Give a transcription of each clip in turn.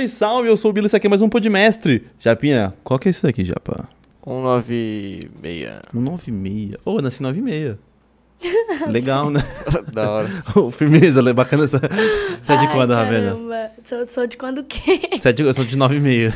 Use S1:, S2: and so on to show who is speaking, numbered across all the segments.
S1: Salve, salve, eu sou o Bilo, isso aqui é mais um Podmestre. Japinha, qual que é esse daqui, Japa?
S2: 196.
S1: Um 9,6. Ô, eu nasci 9,6. Legal, né?
S2: da hora.
S1: Ô, firmeza, le- bacana essa. Você é de
S3: Ai,
S1: quando, Ravena?
S3: Caramba, sou, sou de quando o quê?
S1: Você é de, eu sou de 9,6.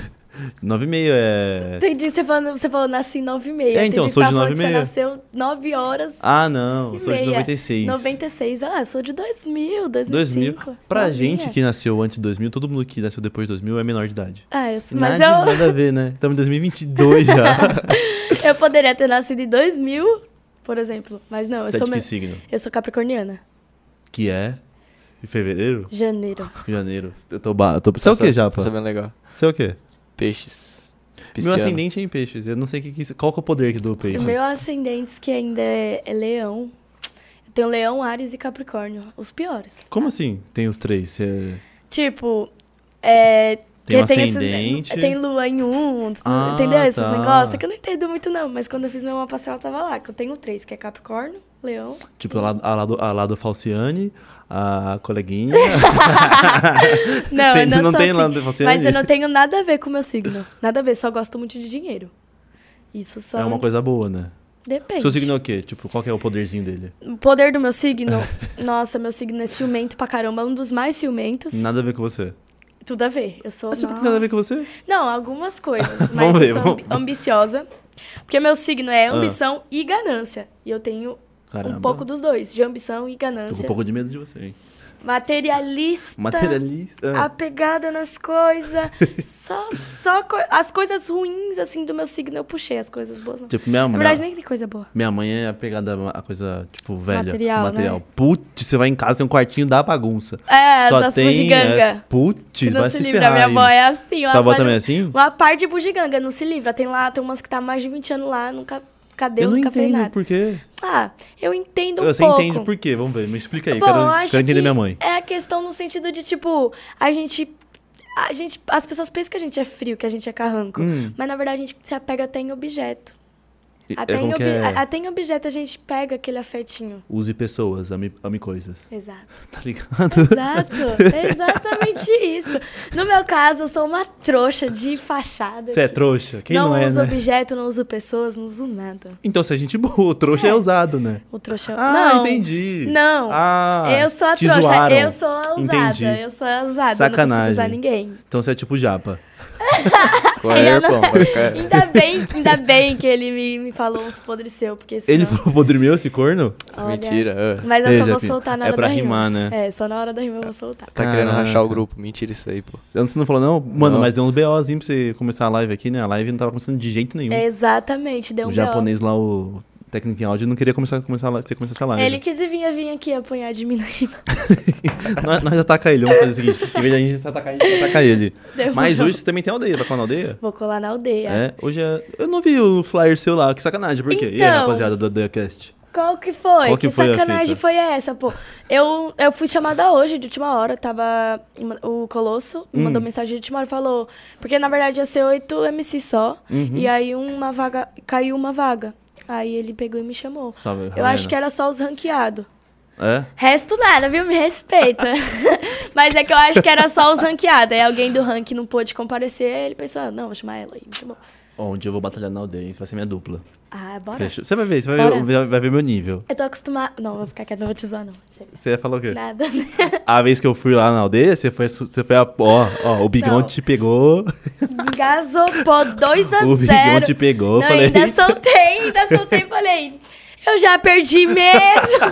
S1: 9,6 é.
S3: Entendi, você falou, você falou nasci em 9 e meia.
S1: É, então,
S3: Entendi,
S1: sou
S3: você
S1: de
S3: falou
S1: 9 e
S3: que Você
S1: meia.
S3: nasceu 9 horas,
S1: Ah, não, eu sou de
S3: 9,6.
S1: 96.
S3: 96. Ah, sou de 2000,
S1: 2000.
S3: 2005.
S1: Pra
S3: Novinha.
S1: gente que nasceu antes de 2000, todo mundo que nasceu depois de 2000 é menor de idade.
S3: Ah, eu, mas
S1: nada,
S3: eu,
S1: nada a ver, né? Estamos em 2022 já.
S3: eu poderia ter nascido em 2000, por exemplo. Mas não, eu
S1: Você é
S3: sou,
S1: de
S3: me-
S1: que signo?
S3: eu sou capricorniana.
S1: Que é? Em fevereiro?
S3: Janeiro.
S1: Janeiro. Eu tô. Ba... eu tô... Você é o
S2: Tá
S1: que,
S2: sa-
S1: Japa?
S2: Tá sabendo legal.
S1: Você é o quê?
S2: Peixes.
S1: Meu
S2: Pisciano.
S1: ascendente é em peixes. Eu não sei que que isso- qual que é o poder que do
S3: O
S1: peixes.
S3: meu ascendente, que ainda é, é leão. Eu tenho leão, Ares e Capricórnio. Os piores.
S1: Como assim? Tem os três. Você-
S3: Tipo, é.
S1: Tem um
S3: porque esses-
S1: ascendente.
S3: tem lua em um,
S1: Ah,
S3: entendeu? Esses
S1: tá.
S3: negócios. É que eu não entendo muito, não. Mas quando eu fiz meu mapa astral, tava lá. Que eu tenho três, que é Capricórnio, Leão.
S1: Tipo, a lado, a lado, a lado Falciane, a coleguinha. É
S3: Não,
S1: Tem-
S3: eu não,
S1: não
S3: sou
S1: tem
S3: assim.
S1: lado Falciane?
S3: Mas eu não tenho nada a ver com o meu signo. Nada a ver, só gosto muito de dinheiro. Isso só
S1: É uma coisa boa, né?
S3: depende.
S1: Seu signo é o quê? Tipo, qual que é o poderzinho dele?
S3: O poder do meu signo... Nossa, meu signo é ciumento pra caramba. Um dos mais ciumentos.
S1: Nada a ver com você.
S3: Tudo a ver. Eu um sou...
S1: Ah, tipo, nada a ver com você?
S3: Não, algumas coisas. Mas
S1: Vamos ver,
S3: eu sou
S1: vamos-
S3: ambi- ambiciosa. Porque meu signo é
S1: Ah.
S3: ambição e ganância. E eu tenho
S1: Caramba.
S3: um pouco Tá. dos dois, de ambição e
S1: Tô com um
S3: ganância.
S1: pouco de medo de você, hein?
S3: Materialista.
S1: Materialista.
S3: Apegada nas coisas. só só co- as coisas ruins, assim, do meu signo eu puxei, as coisas boas não.
S1: Tipo, minha
S3: Na
S1: mãe.
S3: verdade, nem tem coisa boa.
S1: Minha mãe é apegada a a coisa, tipo, velha.
S3: Material,
S1: Material.
S3: né?
S1: Putz, você vai em casa, tem um quartinho da bagunça.
S3: É,
S1: Só
S3: das
S1: tem. É,
S3: bugiganga.
S1: putz,
S3: Que não
S1: vai
S3: se
S1: se
S3: livra,
S1: ferrar.
S3: minha
S1: aí.
S3: avó é assim.
S1: Sua avó
S3: par-
S1: também é assim?
S3: Uma par de bugiganga, não se livra. Tem lá, tem umas que tá há mais de 20 anos lá, nunca, cadê,
S1: eu não
S3: nunca fez
S1: entendo
S3: nada.
S1: por quê.
S3: Ah, eu entendo um
S1: Você
S3: pouco.
S1: entende por quê? Vamos ver, me explica aí.
S3: Bom,
S1: quero
S3: eu acho
S1: quero entender
S3: que
S1: minha mãe.
S3: É a questão no sentido de, tipo, a gente. A gente. As pessoas pensam que a gente é frio, que a gente é carranco.
S1: Hum.
S3: Mas na verdade a gente se apega até em objeto.
S1: E- é
S3: Até, em,
S1: como que
S3: obje-
S1: é?
S3: a- até em objeto a gente pega aquele afetinho.
S1: Use pessoas, ame, ame coisas.
S3: Exato.
S1: Tá ligado?
S3: Exato. é exatamente isso. No meu caso, eu sou uma trouxa de fachada.
S1: Você é
S3: que
S1: trouxa? Quem não, é,
S3: uso
S1: né?
S3: objeto, não uso pessoas, não uso nada.
S1: Então você é gente boa, o trouxa é,
S3: É.
S1: usado, né?
S3: O trouxa.
S1: Ah,
S3: não.
S1: entendi.
S3: Não.
S1: Ah,
S3: eu sou a
S1: te
S3: trouxa,
S1: zoaram.
S3: eu sou a ousada,
S1: Entendi.
S3: eu sou a ousada, eu não
S1: Sacanagem.
S3: preciso usar ninguém.
S1: Então você é tipo japa.
S2: Qual é,
S3: Ela-
S2: irmão? Vai ficar-
S3: Ainda bem, ainda bem que ele me, me falou uns podres seu, porque senão,
S1: Ele falou podre meu, esse corno?
S3: olha,
S2: Mentira. ah.
S3: Mas eu
S1: Ei,
S3: só vou
S1: Japinha,
S3: soltar na
S1: é
S3: hora
S1: pra
S3: da rima.
S1: rimar, né?
S3: É, só na hora da rima eu vou soltar.
S2: Tá querendo
S1: Caraca.
S2: rachar o grupo. Mentira isso aí, pô.
S1: Antes não falou, não? Mano,
S2: Não.
S1: mas deu uns BOzinho pra você começar a live aqui, né? A live não tava começando de jeito nenhum.
S3: É, exatamente, deu um
S1: o
S3: B.O.
S1: japonês lá, o técnico em áudio, não queria começar, começar a live, você começar essa live.
S3: Ele que devia vir aqui apanhar de mim na rima.
S1: nós, nós ataca ele, tá vamos fazer o seguinte. Em vez de a gente se atacar, a gente ataca ele.
S3: Deu
S1: Mas
S3: um B.O.
S1: hoje você também tem aldeia, vai com a aldeia?
S3: Vou colar na aldeia.
S1: É, hoje é. Eu não vi o flyer seu lá, que sacanagem, por quê? E aí,
S3: Então.
S1: rapaziada do TheCast?
S3: Qual que foi?
S1: Qual que foi a
S3: sacanagem
S1: fita?
S3: foi essa, pô? Eu, eu fui chamada hoje, de última hora. Tava. O Colosso me
S1: Hum.
S3: mandou mensagem de última hora e falou. Porque na verdade ia ser oito MC só.
S1: Uhum.
S3: E aí uma vaga. Caiu uma vaga. Aí ele pegou e me chamou.
S1: Salve,
S3: Eu
S1: Rafaela.
S3: acho que era só os ranqueados.
S1: É?
S3: Resto nada, viu? Me respeita. Mas é que eu acho que era só os ranqueados. Aí alguém do ranking não pôde comparecer. Aí ele pensou, "Ah, não, vou chamar ela aí. Me chamou.
S1: Onde eu vou batalhar na aldeia, isso vai ser minha dupla.
S3: Ah, bora.
S1: Fechou. Você vai ver, você vai ver,
S3: Bora.
S1: vai- vai ver meu nível.
S3: Eu tô acostumada. Não, vou ficar quieta, não vou te zoar, não. Chega.
S1: Você falou o quê?
S3: Nada. né?
S1: A vez que eu fui lá na aldeia, você foi, su- você foi a. Ó, ó, o Bigão
S3: Não. Tá
S1: te pegou.
S3: Gasopou 2 a
S1: O Bigão
S3: 0
S1: te pegou.
S3: Não,
S1: eu falei.
S3: ainda soltei, ainda soltei, falei. Eu já perdi mesmo.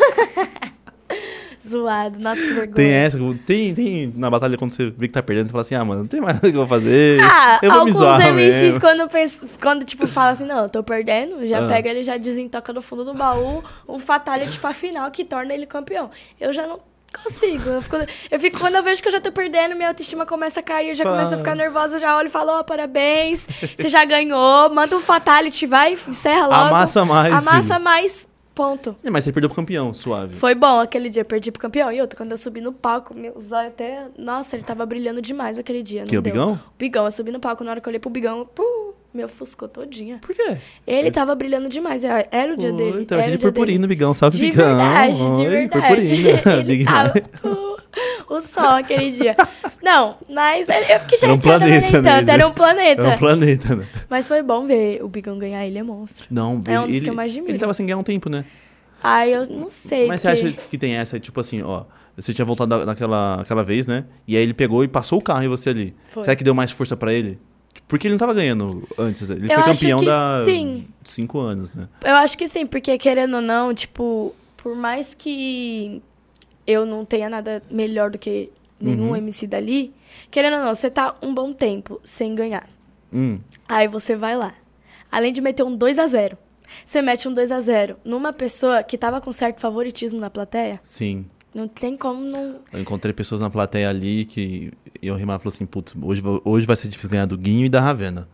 S3: Zoado, nossa, que vergonha.
S1: Tem essa, tem, tem na batalha quando você vê que tá perdendo, você fala assim, ah, mano, não tem mais nada que eu vou fazer.
S3: Ah,
S1: eu vou me
S3: alguns
S1: zoar
S3: MCs
S1: mesmo.
S3: quando, pensa- quando, tipo, fala assim, não, eu tô perdendo, já
S1: Ah.
S3: pega ele, já desentoca no fundo do baú o fatality pra final, que torna ele campeão. Eu já não consigo. Eu fico, eu fico- quando eu vejo que eu já tô perdendo, minha autoestima começa a cair, eu já
S1: Fala.
S3: começo a ficar nervosa, já olho e falo, ó, parabéns, você já ganhou, manda um fatality, vai, encerra logo.
S1: Amassa mais,
S3: Amassa
S1: filho.
S3: mais, ponto.
S1: É, Mas você perdeu pro campeão, suave.
S3: Foi bom aquele dia, perdi pro campeão. E outro, quando eu subi no palco, meus olhos até. Nossa, ele tava brilhando demais aquele dia. Não
S1: Que, o
S3: deu.
S1: Bigão?
S3: O Bigão, eu subi no palco, na hora que eu olhei pro Bigão, puh, me ofuscou todinha.
S1: Por quê?
S3: Ele tava brilhando demais, era era o dia
S1: Oi, Tava cheio
S3: dele. era então,
S1: então,
S3: é o
S1: de
S3: dia dele.
S1: purpurina, Bigão. Salve,
S3: De
S1: Bigão.
S3: verdade, de
S1: Oi,
S3: verdade.
S1: Purpurina. É
S3: ele
S1: Big
S3: tava,
S1: Mac.
S3: uh, o sol aquele dia. Não, mas eu fiquei
S1: Era um
S3: chateada, mas nem
S1: planeta, né,
S3: tanto.
S1: ele?
S3: Era um planeta.
S1: É um planeta, né?
S3: Mas foi bom ver o Bigão ganhar, ele é monstro.
S1: Não,
S3: É um dos
S1: ele,
S3: que eu mais admiro.
S1: ele tava sem ganhar um tempo, né?
S3: Ai, eu não sei.
S1: Mas você
S3: porque-
S1: acha que tem essa, tipo assim, ó. Você tinha voltado da- daquela aquela vez, né? E aí ele pegou e passou o carro em você ali.
S3: Foi.
S1: Será que deu mais força pra ele? Porque ele não tava ganhando antes. Ele
S3: Eu
S1: foi
S3: acho
S1: campeão
S3: que
S1: da
S3: sim.
S1: cinco anos, né?
S3: Eu acho que sim, porque querendo ou não, tipo, por mais que eu não tenha nada melhor do que nenhum
S1: Uhum.
S3: MC dali, querendo ou não, você tá um bom tempo sem ganhar.
S1: Hum.
S3: Aí você vai lá. Além de meter um 2 a 0 você mete um 2 a 0 numa pessoa que tava com certo favoritismo na plateia,
S1: Sim.
S3: não tem como não.
S1: Eu encontrei pessoas na plateia ali que eu rimava e falou assim, putz, hoje, vou- hoje vai ser difícil ganhar do Guinho e da Ravena.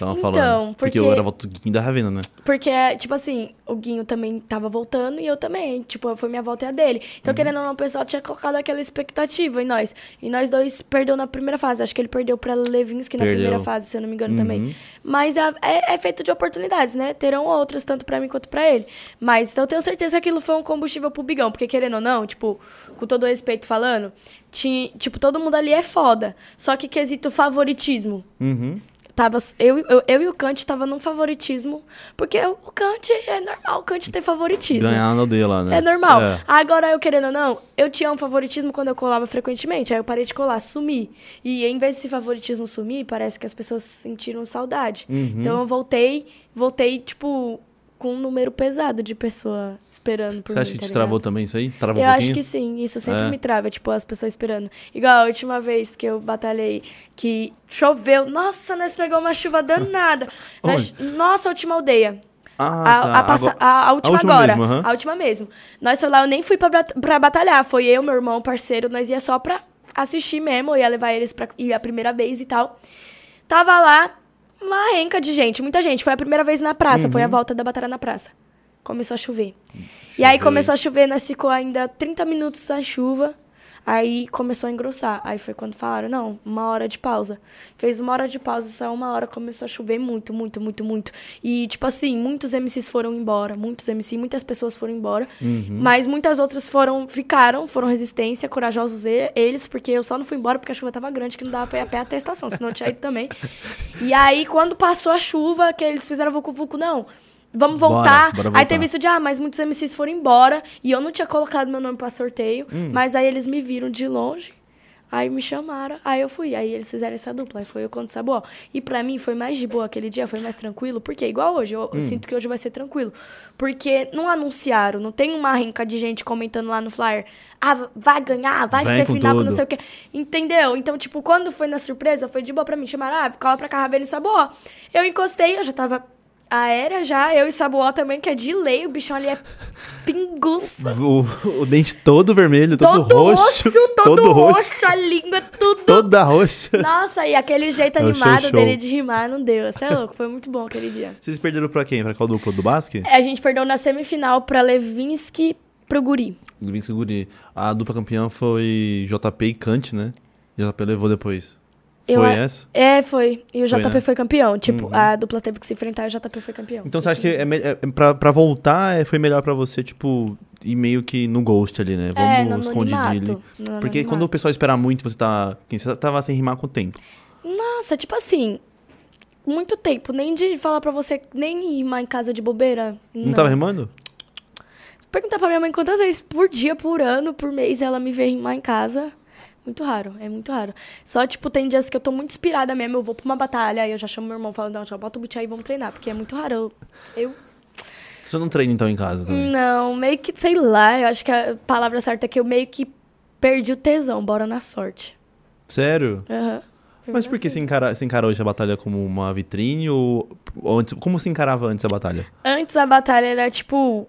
S1: Tava
S3: Então,
S1: falando.
S3: porque-
S1: eu era voto do Guinho e da Ravena, né?
S3: Porque, tipo assim, o Guinho também tava voltando e eu também. Tipo, foi minha volta e a dele. Então,
S1: Uhum.
S3: querendo ou não, o pessoal tinha colocado aquela expectativa em nós. E nós dois perdeu na primeira fase. Acho que ele perdeu pra Levinsky na
S1: Perdeu.
S3: primeira fase, se eu não me engano
S1: Uhum.
S3: também. Mas é, é- é feito de oportunidades, né? Terão outras, tanto pra mim quanto pra ele. Mas então eu tenho certeza que aquilo foi um combustível pro Bigão. Porque, querendo ou não, tipo, com todo o respeito falando, ti- tipo, todo mundo ali é foda. Só que quesito favoritismo.
S1: Uhum.
S3: Tava, eu, eu, eu e o Kant tava num favoritismo, porque o Kant é normal o Kant ter favoritismo.
S1: Ganhar na aldeia lá, né?
S3: É normal.
S1: É.
S3: Agora, eu querendo ou não, eu tinha um favoritismo quando eu colava frequentemente. Aí eu parei de colar, sumi. E em vez desse favoritismo sumir, parece que as pessoas sentiram saudade.
S1: Uhum.
S3: Então eu voltei, voltei, tipo, com um número pesado de pessoa esperando
S1: Você
S3: por mim.
S1: acha que
S3: tá
S1: te
S3: ligado?
S1: travou também isso aí? Travou
S3: Eu
S1: um
S3: acho
S1: pouquinho?
S3: que sim, isso sempre
S1: É.
S3: me trava, tipo, as pessoas esperando. Igual a última vez que eu batalhei, que choveu. Nossa, nós pegamos uma chuva danada. Nós- nossa, a última aldeia.
S1: Ah,
S3: A,
S1: tá.
S3: a passa-
S1: Agora-
S3: a- a última
S1: última
S3: agora.
S1: mesmo, aham.
S3: A última mesmo. Nós foi lá, eu nem fui pra, bat- pra batalhar. Foi eu, meu irmão, parceiro, nós ia só pra assistir mesmo. Eu ia levar eles pra ir a primeira vez e tal. Tava lá uma renca de gente, muita gente. Foi a primeira vez na praça,
S1: Uhum.
S3: foi a volta da batalha na praça. Começou a chover. E aí
S1: Hum, Chover.
S3: começou a chover, nós ficou ainda 30 minutos na chuva. Aí começou a engrossar. Aí foi quando falaram, não, uma hora de pausa. Fez uma hora de pausa, saiu uma hora, começou a chover muito, muito, muito, muito. E, tipo assim, muitos MCs foram embora. Muitos MCs, muitas pessoas foram embora.
S1: Uhum.
S3: Mas muitas outras foram, ficaram, foram resistência, corajosos e- eles, porque eu só não fui embora porque a chuva tava grande, que não dava pra ir a pé até a estação, senão eu tinha ido também. E aí, quando passou a chuva, que eles fizeram vucu-vucu, não... Vamos
S1: Bora,
S3: voltar.
S1: bora
S3: Aí
S1: voltar.
S3: teve isso de, ah, mas muitos MCs foram embora e eu não tinha colocado meu nome pra sorteio, mas aí eles me viram de longe, aí me chamaram, aí eu fui, aí eles fizeram essa dupla, aí foi eu contra o Sabuó. E pra mim foi mais de boa aquele dia, foi mais tranquilo, porque igual hoje, eu, eu sinto que hoje vai ser tranquilo, porque não anunciaram, não tem uma renca de gente comentando lá no flyer, ah, vai ganhar, vai
S1: Vem
S3: ser
S1: com
S3: final, com não
S1: tudo.
S3: sei o quê. Entendeu? Então, tipo, quando foi na surpresa, foi de boa pra mim. Chamaram, ah, cola pra cá, Ravena e Saboó. Eu encostei, eu já tava aérea já, eu e Saboó também, que é de lei, o bichão ali é pinguço.
S1: O, o dente todo vermelho, todo,
S3: Todo roxo,
S1: roxo.
S3: todo, roxo, a língua, tudo.
S1: Toda roxa.
S3: Nossa, e aquele jeito
S1: É o show,
S3: animado
S1: show.
S3: dele de rimar, não deu. Você é louco, foi muito bom aquele dia.
S1: Vocês perderam pra quem? Pra qual dupla? Do Basque?
S3: É, A gente perdeu na semifinal pra Levinsky pro Guri.
S1: Do Vince Guri. A dupla campeã foi JP e Kant, né? JP levou depois.
S3: Eu
S1: foi
S3: a-
S1: essa?
S3: É, foi. E o
S1: Foi,
S3: JP foi,
S1: né?
S3: campeão. Tipo, a dupla teve que se enfrentar e o JP foi campeão.
S1: Então você acha
S3: Isso
S1: que é, me- é, pra, pra voltar é, foi melhor pra você, tipo, ir meio que no ghost ali, né? Vamos
S3: É, no anonimato.
S1: escondidinho
S3: No
S1: ali.
S3: anonimato.
S1: Porque quando o pessoal espera muito, você tá. quem- Você tava sem rimar com o tempo.
S3: Nossa, tipo assim, muito tempo. Nem de falar pra você, nem rimar em casa de bobeira.
S1: Não, tava rimando?
S3: Se perguntar pra minha mãe quantas vezes por dia, por ano, por mês ela me vê rimar em casa. Muito raro, é muito raro. Só, tipo, tem dias que eu tô muito inspirada mesmo, eu vou pra uma batalha, aí eu já chamo meu irmão falando, não, já bota o boot aí e vamos treinar, porque é muito raro. Eu,
S1: Você não treina então em casa
S3: eu
S1: também.
S3: não, meio que, sei lá, eu acho que a palavra certa é que eu meio que perdi o tesão, bora na sorte.
S1: Sério?
S3: Aham.
S1: Mas por que você encara, você encara hoje a batalha como uma vitrine ou, ou antes, como você encarava antes a batalha?
S3: Antes a batalha era tipo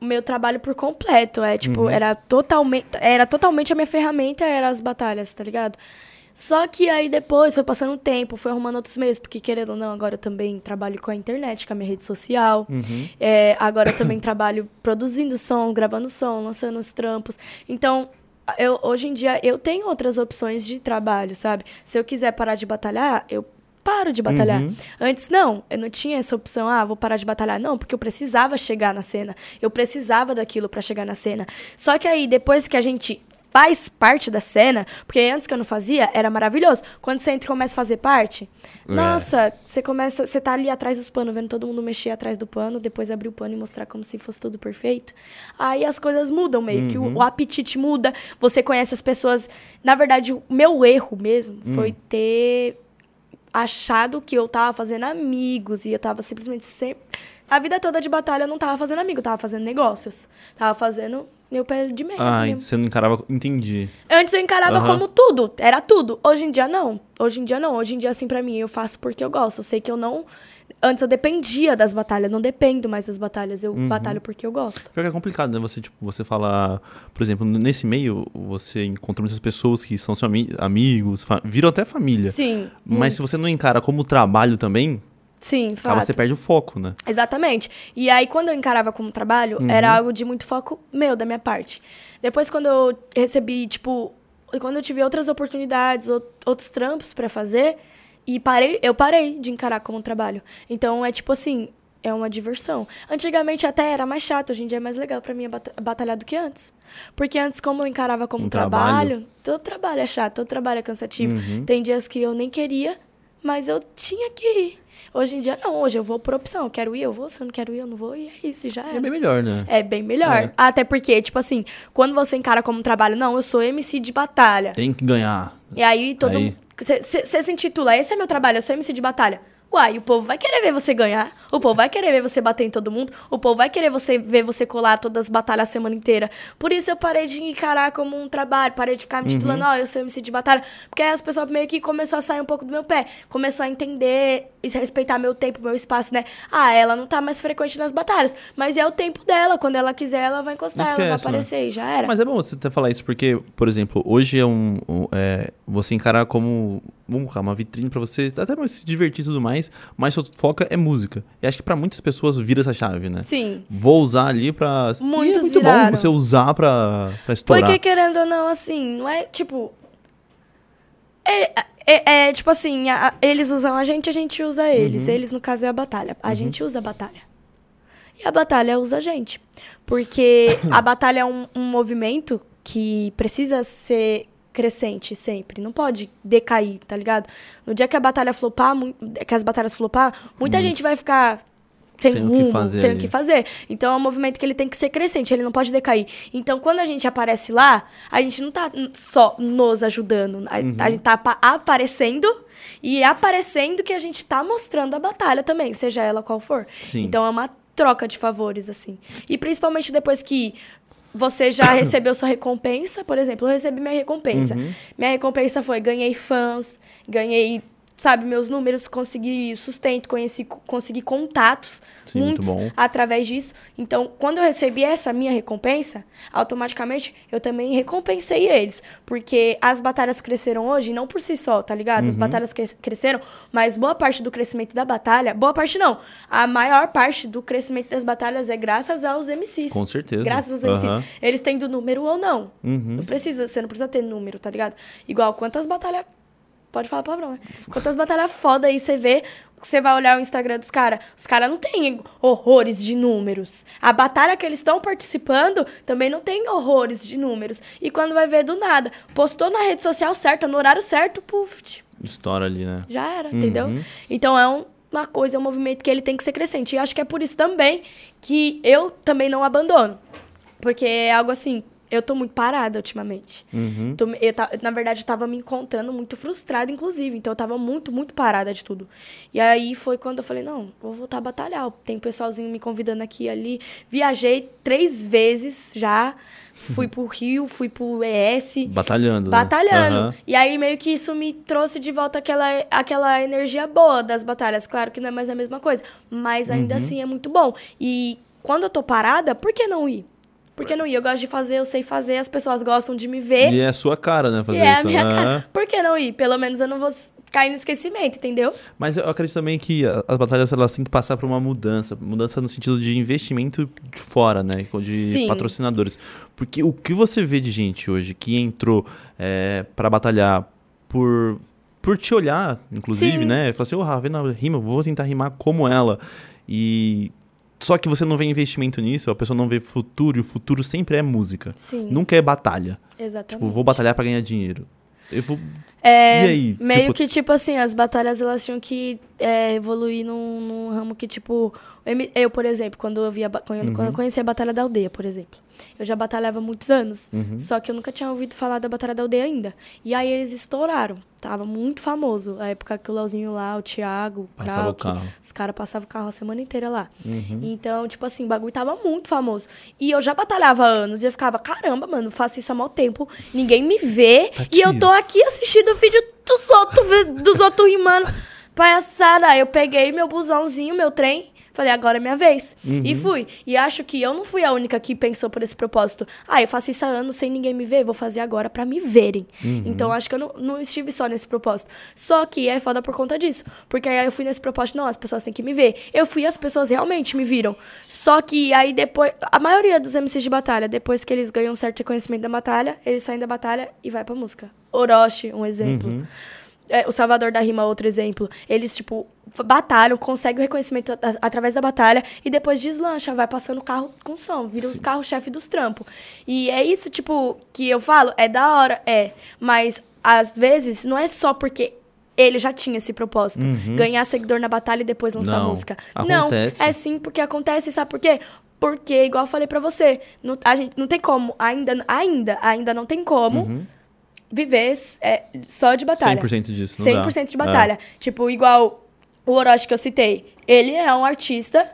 S3: o meu trabalho por completo, é tipo, era totalmente, era totalmente a minha ferramenta era as batalhas, tá ligado? Só que aí depois foi passando o tempo, foi arrumando outros meios, porque querendo ou não, agora eu também trabalho com a internet, com a minha rede social.
S1: Uhum.
S3: É, agora eu também trabalho produzindo som, gravando som, lançando os trampos. Então, eu, hoje em dia eu tenho outras opções de trabalho, sabe? Se eu quiser parar de batalhar, eu paro de batalhar.
S1: Uhum.
S3: Antes, não, eu não tinha essa opção, ah, vou parar de batalhar. Não, porque eu precisava chegar na cena. Eu precisava daquilo pra chegar na cena. Só que aí, depois que a gente faz parte da cena, porque antes que eu não fazia, era maravilhoso. Quando você entra e começa a fazer parte, nossa, você começa, você tá ali atrás dos panos, vendo todo mundo mexer atrás do pano, depois abrir o pano e mostrar como se fosse tudo perfeito. Aí as coisas mudam meio que, o, o apetite muda, você conhece as pessoas. Na verdade, o meu erro mesmo foi ter achado que eu tava fazendo amigos e eu tava simplesmente sempre. A vida toda de batalha eu não tava fazendo amigo, eu tava fazendo negócios. Tava fazendo meu pé de mês
S1: Ah,
S3: mesmo.
S1: você não encarava. Entendi.
S3: Antes eu encarava
S1: Aham.
S3: como tudo, era tudo. Hoje em dia não. Hoje em dia não. Hoje em dia, assim, pra mim, eu faço porque eu gosto. Eu sei que eu não. Antes eu dependia das batalhas, não dependo mais das batalhas.
S1: Uhum.
S3: Eu batalho porque eu gosto.
S1: Porque é complicado, né? Você, tipo, você falar. Por exemplo, nesse meio, você encontra muitas pessoas que são seus ami- amigos, fa- viram até família.
S3: Sim.
S1: Mas se você não encara como trabalho também,
S3: Sim,
S1: acaba
S3: fato.
S1: você perde o foco, né?
S3: Exatamente. E aí, quando eu encarava como trabalho,
S1: Uhum.
S3: era algo de muito foco meu, da minha parte. Depois, quando eu recebi, tipo, quando eu tive outras oportunidades, ou- outros trampos pra fazer, e parei, eu parei de encarar como trabalho. Então, é tipo assim, é uma diversão. Antigamente até era mais chato, hoje em dia é mais legal pra mim bata- batalhar do que antes. Porque antes, como eu encarava como
S1: Um trabalho. Uhum.
S3: trabalho, todo trabalho é chato, todo trabalho é cansativo. Tem dias que eu nem queria, mas eu tinha que ir. Hoje em dia, não. Hoje eu vou por opção. Eu quero ir, eu vou. Se eu não quero ir, eu não vou. E é isso, e já
S1: É
S3: era.
S1: bem melhor, né?
S3: É bem melhor.
S1: É.
S3: Até porque, tipo assim, quando você encara como trabalho, não, eu sou MC de batalha.
S1: Tem que ganhar.
S3: E aí todo
S1: Aí.
S3: mundo. Você se intitula, esse é meu trabalho, eu sou MC de batalha. Uai, o povo vai querer ver você ganhar, o povo vai querer ver você bater em todo mundo, o povo vai querer você ver você colar todas as batalhas a semana inteira. Por isso eu parei de encarar como um trabalho, parei de
S1: Uhum.
S3: ficar me titulando, ó, eu sou MC de batalha. Porque aí as pessoas meio que começou a sair um pouco do meu pé, começou a entender e se respeitar meu tempo, meu espaço, né? Ah, ela não tá mais frequente nas batalhas, mas é o tempo dela, quando ela quiser ela vai encostar, ela
S1: Esquece,
S3: vai
S1: né?
S3: aparecer e já era.
S1: Mas é bom você até falar isso, porque, por exemplo, hoje é um. um, é, você encarar como vamos colocar, uma vitrine pra você até pra se divertir e tudo mais, mas sua foca é música. E acho que pra muitas pessoas vira essa chave, né?
S3: Sim.
S1: Vou usar ali pra. E é
S3: Muitos
S1: muito bom
S3: viraram.
S1: você usar pra, pra estourar.
S3: Porque, querendo ou não, assim, não é tipo. É, é- é, tipo assim, a- a- eles usam a gente, a gente usa eles.
S1: Uhum.
S3: Eles, no caso, é a batalha. A gente usa a batalha. E a batalha usa a gente. Porque a batalha é um, um movimento que precisa ser crescente sempre. Não pode decair, tá ligado? No dia que a batalha flopar, mu- que as batalhas flopar, muita gente vai ficar sem,
S1: Uhum. Sem o que
S3: rumo,
S1: fazer
S3: sem o
S1: ali.
S3: que fazer. Então é um movimento que ele tem que ser crescente, ele não pode decair. Então quando a gente aparece lá, a gente não tá n- só nos ajudando, a, a gente tá apa- aparecendo e é aparecendo que a gente tá mostrando a batalha também, seja ela qual for.
S1: Sim.
S3: Então é uma troca de favores assim. E principalmente depois que você já recebeu sua recompensa, por exemplo, eu recebi minha recompensa.
S1: Uhum.
S3: Minha recompensa foi ganhei fãs, ganhei, sabe, meus números, consegui sustento, conheci, consegui contatos,
S1: Sim, muito
S3: muitos
S1: bom.
S3: através disso. Então, quando eu recebi essa minha recompensa, automaticamente eu também recompensei eles, porque as batalhas cresceram hoje não por si só, tá ligado?
S1: Uhum.
S3: As batalhas cres- cresceram, mas boa parte do crescimento da batalha, boa parte não, a maior parte do crescimento das batalhas é graças aos MCs.
S1: Com certeza.
S3: Graças aos MCs.
S1: Aham.
S3: Eles tendo número ou não.
S1: Uhum.
S3: Não precisa, você não precisa ter número, tá ligado? Igual quantas batalhas. Pode falar palavrão, né? Quantas batalhas foda aí você vê, você vai olhar o Instagram dos caras. Os caras não têm horrores de números. A batalha que eles estão participando também não tem horrores de números. E quando vai ver do nada, postou na rede social certa, no horário certo, puf,
S1: Estoura ali, né?
S3: já era, entendeu? Então é um- uma coisa, é um movimento que ele tem que ser crescente. E acho que é por isso também que eu também não abandono. Porque é algo assim, eu tô muito parada ultimamente.
S1: Uhum.
S3: Tô me- eu ta- na verdade, eu tava me encontrando muito frustrada, inclusive. Então eu tava muito, muito parada de tudo. E aí foi quando eu falei, não, vou voltar a batalhar. Tem um pessoalzinho me convidando aqui e ali. Viajei três vezes já. Fui pro Rio, fui pro ES.
S1: Batalhando. né?
S3: Batalhando.
S1: Aham.
S3: E aí meio que isso me trouxe de volta aquela, aquela energia boa das batalhas. Claro que não é mais a mesma coisa, mas ainda assim é muito bom. E quando eu tô parada, por que não ir? Por que não ir? Eu gosto de fazer, eu sei fazer, as pessoas gostam de me ver.
S1: E é a sua cara, né? Fazer
S3: e é
S1: isso.
S3: a minha
S1: né?
S3: cara. Por que não ir? Pelo menos eu não vou s- cair no esquecimento, entendeu?
S1: Mas eu acredito também que a- as batalhas elas têm que passar por uma mudança. Mudança no sentido de investimento de fora, né? De
S3: Sim.
S1: patrocinadores. Porque o que você vê de gente hoje que entrou é, para batalhar por, por te olhar, inclusive,
S3: Sim.
S1: né? Falar assim, ô, Ravena rima, vou tentar rimar como ela. E Só que você não vê investimento nisso, a pessoa não vê futuro, e o futuro sempre é música.
S3: Sim.
S1: Nunca é batalha.
S3: Exatamente.
S1: Tipo, vou batalhar pra ganhar dinheiro. Eu vou.
S3: É,
S1: E aí,
S3: Meio
S1: tipo-
S3: que, tipo assim, as batalhas elas tinham que é, evoluir num, num ramo que, tipo. M- Eu, por exemplo, quando eu, via, ba- quando, quando eu conheci a Batalha da Aldeia, por exemplo, eu já batalhava há muitos anos. Só que eu nunca tinha ouvido falar da Batalha da Aldeia ainda. E aí eles estouraram. Tava muito famoso. A época que o Lauzinho lá, o Thiago, o
S1: Passava o
S3: Krauk,
S1: carro. Uhum.
S3: os caras passavam o carro a semana inteira lá. Então, tipo assim, o bagulho tava muito famoso. E eu já batalhava há anos e eu ficava, caramba, mano, faço isso há mau tempo, ninguém me vê.
S1: Tá
S3: e eu
S1: aqui,
S3: tô aqui assistindo o vídeo dos outros, vi- dos outros rimando. Palhaçada, Aí eu peguei meu busãozinho, meu trem. Falei, agora é minha vez. E fui. E acho que eu não fui a única que pensou por esse propósito. Ah, eu faço isso há anos sem ninguém me ver, vou fazer agora pra me verem. Então acho que eu não, não estive só nesse propósito. Só que é foda por conta disso. Porque aí eu fui nesse propósito, não, as pessoas têm que me ver. Eu fui e as pessoas realmente me viram. Só que aí depois. A maioria dos MCs de batalha, depois que eles ganham um certo reconhecimento da batalha, eles saem da batalha e vai pra música. Orochi, um
S1: Uhum.
S3: exemplo. É, o Salvador da Rima, outro exemplo. Eles, tipo, f- batalham, conseguem o reconhecimento a- através da batalha e depois deslancha, vai passando o carro com som, vira os carro-chefe dos trampos. E é isso, tipo, que eu falo, é da hora, é. Mas, às vezes, não é só porque ele já tinha esse propósito. Ganhar seguidor na batalha e depois lançar
S1: Uhum. Não,
S3: música.
S1: acontece.
S3: Não, é sim porque acontece, sabe por quê? Porque, igual eu falei pra você, não, a gente não tem como, ainda, ainda, ainda não tem como
S1: Uhum.
S3: viver é, só de batalha.
S1: 100% disso. Não dá. É.
S3: 100% de batalha. Tipo, igual o Orochi que eu citei. Ele é um artista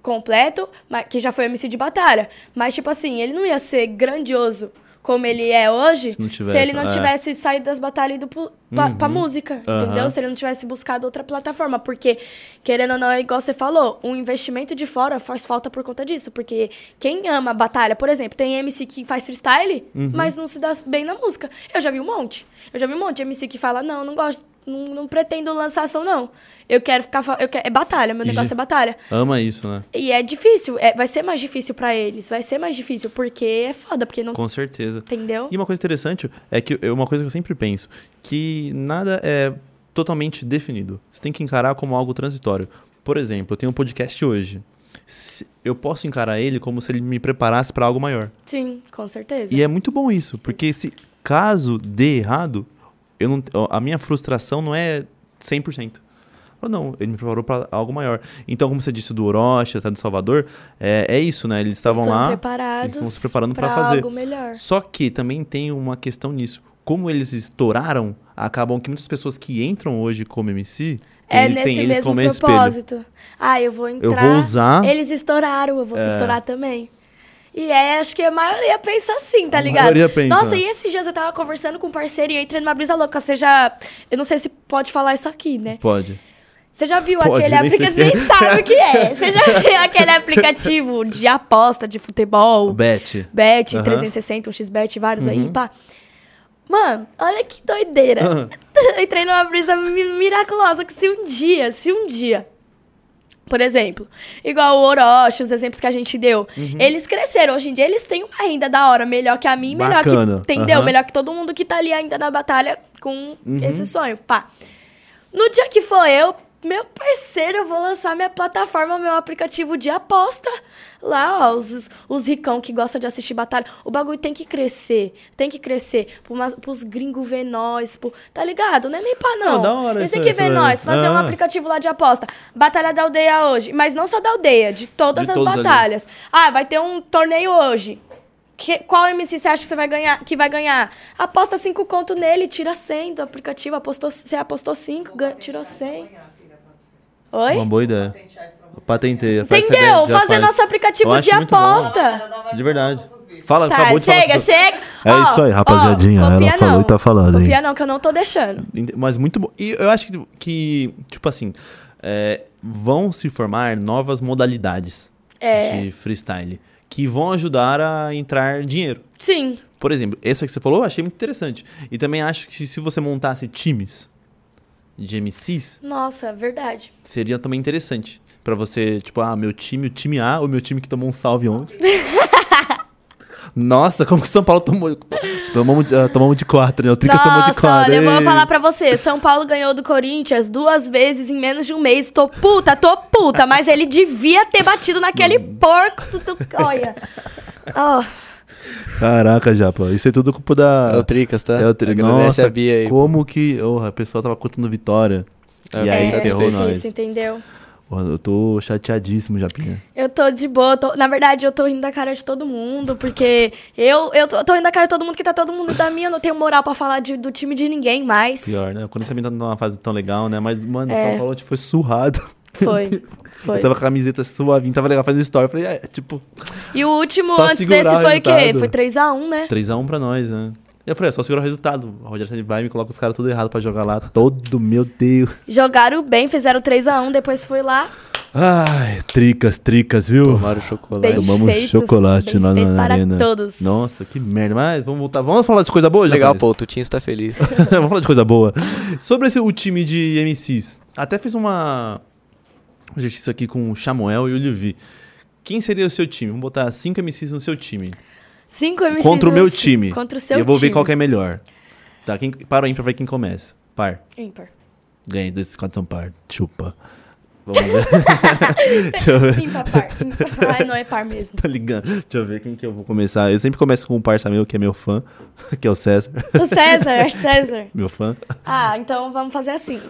S3: completo, mas, que já foi MC de batalha. Mas, tipo assim, ele não ia ser grandioso como ele é hoje
S1: Se não tivesse,
S3: ele não
S1: é. Uhum.
S3: tivesse saído das batalhas e ido pro- pra, pra música,
S1: Aham.
S3: entendeu? Se ele não tivesse buscado outra plataforma. Porque, querendo ou não, é igual você falou, um investimento de fora faz falta por conta disso. Porque quem ama a batalha, por exemplo, tem MC que faz freestyle,
S1: Uhum.
S3: mas não se dá bem na música. Eu já vi um monte. Eu já vi um monte de MC que fala, não, não gosto, não, não pretendo lançar som, não. Eu quero ficar... fa- Eu quero, é batalha, meu
S1: E
S3: negócio
S1: já-
S3: é batalha.
S1: É. Ama isso, né?
S3: E é difícil, é- vai ser mais difícil pra eles, vai ser mais difícil, porque é foda, porque não...
S1: Com certeza.
S3: Entendeu?
S1: E uma coisa interessante é que é uma coisa que eu sempre penso, que nada é totalmente definido. Você tem que encarar como algo transitório. Por exemplo, eu tenho um podcast hoje. Se- Eu posso encarar ele como se ele me preparasse para algo maior.
S3: Sim, com certeza.
S1: E é muito bom isso, porque se caso dê errado, eu não, a minha frustração não é 100%. Ou não, ele me preparou para algo maior. Então, como você disse do Orochi, até do Salvador, é, é isso, né? Eles estavam
S3: São
S1: lá.
S3: preparados
S1: eles estão se preparando pra
S3: pra
S1: fazer.
S3: algo melhor.
S1: Só que também tem uma questão nisso. Como eles estouraram, acabam que muitas pessoas que entram hoje como MC,
S3: É
S1: ele tem
S3: nesse
S1: eles
S3: mesmo
S1: como espelho.
S3: propósito. Ah, eu vou
S1: Eu
S3: entrar.
S1: vou usar. É.
S3: Eles estouraram, eu vou estourar também. E é, acho que a maioria pensa assim, tá
S1: A
S3: ligado?
S1: maioria pensa. né?
S3: Nossa, e esses dias eu tava conversando com um parceiro e eu entrei numa brisa louca. Você já. Eu não sei se pode falar isso aqui, né?
S1: Pode.
S3: Você já viu
S1: Pode,
S3: aquele
S1: nem sei
S3: aplicativo?
S1: o que
S3: Nem
S1: é.
S3: sabe o que é. Você já viu aquele aplicativo de aposta de futebol?
S1: Bet.
S3: Bet,
S1: Aham. Uhum.
S3: 360, um XBet, vários aí, pá. Mano, olha que doideira.
S1: Aham.
S3: Eu Entrei numa brisa mi- miraculosa que se um dia, se um dia, por exemplo, igual o Orochi, os exemplos que a gente deu, eles cresceram. Hoje em dia eles têm uma renda da hora, melhor que a mim, melhor
S1: Bacana.
S3: que, entendeu?
S1: Aham.
S3: Melhor que todo mundo que tá ali ainda na batalha com esse sonho, pá. No dia que for eu, meu parceiro, eu vou lançar minha plataforma, meu aplicativo de aposta. Lá, ó, os, os ricão que gosta de assistir batalha. O bagulho tem que crescer. Tem que crescer. Pro mas- pros gringos ver nós. pro- tá ligado? Não é nem pra não.
S1: Não, da hora
S3: Eles
S1: isso-
S3: têm que
S1: isso
S3: ver
S1: daí.
S3: nós. Fazer um
S1: Ah.
S3: aplicativo lá de aposta. Batalha da aldeia hoje. Mas não só da aldeia, de todas
S1: De
S3: as
S1: todos ali.
S3: batalhas. Ah, vai ter um torneio hoje. Que- qual MC você acha que você vai ganhar? Que vai ganhar? Aposta 5 conto nele, tira 100 do aplicativo. Apostou, você apostou 5, tirou 100.
S1: Uma
S3: Oi?
S1: boa ideia. Patentei.
S3: Entendeu? Fazer nosso aplicativo
S1: Eu
S3: de
S1: acho muito bom.
S3: aposta.
S1: De verdade. Fala,
S3: Tá,
S1: acabou de falar.
S3: chega,
S1: disso.
S3: chega.
S4: É isso aí, rapaziadinha. Ela
S3: copia
S4: falou
S3: não.
S4: e tá falando, hein?
S3: Copia não, que eu não tô deixando.
S1: Ent- Mas muito bom. E eu acho que, que tipo assim, é, vão se formar novas modalidades
S3: É.
S1: de freestyle que vão ajudar a entrar dinheiro.
S3: Sim,
S1: Por exemplo, essa que você falou eu achei muito interessante. E também acho que se você montasse times de MCs,
S3: nossa, é verdade.
S1: seria também interessante. Pra você, tipo, ah, meu time, o time A, o meu time que tomou um salve ontem. Nossa, como que São Paulo tomou. Tomamos, de- ah, tomamos de quatro, né? O Tricas tomou de
S3: Nossa,
S1: quatro.
S3: olha, eu vou
S1: Ei.
S3: falar pra você. São Paulo ganhou do Corinthians duas vezes em menos de um mês. Tô puta, tô puta. Mas ele devia ter batido naquele porco. do- do- olha. Oh, Ó,
S5: Caraca, Japa. Isso é tudo culpa da.
S2: É o Tricas, tá?
S1: É o tri...
S2: Agradece
S1: Nossa,
S2: a Bia aí.
S1: como que... Porra, a pessoa tava contando vitória. e
S2: É, fiquei
S1: aí,
S3: é,
S1: ferrou
S2: satisfeito.
S1: nós.
S3: difícil, entendeu?
S1: Porra, eu tô chateadíssimo, Japinha.
S3: Eu tô de boa. tô- na verdade, eu tô rindo da cara de todo mundo, porque eu, eu tô, tô rindo da cara de todo mundo que tá todo mundo da minha. Eu não tenho moral pra falar de- do time de ninguém mais.
S1: Pior, né? Quando você me tá numa fase tão legal, né? Mas, mano,
S3: É.
S1: São Paulo tipo, foi surrado.
S3: Foi. Foi.
S1: Eu tava com a camiseta suavinha, tava legal fazendo story. Eu Falei, é, tipo,
S3: E o último
S1: Só
S3: antes
S1: segurar
S3: desse
S1: o
S3: foi o quê?
S1: resultado.
S3: Foi 3x1, né?
S1: 3x1 pra nós, né? Eu falei, é só segurar o resultado. O Rogério Ceni vai e me coloca os caras tudo errado pra jogar lá. Todo, meu Deus.
S3: Jogaram bem, fizeram 3x1, depois foi lá.
S1: Ai, tricas, tricas, viu?
S2: Tomaram chocolate.
S3: Bem
S5: Tomamos
S3: feitos,
S5: chocolate
S3: bem
S5: lá na
S3: feito para
S5: arena.
S3: todos.
S1: Nossa, que merda. Mas vamos voltar. Vamos falar de coisa boa,
S2: Legal,
S1: japonês?
S2: pô, o Tutinho está feliz.
S1: Vamos falar de coisa boa. Sobre esse, o time de MCs. Até fiz uma um exercício aqui com o Chamuel e o Livi. Quem seria o seu time? Vamos botar cinco MCs no seu time.
S3: Cinco MCs
S1: contra o meu
S3: no-
S1: time.
S3: Contra o seu
S1: e eu vou
S3: time.
S1: ver qual que é melhor. Tá, quem, para o ímpar, vai quem começa. Par.
S3: Ímpar.
S1: Ganhei, dois, quatro são par. Chupa. Vamos ver. Deixa eu ver.
S3: Ímpar, par. Ímpar, par. Ai, não é par mesmo.
S1: Tá ligando. Deixa eu ver quem que eu vou começar. Eu sempre começo com um parça meu, que é meu fã, que é o César.
S3: O César, é César.
S1: Meu fã.
S3: Ah, então vamos fazer assim.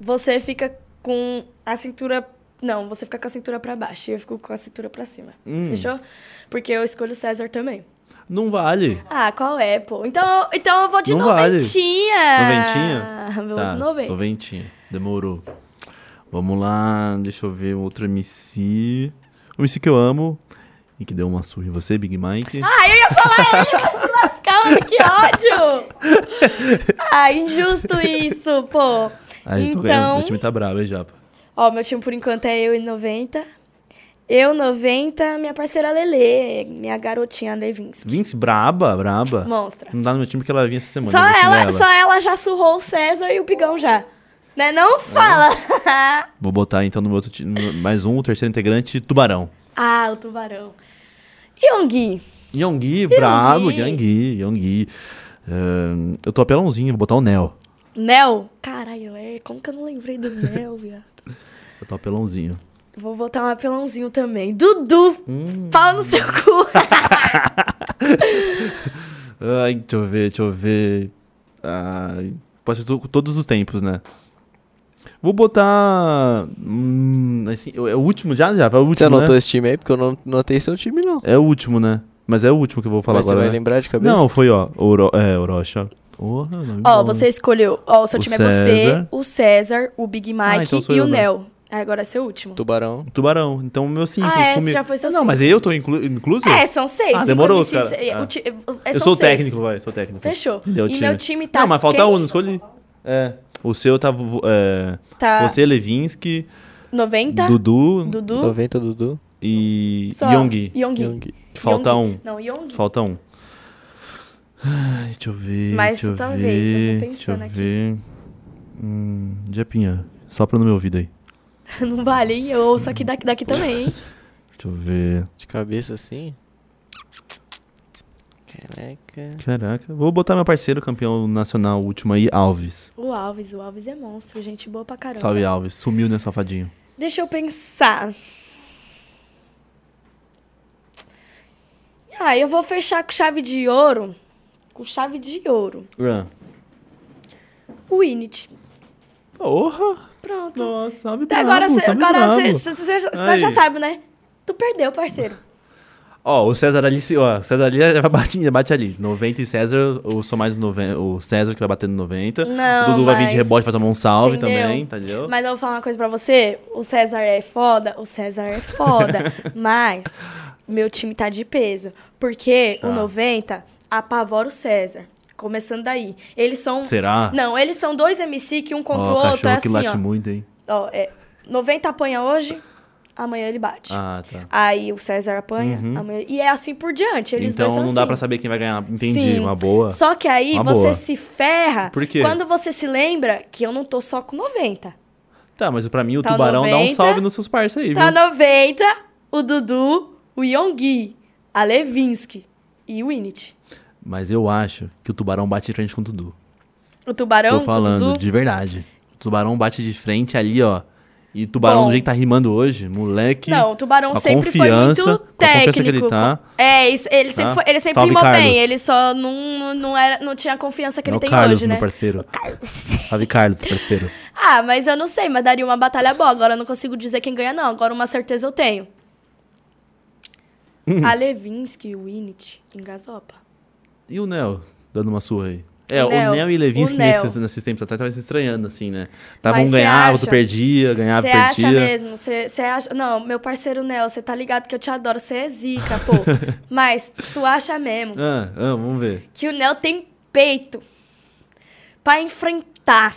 S3: Você fica com a cintura... Não, você fica com a cintura pra baixo e eu fico com a cintura pra cima.
S1: Hum.
S3: Fechou? Porque eu escolho o César também.
S1: Não vale.
S3: Ah, qual é, pô? Então, então eu vou de
S1: Não vale.
S3: noventinha.
S1: Noventinha?
S3: Vou
S1: Tá,
S3: de noventa.
S1: noventinha. Demorou. Vamos lá, deixa eu ver um outro MC. Um MC que eu amo e que deu uma surra em você, Big Mike.
S3: Ah, eu ia falar ele, vai se lascar, mano, que ódio! Ah, injusto isso, pô.
S1: Aí, tô ganhando.
S3: então,
S1: Meu time tá brabo, hein, Japa?
S3: ó, meu time por enquanto é eu e 90. Eu, 90, minha parceira Lele, minha garotinha Levinsky.
S1: Vince, braba, braba.
S3: Monstra.
S1: Não dá no meu time que ela vinha essa semana.
S3: Só
S1: eu vou tirar
S3: ela, só ela já surrou o César e o Bigão já. Né?
S1: Ah.
S3: Não fala!
S1: Vou botar então no meu outro time, no- mais um, o terceiro integrante, Tubarão.
S3: ah, o tubarão. Yongui.
S1: Yonggi, brabo, Yonggi, Yonggi. Ahn, Eh, eu tô apelãozinho, vou botar o Nel.
S3: Nel? Caralho, é. Como que eu não lembrei do Nel, viado?
S1: Eu tô apelãozinho.
S3: Vou botar um apelãozinho também. Dudu!
S1: Hum.
S3: Fala no seu cu!
S1: Ai, deixa eu ver, deixa eu ver. Ai, pode ser to- todos os tempos, né? Vou botar. hum, assim, é o último já? já é o último,
S2: Você anotou
S1: né?
S2: esse time aí? Porque eu não notei seu time, não.
S1: É o último, né? Mas é o último que eu vou falar
S2: Mas você
S1: agora.
S2: vai
S1: né?
S2: lembrar de cabeça?
S1: Não, foi, ó. Oro, é, Orochi, ó. Porra, não me
S3: Ó,
S1: fala.
S3: você escolheu. Ó, o seu
S1: O
S3: time é
S1: César.
S3: você, o César, o Big Mike
S1: Ah, então sou
S3: e
S1: eu,
S3: o
S1: né?
S3: Nel. Agora é seu último.
S2: Tubarão.
S1: Tubarão. Então, o meu cinco.
S3: Ah, é,
S1: comi-
S3: esse já foi seu
S1: Não,
S3: cinco.
S1: mas eu tô inclu... incluso?
S3: É, são seis.
S1: Ah,
S3: cinco
S1: demorou,
S3: MCs,
S1: cara.
S3: é,
S1: Ah.
S3: o ti- é, é,
S1: eu
S3: são
S1: sou o
S3: seis.
S1: técnico, vai, sou o técnico.
S3: Fechou.
S1: Deu
S3: e
S1: time.
S3: meu time tá.
S1: Não, mas falta
S3: quem?
S1: um, não escolhi. É. O seu tá. vo- é,
S3: Tá
S1: Você, Levinsky,
S3: 90,
S1: Dudu
S3: Dudu,
S2: 90, Dudu.
S1: e
S3: só-
S1: Yonggi.
S3: Yonggi.
S2: Young.
S1: Falta
S3: Yonggi.
S1: um.
S3: Não, Yonggi.
S1: Falta um. Ai, deixa eu ver.
S3: Mas
S1: deixa eu
S3: talvez,
S1: ver,
S3: eu tô
S1: Deixa eu
S3: pensando aqui.
S1: ver. Hum, Japinha, sopra no meu ouvido aí.
S3: Não vale, hein? Eu ouço aqui daqui, daqui também, hein?
S1: Deixa eu ver.
S2: De cabeça assim. Caraca.
S1: Caraca, vou botar meu parceiro campeão nacional último aí, Alves.
S3: O Alves, o Alves é monstro, gente boa pra caramba.
S1: Salve, Alves. Sumiu, né, safadinho?
S3: Deixa eu pensar. Ah, eu vou fechar com chave de ouro. Com chave de ouro.
S1: Ah.
S3: O Init.
S1: Porra!
S3: Pronto.
S1: Nossa, salve
S3: Até
S1: brabo,
S3: agora você
S1: salve brabo. Aí.
S3: já sabe, né? Tu perdeu, parceiro.
S1: Ó, o César ali, se- ó, o César ali já bate, já bate ali. 90 e César, eu sou mais 90, o César que vai bater no 90.
S3: Não,
S1: o Dudu vai vir de
S3: mas-
S1: rebote, vai tomar um salve
S3: Entendeu?
S1: também, tá ligado?
S3: Mas eu vou falar uma coisa pra você. O César é foda, o César é foda. mas meu time tá de peso. Porque
S1: Ah.
S3: o 90 apavora o César. Começando daí. Eles são.
S1: Será?
S3: Não, eles são dois MC que um
S1: Ó,
S3: contra o outro é
S1: cachorro que
S3: assim,
S1: late
S3: ó.
S1: muito, hein?
S3: Ó, é, 90 apanha hoje, amanhã ele bate.
S1: Ah, tá.
S3: Aí o César apanha, amanhã... E é assim por diante, eles
S1: então
S3: dois
S1: não
S3: são
S1: dá
S3: assim.
S1: pra saber quem vai ganhar. Entendi,
S3: Sim.
S1: uma boa.
S3: Só que aí
S1: Uma
S3: você
S1: boa.
S3: se ferra
S1: Por quê?
S3: quando você se lembra que eu não tô só com 90.
S1: Tá, mas pra mim o
S3: Tá
S1: Tubarão dá
S3: 90.
S1: um salve nos seus parceiros aí,
S3: Tá
S1: viu?
S3: 90, o Dudu, o Yongui, a Levinsky. e o Init.
S1: Mas eu acho que o tubarão bate de frente com o Dudu.
S3: O Tubarão,
S1: Tô falando,
S3: o Dudu,
S1: de verdade. O tubarão bate de frente ali, ó. E o tubarão,
S3: Bom.
S1: do jeito que tá rimando hoje, moleque.
S3: Não, é o Tubarão
S1: com a
S3: sempre foi
S1: confiança,
S3: muito
S1: com a confiança que
S3: técnico.
S1: ele tá.
S3: É, isso, ele
S1: Tá?
S3: sempre, foi, ele sempre
S1: Salve,
S3: rimou
S1: Carlos.
S3: bem, ele só não, não, era, não tinha a confiança que
S1: É
S3: ele
S1: o
S3: tem
S1: Carlos,
S3: hoje,
S1: meu
S3: né?
S1: parceiro. Salve, Carlos, parceiro.
S3: Ah, mas eu não sei, mas daria uma batalha boa. Agora eu não consigo dizer quem ganha, não. Agora uma certeza eu tenho.
S1: Uhum.
S3: Alevinsky e o Init engasopa.
S1: E o Neo, dando uma surra aí. É, o
S3: Neo.
S1: Neo, e Levinsky
S3: O Neo.
S1: nesses, nesses tempos atrás tava se estranhando, assim, né? Tava
S3: Mas
S1: um
S3: cê
S1: ganhava, outro
S3: acha?
S1: perdia, ganhava,
S3: Você
S1: perdia.
S3: acha mesmo? Você acha. Não, meu parceiro Nel, você tá ligado que eu te adoro, você é zica, pô. Mas tu acha mesmo
S1: Ah, ah, vamos ver.
S3: que o Nel tem peito pra enfrentar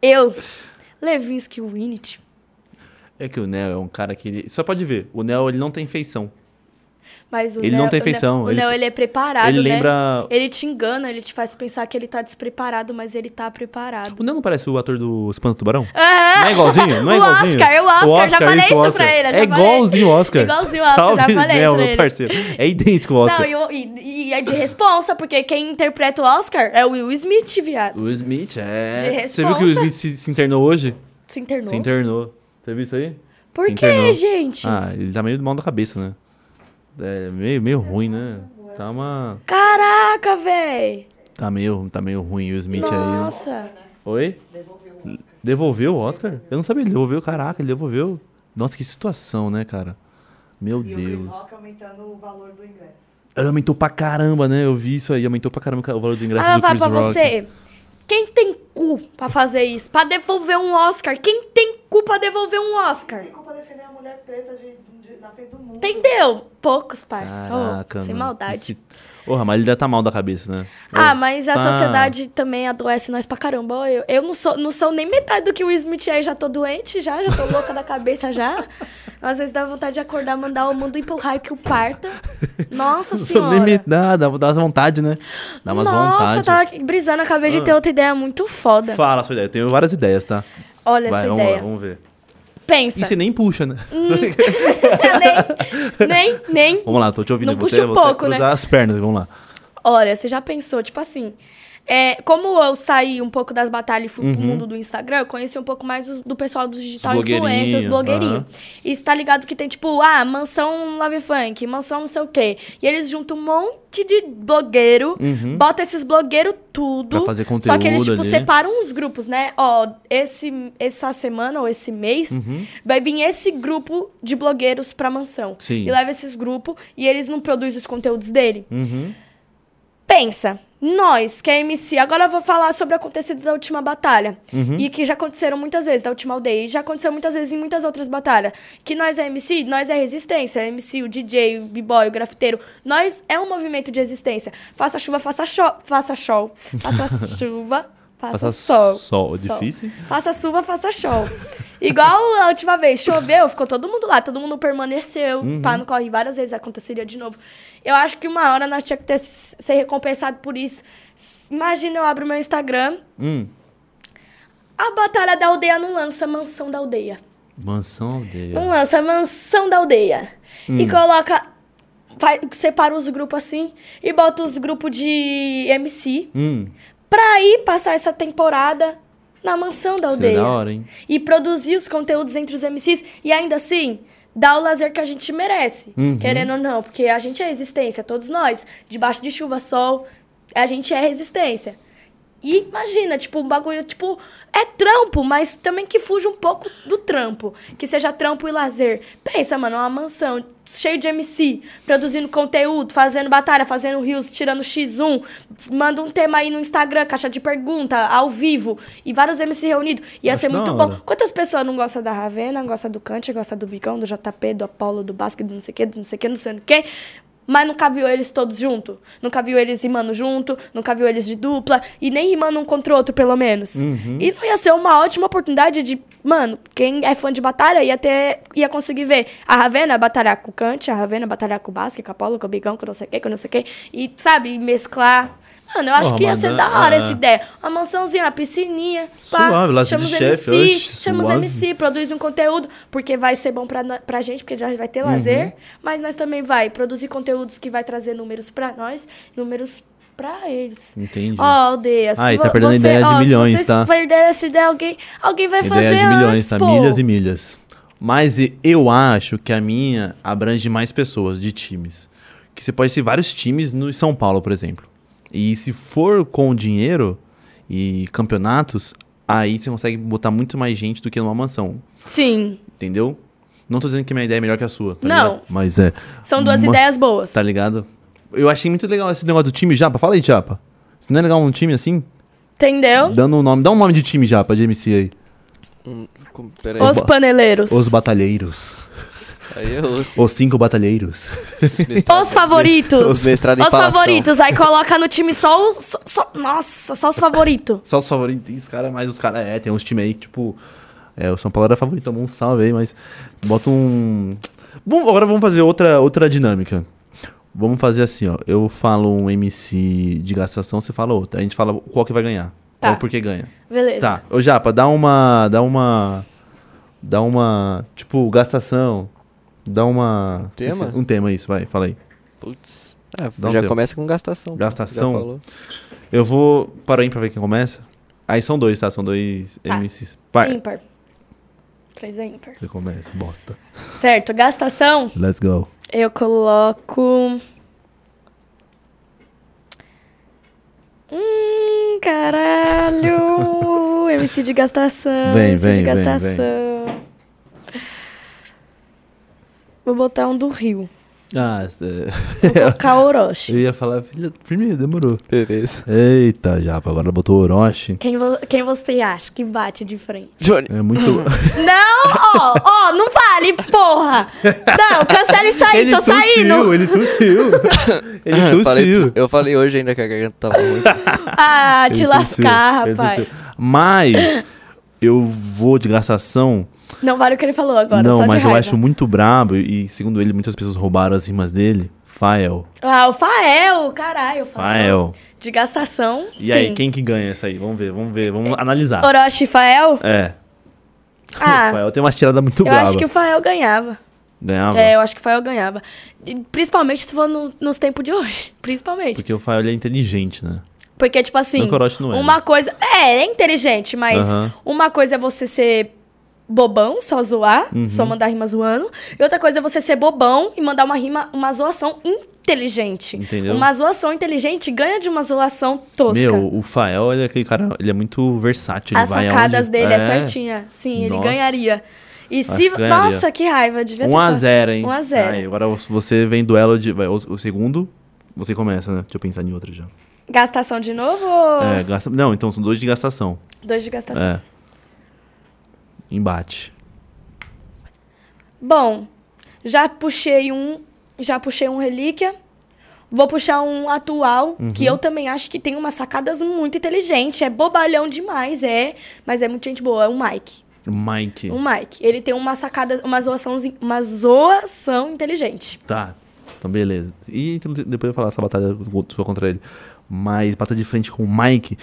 S3: eu, Levinsky e o Init.
S1: É que o Neo é um cara que ele... Só pode ver, o Neo, ele não tem feição.
S3: Mas o
S1: Ele
S3: Neo-
S1: não tem
S3: o Neo-
S1: feição,
S3: O
S1: ele-
S3: Neo, ele é preparado,
S1: ele
S3: né?
S1: lembra...
S3: Ele te engana, ele te faz pensar que ele tá despreparado, mas ele tá preparado.
S1: O Neo não parece o ator do Espanto do Tubarão?
S3: Ah!
S1: Não é igualzinho? Não é
S3: o
S1: igualzinho?
S3: Oscar, o Oscar, já falei
S1: o
S3: isso pra ele. já
S1: é
S3: falei.
S1: igualzinho o Oscar.
S3: Igualzinho o Oscar,
S1: Salve,
S3: já falei
S1: Neo,
S3: pra
S1: meu
S3: ele.
S1: parceiro. É idêntico ao Oscar.
S3: Não, e o- e, e é de responsa, porque quem interpreta o Oscar é o Will Smith, viado.
S1: O Smith,
S3: De
S1: é...
S3: responsa.
S1: Você viu que o Smith se, se internou hoje?
S3: Se internou.
S1: Se internou. Você viu isso aí?
S3: Por
S1: se
S3: que,
S1: internou.
S3: gente?
S1: Ah, ele tá meio mal da cabeça, né? É meio, meio ruim, né? Tá uma.
S3: Caraca, véi!
S1: Tá meio, tá meio ruim o Smith aí.
S3: Nossa!
S1: Oi? Devolveu o Oscar? Eu não sabia, ele devolveu, caraca, ele devolveu. Nossa, que situação, né, cara? Meu
S6: E o Chris
S1: Deus.
S6: Rock aumentando o valor do ingresso.
S1: Ele aumentou pra caramba, né? Eu vi isso aí, aumentou pra caramba o valor do ingresso
S3: Ah,
S1: do
S3: vai
S1: Chris
S3: pra
S1: Rock.
S3: você. Quem tem cu pra fazer isso? Pra devolver um Oscar? Quem tem cu pra devolver um Oscar?
S6: Tem culpa defender a mulher preta de, de- na frente do mundo.
S3: Entendeu? Poucos, parça. Ô,
S1: Caraca,
S3: sem
S1: mano.
S3: maldade.
S1: Esse- Porra, mas ele deve tá mal da cabeça, né?
S3: Ah, mas a
S1: Tá.
S3: sociedade também adoece nós pra caramba. Ó, Eu, eu não, sou, não sou nem metade do que o Smith é, já tô doente já, já tô louca da cabeça já. Às vezes dá vontade de acordar, mandar o mundo ir pro raio que o parta. Nossa
S1: Não sou nem me-
S3: senhora.
S1: Dá, dá, dá umas vontade, né? Dá umas
S3: Nossa, tá
S1: vontade.
S3: eu tava aqui brisando, acabei de
S1: Ah.
S3: ter outra ideia muito foda.
S1: Fala a sua ideia. Eu tenho várias ideias, tá?
S3: Olha
S1: Vai, um
S3: essa
S1: vamos
S3: ideia. Hum.
S1: lá, vamos ver. E
S3: Pensa.
S1: você nem puxa, né?
S3: nem, nem, nem.
S1: Vamos lá, tô te ouvindo.
S3: Não
S1: vou
S3: puxa
S1: até-
S3: um
S1: vou até
S3: pouco, né?
S1: cruzar as pernas, vamos lá.
S3: Olha, você já pensou, tipo assim, é, como eu saí um pouco das batalhas e fui pro mundo do Instagram, eu conheci um pouco mais os- do pessoal dos digital
S1: Uhum. Os blogueirinho,
S3: influencers, blogueirinho.
S1: aham.
S3: E você tá ligado que tem, tipo, ah, mansão Love Funk, mansão não sei o quê. E eles juntam um monte de blogueiro,
S1: Uhum,
S3: bota esses blogueiros tudo.
S1: Pra fazer
S3: Só que
S1: conteúdo
S3: eles, tipo,
S1: ali.
S3: separam os grupos, né? Ó, esse, essa semana ou esse mês
S1: Uhum.
S3: vai vir esse grupo de blogueiros pra mansão.
S1: Sim.
S3: E leva esses grupos e eles não produzem os conteúdos dele.
S1: Uhum.
S3: Pensa, nós que é MC, agora eu vou falar sobre o acontecido da última batalha. E que já aconteceram muitas vezes, da última aldeia. E já aconteceu muitas vezes em muitas outras batalhas. Que nós é MC, nós é resistência. MC, o DJ, o b-boy, o grafiteiro. Nós é um movimento de resistência. Faça chuva, faça show. Faça show. Faça chuva, faça,
S1: Passar
S3: sol.
S1: sol. é Difícil?
S3: Faça chuva, faça show. Igual a última vez, choveu, ficou todo mundo lá, todo mundo permaneceu,
S1: Uhum.
S3: pá, não corre várias vezes, aconteceria de novo. Eu acho que uma hora nós tinha que ter s- ser recompensado por isso. S- Imagina eu abro meu Instagram,
S1: Hum.
S3: a Batalha da Aldeia não lança Mansão da Aldeia.
S1: Mansão aldeia.
S3: Não lança Mansão da Aldeia. E
S1: Hum.
S3: coloca, vai, separa os grupos assim, e bota os grupos de MC,
S1: Hum.
S3: pra ir passar essa temporada na Mansão
S1: Seria
S3: da Aldeia.
S1: é da hora, hein?
S3: e produzir os conteúdos entre os MCs e ainda assim dar o lazer que a gente merece, querendo ou não, porque a gente é resistência, todos nós, debaixo de chuva, sol, a gente é resistência. E imagina, tipo, um bagulho, tipo, é trampo, mas também que fuja um pouco do trampo. Que seja trampo e lazer. Pensa, mano, uma mansão cheio de MC, produzindo conteúdo, fazendo batalha, fazendo rios, tirando X1, manda um tema aí no Instagram, caixa de pergunta, ao vivo, e vários MC reunidos. Ia
S1: Acho
S3: ser
S1: da
S3: muito
S1: hora.
S3: bom. Quantas pessoas não gostam da Ravena, gostam do Kant, gostam do Bicão, do JP, do Apollo, do Basque, do não sei o quê, do não sei o quê, não sei o quê. Mas nunca viu eles todos juntos. Nunca viu eles rimando junto, nunca viu eles de dupla, e nem rimando um contra o outro, pelo menos.
S1: Uhum.
S3: E não ia ser uma ótima oportunidade de. Mano, quem é fã de batalha ia ter. ia conseguir ver a Ravena batalhar com o Kant, a Ravena batalhar com o Basque, com o Apollo, com o Bicão, com não sei o quê, com não sei o quê. E, sabe, mesclar. Mano, eu acho
S1: Porra,
S3: que ia
S1: mano,
S3: ser
S1: é-
S3: da hora
S1: é.
S3: essa ideia. Uma mansãozinha, uma piscininha.
S1: Suave,
S3: pá,
S1: lazer
S3: chama
S1: de
S3: os
S1: chefe,
S3: MC,
S1: oxe,
S3: chama os
S1: suave.
S3: MC, produz um conteúdo, porque vai ser bom pra, nó- pra gente, porque já vai ter
S1: Uhum.
S3: lazer. Mas nós também vai produzir conteúdos que vai trazer números pra nós, números pra eles.
S1: Entendi.
S3: Ó, aldeia, se
S1: Ai, tá
S3: vo-
S1: perdendo a
S3: você-
S1: ideia de
S3: ó,
S1: milhões,
S3: se vocês
S1: tá?
S3: perderem essa ideia, alguém, alguém vai fazer
S1: Ideia de milhões,
S3: antes,
S1: tá?
S3: pô.
S1: Milhas e milhas. Mas e- eu acho que a minha abrange mais pessoas de times. Que você pode ser vários times no São Paulo, por exemplo. E se for com dinheiro e campeonatos, aí você consegue botar muito mais gente do que numa mansão.
S3: Sim,
S1: Entendeu? Não tô dizendo que minha ideia é melhor que a sua. tá
S3: Não.
S1: ligado? Mas é.
S3: são duas
S1: Uma-
S3: ideias boas.
S1: Tá ligado? Eu achei muito legal esse negócio do time Japa. Fala aí, Japa. Isso não é legal um time assim?
S3: Entendeu?
S1: Dando um nome. Dá um nome de time Japa de MC aí.
S2: Como- Peraí.
S3: Os paneleiros.
S1: Os Batalheiros.
S2: Aí é eu ouço.
S1: Os Cinco Batalheiros.
S2: Os, mestrados-
S3: Os favoritos.
S2: Os mestrados em
S3: Os
S2: falação.
S3: favoritos. Aí coloca no time só os. só- só- nossa, só os favoritos.
S1: Só os favoritos. Tem os caras, mas os caras. É, tem uns times aí que, tipo. É, o São Paulo era favorito, tomou um salve aí, mas. Bota um. Bom, agora vamos fazer outra, outra dinâmica. Vamos fazer assim, ó. Eu falo um MC de gastação, você fala outro. A gente fala qual que vai ganhar.
S3: Tá.
S1: Qual por que ganha.
S3: Beleza.
S1: Tá. Ô, Japa, dá uma. Dá uma. Dá uma. Tipo, gastação. Dá uma. Um
S2: tema?
S1: Um tema, isso, vai, fala aí.
S2: Putz. Ah,
S1: Dá um
S2: já
S1: tempo.
S2: começa com gastação. pô.
S1: Gastação?
S2: Já falou.
S1: Eu vou. Para aí pra ver quem começa. Aí são dois, tá? São dois
S3: Tá.
S1: MCs. Vai.
S3: Ímpar. Três é ímpar.
S1: Você começa, bosta.
S3: Certo, gastação,
S1: Let's go.
S3: eu coloco. Hum, caralho! MC de gastação.
S1: Vem,
S3: MC de
S1: vem, vem, vem.
S3: gastação. Vou botar um do Rio.
S1: Ah, cê-
S3: Vou colocar Orochi.
S1: eu ia falar, filha, primeiro, demorou.
S2: Beleza.
S1: Eita, Japa, agora botou Orochi.
S3: Quem, vo- quem você acha que bate de frente?
S2: Johnny.
S1: É muito.
S3: Não, ó, ó, não vale, porra! Não, cancela isso aí, tô
S1: tossiu,
S3: saindo!
S1: ele tossiu.
S2: Ah,
S1: ele
S2: falei-
S1: tossiu.
S2: eu falei hoje ainda que a garganta tava ruim.
S3: Ah, te
S1: Ele tossiu,
S3: lascar,
S1: ele
S3: rapaz.
S1: tossiu. Mas eu vou de gastação.
S3: Não vale o que ele falou agora,
S1: não,
S3: só
S1: mas
S3: de
S1: eu
S3: raiva.
S1: acho muito brabo. E segundo ele, muitas pessoas roubaram as rimas dele. Fael.
S3: Ah, o Fael, caralho, o Fael.
S1: Fael.
S3: De gastação,
S1: E
S3: Ah, sim.
S1: aí, quem que ganha essa aí? Vamos ver, vamos ver, vamos analisar.
S3: Orochi e Fael?
S1: É. O
S3: Ah,
S1: Fael tem umas tiradas muito Ah,
S3: eu
S1: bravas.
S3: acho que o Fael ganhava.
S1: Ganhava.
S3: É, eu acho que o Fael ganhava. E Principalmente se for no- nos tempos de hoje, principalmente.
S1: Porque o Fael ele é inteligente, né?
S3: Porque, tipo assim,
S1: Não que o Orochi não é,
S3: uma coisa... É, ele é inteligente, mas
S1: Aham.
S3: uma coisa é você ser bobão, só zoar,
S1: Uhum.
S3: só mandar rima zoando. E outra coisa é você ser bobão e mandar uma rima, uma zoação inteligente.
S1: Entendeu?
S3: Uma zoação inteligente ganha de uma zoação tosca.
S1: Meu, o Fael, ele é aquele cara, ele é muito versátil. Ele
S3: As
S1: vai
S3: sacadas
S1: aonde...
S3: dele é, certinha. Sim, ele
S1: Nossa.
S3: ganharia. E
S1: Acho
S3: se...
S1: que ganharia.
S3: Nossa, que raiva. Devia ter
S1: 1 a
S3: falado.
S1: 0 hein?
S3: 1 a 0.
S1: Aí, agora você vem duelo de... vai, O, o segundo, você começa, né? Deixa eu pensar em outra já.
S3: Gastação de novo ou...
S1: É, gasta... Não, então são dois de gastação.
S3: Dois de gastação.
S1: É. Embate.
S3: Bom, já puxei um... Já puxei um relíquia. Vou puxar um atual, que
S1: Uhum.
S3: eu também acho que tem umas sacadas muito inteligentes. É bobalhão demais, é. Mas é muito gente boa. É o Mike.
S1: Mike.
S3: O Mike. Ele tem uma sacada... Uma zoação... Uma zoação inteligente.
S1: Tá. Então, beleza. E então, de- depois eu vou falar essa batalha co- sua contra ele. Mas bater de frente com o Mike.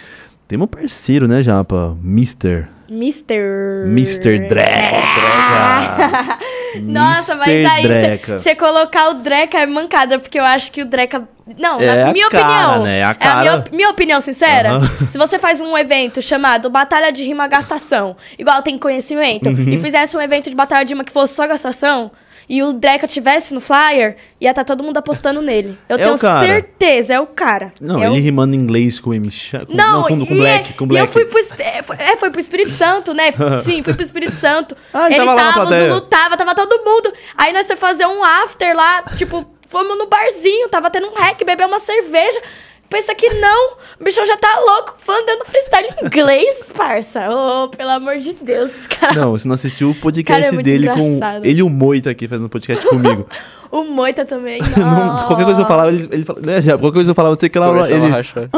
S1: Tem meu parceiro, né, Japa? Mr.
S3: Mr.
S1: Mr. Dreca.
S3: Nossa, mas
S1: Mr.
S3: aí
S1: Dreca.
S3: você colocar o Dreca é mancada, porque eu acho que o Dreca. Não,
S1: É
S3: na
S1: a
S3: minha
S1: cara,
S3: opinião.
S1: né? É a
S3: É a minha,
S1: cara.
S3: op- minha opinião sincera.
S1: Aham.
S3: Se você faz um evento chamado Batalha de Rima Gastação, igual tem conhecimento,
S1: Uhum.
S3: e fizesse um evento de Batalha de Rima que fosse só gastação, e o Dreca tivesse no flyer, ia estar todo mundo apostando nele. Eu
S1: É
S3: tenho
S1: o cara.
S3: certeza, é o cara.
S1: Não,
S3: É o
S1: ele rimando em inglês com o M. Cha- Com,
S3: não,
S1: com, com
S3: e, é-
S1: Black, com
S3: e
S1: Black.
S3: eu fui pro, Esp- é, foi, é, foi pro Espírito Santo, né? Sim, fui pro Espírito Santo.
S1: Ah, ele
S3: Ele
S1: tava lá na
S3: tava, o
S1: plateia.
S3: Zulu tava, tava todo mundo. Aí nós fomos fazer um after lá, tipo, fomos no barzinho, tava tendo um rec, bebeu uma cerveja. Pensa que não, o bichão já tá louco, foi andando freestyle em inglês, parça. Ô, pelo amor de Deus, cara.
S1: Não, você não assistiu o
S3: Cara, é
S1: podcast
S3: muito
S1: dele
S3: engraçado.
S1: com. Ele e o Moita aqui fazendo podcast comigo.
S3: O Moita também.
S1: Não,
S3: nossa.
S1: qualquer coisa que eu falava, ele, ele falava. Né, Japa? qualquer coisa que eu falava, você que lá.
S2: Começava a
S1: Ele,
S2: rachar.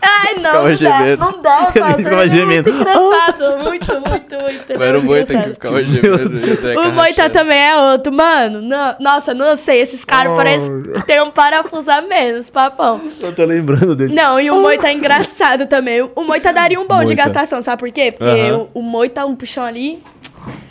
S3: Ai,
S2: Ficava
S3: não, não dá,
S2: gemendo.
S3: não dá,
S1: Ele
S3: parça,
S1: ficava
S3: é
S1: gemendo.
S3: Muito, engraçado, muito, muito, muito. Ele
S2: Mas era
S3: muito
S2: o Moita que
S3: engraçado.
S2: ficava gemendo. e André
S3: O Moita
S2: Carrachão.
S3: também é outro, mano. Não, nossa, não sei. Esses caras parecem que tem um parafuso a menos, papão.
S7: Eu tô lembrando dele.
S3: Não, e o Moita é engraçado também. O Moita daria um bom de
S7: Moita.
S3: gastação, sabe por quê? Porque
S7: Aham.
S3: o, o Moita, um puxão ali,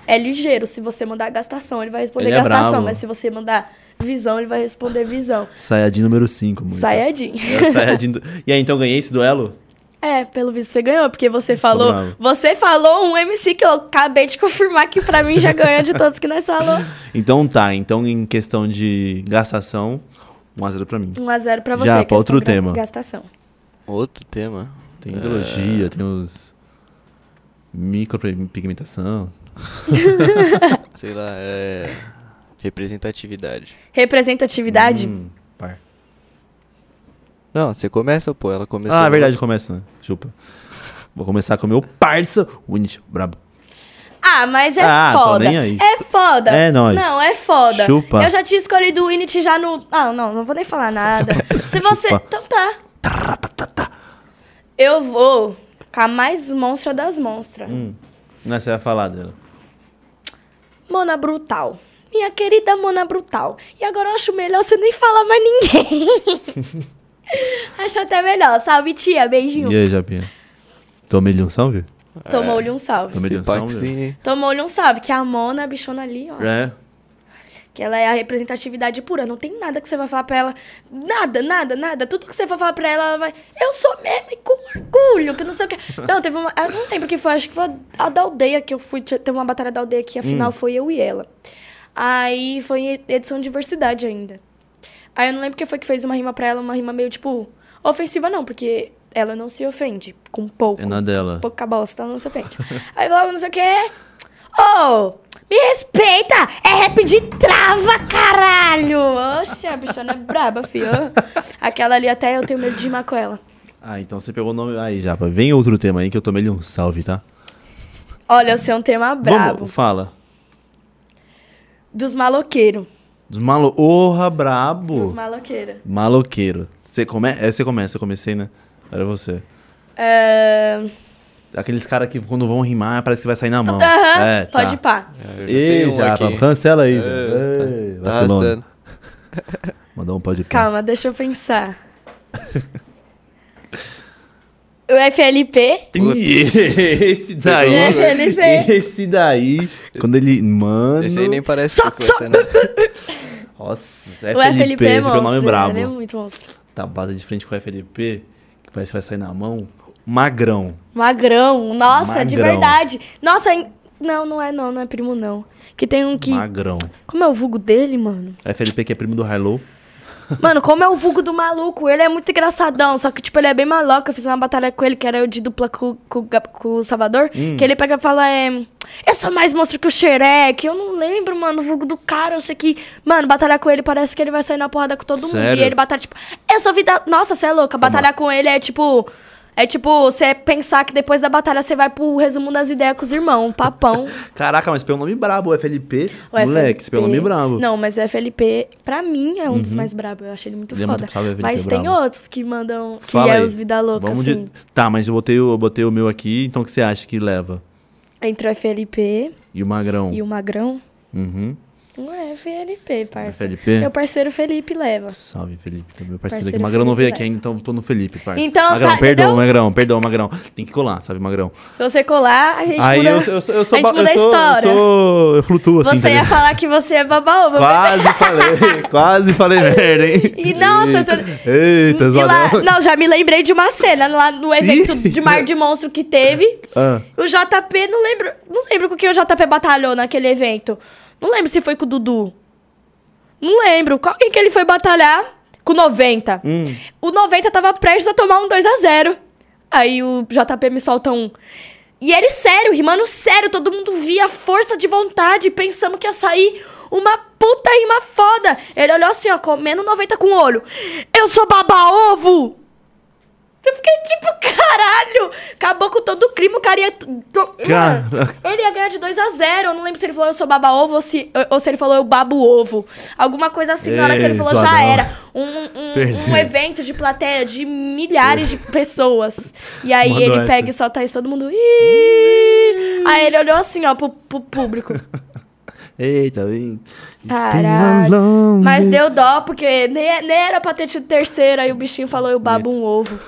S3: é ligeiro. Se você mandar gastação, ele vai responder
S1: Ele é
S3: gastação.
S1: bravo.
S3: mas se você mandar visão, ele vai responder visão.
S1: Sayajin número 5, muito.
S3: Sayajin.
S1: É, Sayajin do- E aí, então ganhei esse duelo?
S3: É, pelo visto você ganhou, porque você
S1: sou
S3: falou.
S1: bravo.
S3: Você falou um MC que eu acabei de confirmar que pra mim já ganhou de todos que nós falou.
S1: Então tá, então em questão de gastação, 1x0 pra mim.
S3: 1x0 pra você.
S1: Já, pra
S3: questão
S1: outro
S3: gra-
S1: tema.
S3: Gastação.
S2: Outro tema.
S1: Tem hidrologia, tem os. micropigmentação.
S2: Sei lá, é. Representatividade.
S3: Representatividade?
S1: Hum, par.
S2: Não, você começa, pô. Ela começou.
S1: Ah, é verdade, começa, né? Chupa. Vou começar com o meu parça, o Nietzsche, brabo.
S3: Ah, mas é
S1: Ah, tô
S3: foda.
S1: nem aí.
S3: É foda.
S1: É nóis.
S3: Não, é foda.
S1: Chupa.
S3: Eu já tinha escolhido o Init já no. Ah, não, não vou nem falar nada. Se você.
S1: Chupa.
S3: Então tá. Eu vou com a mais monstra das monstras.
S1: Hum. Não, você vai falar dela.
S3: Mona Brutal. Minha querida Mona Brutal. E agora eu acho melhor você nem falar mais ninguém. acho até melhor. Salve, tia. Beijinho.
S1: E aí, Japinha? Tomei-lhe um salve?
S3: Tomou-lhe um salve.
S1: Tomei-lhe um
S2: Esse
S1: salve?
S2: partezinho.
S3: Tomou-lhe um salve. Que a Mona, a bichona ali, ó.
S1: É.
S3: Que ela é a representatividade pura. Não tem nada que você vai falar pra ela. Nada, nada, nada. Tudo que você vai falar pra ela, ela vai. Eu sou mesmo e com orgulho, que não sei o quê. Não, teve uma. ah, Não tem porque foi. Acho que foi a da aldeia que eu fui. tinha- Teve uma batalha da aldeia que afinal foi eu e ela. Aí foi em edição de diversidade ainda. Aí eu não lembro quem foi que fez uma rima pra ela, uma rima meio tipo. Ofensiva não, porque ela não se ofende com pouco
S1: É na dela.
S3: pouca bosta, então não se ofende. Aí logo, não sei o quê. Ô, me respeita! É rap de trava, caralho! Oxe, a bichona é braba, fio. Aquela ali até eu tenho medo de rimar com ela.
S1: Ah, então você pegou o nome. Aí, Japa, vem outro tema aí que eu tomei-lhe um salve, tá?
S3: Olha, eu sei um tema brabo.
S1: Vamos, fala.
S3: Dos maloqueiros.
S1: Dos malo... Orra, brabo.
S3: Dos maloqueiros.
S1: Maloqueiro. Você come... é, você começa, eu comecei, né? Era você.
S3: É...
S1: Aqueles caras que quando vão rimar, parece que vai sair na mão.
S3: Aham,
S1: é, tá.
S3: pode pá.
S2: É, eu já sei
S1: Ei,
S2: um
S1: Japa,
S2: aqui.
S1: cancela aí, Japa. Ei,
S2: Tá
S1: vacilão.
S2: arrastando.
S1: Mandou um pode pá.
S3: Calma, deixa eu pensar. o FLP.
S2: Putz.
S1: Esse daí.
S2: Pegou
S3: logo, hein?
S1: esse daí. Quando ele. Mano.
S2: Esse aí nem parece
S3: Só-
S2: que começa, né?
S1: Nossa,
S3: O FLP é
S1: o nome
S3: monstro.
S1: brabo.
S3: Ele é muito monstro.
S1: Tá base de frente com o FLP, que parece que vai sair na mão. Magrão.
S3: Magrão, nossa, de
S1: Magrão.
S3: verdade. Nossa, em- não, não é não, não é primo não. Que tem um que...
S1: Magrão.
S3: Como é o vulgo dele, mano?
S1: FLP que é primo do Harlow.
S3: Mano, como é o vulgo do maluco? Ele é muito engraçadão, só que, tipo, ele é bem maluco. Eu fiz uma batalha com ele, que era eu de dupla com, com, o Gab- com o Salvador. Que ele pega e fala, é... Eu sou mais monstro que o Xerec. Eu não lembro, mano, o vulgo do cara. Eu sei que... Mano, batalhar com ele parece que ele vai sair na porrada com todo mundo.
S1: Sério?
S3: E ele batalha, tipo... Eu sou vida... Nossa, você é louca. Batalhar com ele é, tipo... É tipo, você pensar que depois da batalha você vai pro resumo das ideias com os irmãos, papão.
S1: Caraca, mas pegou um nome brabo, o FLP.
S3: O FLP.
S1: Moleque, pegou um nome brabo.
S3: Não, mas o FLP, pra mim, é um dos mais brabos. Eu achei ele muito
S1: Ele é
S3: foda.
S1: muito- sabe, o FLP
S3: mas
S1: é
S3: tem
S1: brabo.
S3: outros que mandam, que
S1: Fala
S3: é
S1: aí.
S3: os Vida Louca,
S1: Vamos de-
S3: assim.
S1: Tá, mas eu botei, o- eu botei o meu aqui, então o que você acha que leva?
S3: Entre o FLP
S1: E o Magrão?
S3: e o Magrão.
S1: Uhum.
S3: Não é FLP, parça.
S1: FLP?
S3: Meu parceiro Felipe leva.
S1: Salve, Felipe. Tá meu parceiro, aqui.
S3: Parceiro
S1: Magrão não
S3: Felipe
S1: veio aqui
S3: Neto.
S1: ainda, então tô no Felipe, parceiro.
S3: Então, tá,
S1: Magrão, perdão,
S3: entendeu?
S1: Magrão, perdão, Magrão. Tem que colar, sabe, Magrão?
S3: Se você colar, a gente
S1: Aí
S3: muda,
S1: eu, eu, sou- eu sou...
S3: a gente
S1: ba-
S3: muda
S1: eu sou,
S3: história.
S1: Eu sou... Eu flutuo assim,
S3: você
S1: tá
S3: ia
S1: ligado?
S3: falar que você é babaúva.
S1: Quase falei, quase falei merda, hein?
S3: E nossa, eu tô-
S1: Eita,
S3: E lá-
S1: zoadão.
S3: não, já me lembrei de uma cena lá no evento
S1: Ih.
S3: de Mar de Monstro que teve.
S1: Ah.
S3: O JP, não lembro, não lembro com quem o JP batalhou naquele evento. Não lembro se foi com o Dudu. Não lembro. Qual quem que ele foi batalhar? Com o 90. O 90 tava prestes a tomar um 2 a 0 Aí o JP me solta um. E ele sério, rimando sério, todo mundo via a força de vontade, pensamos que ia sair uma puta rima foda. Ele olhou assim, ó, comendo 90 com o olho. Eu sou baba-ovo! Eu fiquei tipo, caralho! Acabou com todo o clima, o cara ia. t- to-
S1: Cara.
S3: Mano, Ele ia ganhar de 2 a 0 Eu não lembro se ele falou eu sou baba-ovo ou se, ou se ele falou eu babo ovo. Alguma coisa assim, na hora que ele
S1: Ei,
S3: falou já
S1: zoadão.
S3: era. Um, um, um
S1: Perdi.
S3: evento de plateia de milhares de pessoas. E aí
S1: Mandou
S3: ele
S1: essa.
S3: pega e solta isso, todo mundo. "Ih!" Aí ele olhou assim, ó, pro, pro público.
S1: Eita, vem.
S3: Caralho. Mas deu dó, porque nem, nem era pra ter tido terceira, aí o bichinho falou, eu babo um ovo.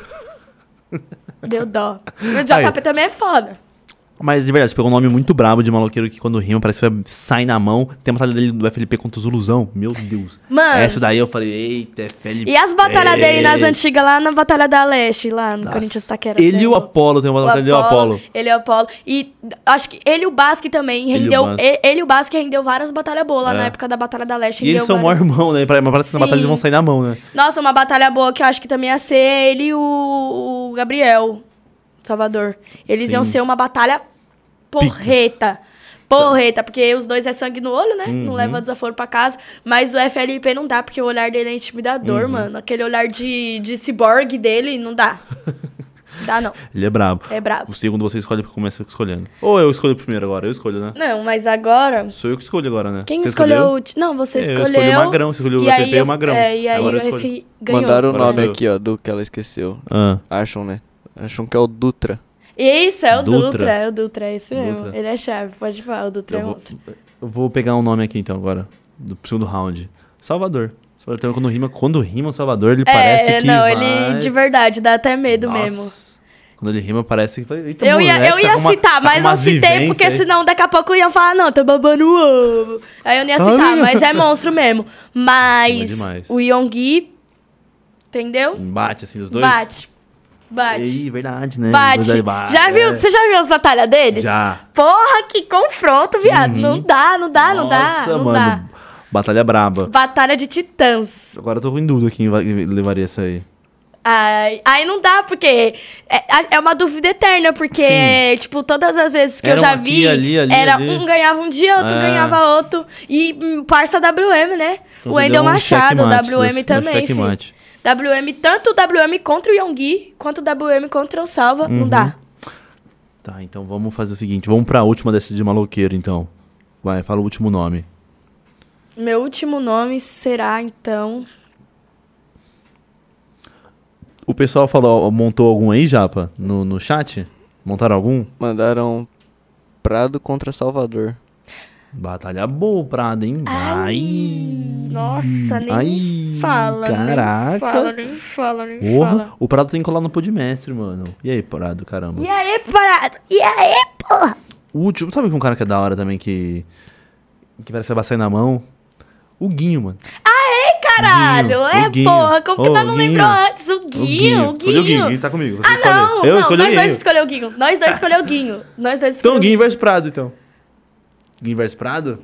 S3: Deu dó. O JP
S1: Aí.
S3: também é foda.
S1: Mas de verdade, você pegou um nome muito brabo de maloqueiro que quando rima parece que vai- sai na mão. Tem a batalha dele do FLP contra o Zuluzão. Meu Deus.
S3: Mano.
S1: Essa daí eu falei, eita, FLP.
S3: E as
S1: é.
S3: batalhas dele nas antigas, lá na Batalha da Leste, lá no Corinthians Taquera.
S1: Ele e o
S3: Apolo.
S1: Apolo, tem uma
S3: O
S1: batalha dele e o Apolo.
S3: Ele é o Apolo. E acho que ele e o Basque também
S1: e o
S3: rendeu.
S1: Basque.
S3: e- Ele e o Basque rendeu várias batalhas boas lá
S1: É.
S3: na época da Batalha da Leste.
S1: E eles
S3: rendeu
S1: são o maior
S3: várias...
S1: irmão, né? Pra- Mas parece que na batalha eles vão
S3: Sim.
S1: sair na mão, né?
S3: Nossa, uma batalha boa que eu acho que também ia ser ele e o, o Gabriel Salvador. Eles iam
S1: Sim.
S3: ser uma batalha porreta. Porreta, porque os dois é sangue no olho, né?
S1: Uhum.
S3: Não leva desaforo pra casa. Mas o FLP não dá, porque o olhar dele é
S1: Uhum.
S3: intimidador, mano. Aquele olhar de, de ciborgue dele não dá. dá, não.
S1: Ele é brabo.
S3: É brabo.
S1: O segundo você escolhe, começa escolhendo. Ou eu escolho primeiro agora, eu escolho, né?
S3: Não, mas agora.
S1: Sou eu que escolho agora, né?
S3: Quem
S1: Você
S3: escolheu? o ti- Não, você
S1: É, eu
S3: escolheu.
S1: escolhi o Magrão, você escolheu o
S3: e aí
S1: FLP e o
S3: eu-
S1: Magrão.
S3: É, e aí
S1: Agora
S3: o
S1: eu escolho.
S3: F ganhou.
S2: Mandaram o
S1: Agora
S2: nome
S1: sou eu.
S2: aqui, ó, do que ela esqueceu.
S1: Ah.
S2: Acham, né? Acham que é o Dutra.
S3: Isso, é o
S1: Dutra.
S3: Dutra. é o Dutra, é isso mesmo.
S1: Dutra.
S3: Ele é chave, pode falar, o Dutra é
S1: Eu vou,
S3: monstro.
S1: eu vou pegar um nome aqui então agora, do segundo round. Salvador. Salvador também, quando rima, quando rima o Salvador, ele parece
S3: é,
S1: que
S3: não,
S1: vai...
S3: ele de verdade dá até medo
S1: Nossa.
S3: mesmo.
S1: Quando ele rima, parece que foi. Eita,
S3: Eu ia,
S1: moleque,
S3: eu
S1: tá
S3: ia
S1: com uma-
S3: citar,
S1: tá com
S3: mas não
S1: umas
S3: citei,
S1: vivências
S3: porque
S1: aí.
S3: senão daqui a pouco iam falar, não, tá babando o ovo. Aí eu não ia
S1: Tá
S3: citar,
S1: vendo?
S3: mas é monstro mesmo.
S1: Bom
S3: Mas
S1: demais.
S3: o Yonggi, entendeu?
S1: Bate assim, os dois.
S3: Bate. Bate.
S1: Ei, verdade, né? Os
S3: Bate.
S1: dois bate,
S3: Já viu?
S1: é.
S3: Você já viu as batalhas deles?
S1: Já. Uhum.
S3: Porra, que confronto, viado. Não dá, não dá, Ah, não dá.
S1: Nossa,
S3: Não
S1: mano.
S3: dá.
S1: Batalha braba.
S3: Batalha de titãs.
S1: Agora eu tô com dúvida quem vai- levaria essa aí.
S3: Ai, aí não dá, porque é, é uma dúvida eterna, porque,
S1: Sim.
S3: tipo, todas as vezes que
S1: Era
S3: eu
S1: um
S3: já
S1: aqui,
S3: vi,
S1: ali, ali,
S3: era
S1: ali.
S3: um ganhava um dia, outro
S1: É.
S3: ganhava outro. E hum, parça WM, né?
S1: Então você
S3: o
S1: deu
S3: Wendel
S1: um
S3: Machado,
S1: checkmate,
S3: WM
S1: deu- deu
S3: também, filho.
S1: checkmate.
S3: WM, tanto o WM contra o Yonggi, quanto o WM contra o Salva,
S1: Uhum.
S3: não dá.
S1: Tá, então vamos fazer o seguinte. Vamos pra última dessa de maloqueiro, então. Vai, fala o último nome.
S3: Meu último nome será, então...
S1: O pessoal falou, montou algum aí, Japa? No, no chat? Montaram algum?
S2: Mandaram Prado contra Salvador.
S1: Batalha boa, Prada, hein? Ai!
S3: Nossa, nem
S1: Ai,
S3: fala,
S1: caraca.
S3: nem fala, nem fala, nem fala.
S1: Porra, o Prado tem que colar no pô de mestre, mano. E aí, Prado, caramba.
S3: E aí, parado? E aí, porra?
S1: O último, sabe que um cara que é da hora também, que. Que parece que vai sair na mão? O Guinho, mano.
S3: Ei, caralho!
S1: Guinho,
S3: é,
S1: o Guinho.
S3: porra, como que
S1: Ô,
S3: nós não
S1: o
S3: lembrou
S1: Guinho.
S3: antes? O Guinho,
S1: Escolheu
S3: o
S1: o Guinho,
S3: Guinho.
S1: Guinho tá comigo. Você
S3: Ah,
S1: escolheu.
S3: não,
S1: Eu
S3: não,
S1: escolhi o
S3: nós
S1: Guinho.
S3: dois escolheu o Guinho. Nós dois escolheu o Guinho. Nós dois escolheu
S1: Então,
S3: o Guinho.
S1: Guinho versus Prado, então. Guinho versus Prado?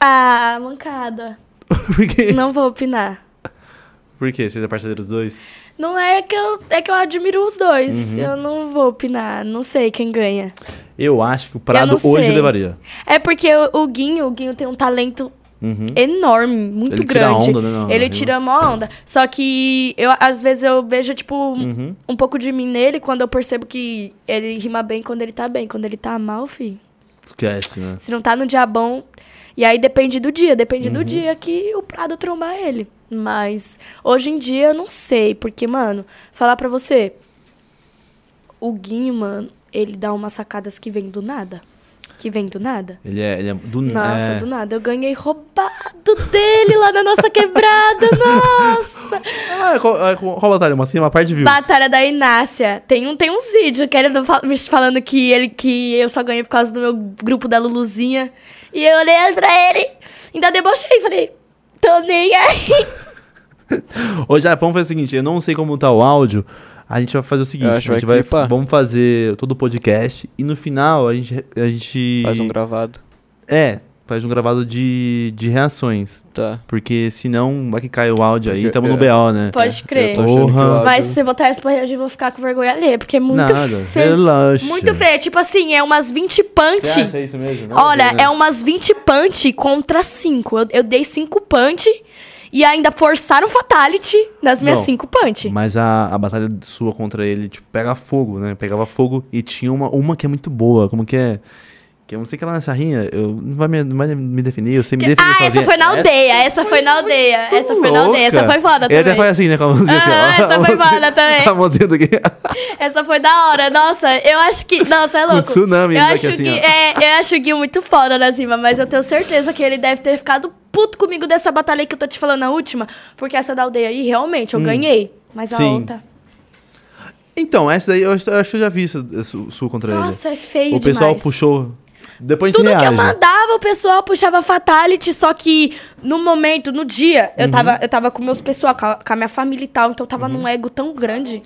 S3: Ah, mancada.
S1: Por quê?
S3: Não vou opinar.
S1: Por quê? Vocês é parceiro dos dois?
S3: Não é que eu, é que eu admiro os
S1: Uhum.
S3: dois. Eu não vou opinar. Não sei quem ganha.
S1: Eu acho que o Prado
S3: Eu não
S1: hoje
S3: sei.
S1: levaria.
S3: É porque o, o Guinho, o Guinho tem um talento
S1: Uhum.
S3: enorme, muito
S1: Ele tira
S3: grande.
S1: onda, né, na-
S3: ele
S1: na-
S3: tira uma onda. Só que eu, às vezes eu vejo, tipo,
S1: Uhum.
S3: um pouco de mim nele quando eu percebo que ele rima bem quando ele tá bem. Quando ele tá mal, fi.
S1: Esquece, né?
S3: Se não tá no dia bom. E aí depende do dia, depende do dia que o Prado trombar ele. Mas hoje em dia eu não sei, porque, mano, falar pra você. O Guinho, mano, ele dá umas sacadas que vem do nada. Que vem do nada.
S1: Ele é, ele é do
S3: Nossa,
S1: é,
S3: do nada. Eu ganhei roubado dele lá na nossa quebrada. Nossa!
S1: Ah, qual, ah, qual qual batalha? Uma, tem uma parte de views.
S3: Batalha da Inácia. Tem, um, tem uns vídeos que ele fa- me falando que, ele, que eu só ganhei por causa do meu grupo da Luluzinha. E eu olhei pra ele, ainda debochei. Falei, tô nem aí.
S1: Ô, Japão faz o seguinte, eu não sei como tá o áudio. A gente vai fazer o seguinte,
S2: Eu
S1: a
S2: acho que
S1: gente
S2: vai
S1: vai,
S2: clipar.
S1: vamos fazer todo o podcast e no final a gente a gente
S2: Faz um gravado.
S1: É, faz um gravado de, de reações,
S2: Tá.
S1: porque senão vai que cai o áudio aí,
S2: Porque,
S1: tamo no
S2: é,
S1: BO, né?
S3: Pode
S2: Eu
S3: crer.
S2: tô achando que o
S1: Porra.
S2: áudio-
S3: Mas se você botar isso pra reagir, eu vou ficar com vergonha alheia, porque é muito
S1: Nada,
S3: feio.
S1: relaxa.
S3: Muito feio. Tipo assim, é umas 20 punch.
S1: Você acha isso mesmo? Nada a
S3: Olha,
S1: ver, né?
S3: é umas 20 punch contra 5. Eu, eu dei 5 punch e ainda forçaram fatality nas minhas
S1: Não,
S3: 5 punch.
S1: Mas a, a batalha sua contra ele, tipo, pega fogo, né? Pegava fogo e tinha uma, uma que é muito boa, como que é? Que eu não sei que lá nessa rinha, eu não vai me, não vai me definir, eu sei me definir
S3: Ah,
S1: sozinha.
S3: essa foi na aldeia, essa foi na aldeia, essa foi na aldeia, essa foi
S1: Ele
S3: foda
S1: até
S3: também.
S1: faz assim, né, com a mãozinha assim,
S3: Ah,
S1: ó.
S3: essa
S1: A
S3: foi
S1: mãozinha-
S3: foda também.
S1: A mãozinha do quê?
S3: Essa foi da hora, nossa, eu acho que. Nossa, é louco.
S1: Um tsunami,
S3: eu
S1: ele vai
S3: acho,
S1: aqui
S3: que,
S1: assim, ó.
S3: é, eu acho o Gui muito foda nas rimas, mas eu tenho certeza que ele deve ter ficado puto comigo dessa batalha que eu tô te falando, a última, porque essa da aldeia aí, realmente, eu ganhei. Mas a
S1: Hum. Sim.
S3: outra.
S1: Então, essa daí, eu acho, eu acho que eu já vi isso- su- sua contra
S3: Nossa, é feio
S1: ele. O pessoal
S3: demais.
S1: puxou. Depois a gente
S3: Tudo que eu
S1: reage.
S3: mandava, o pessoal puxava fatality, só que no momento, no dia,
S8: Uhum.
S3: eu, tava, eu tava com meus pessoal, com a, com a minha família e tal, então eu tava num ego tão grande.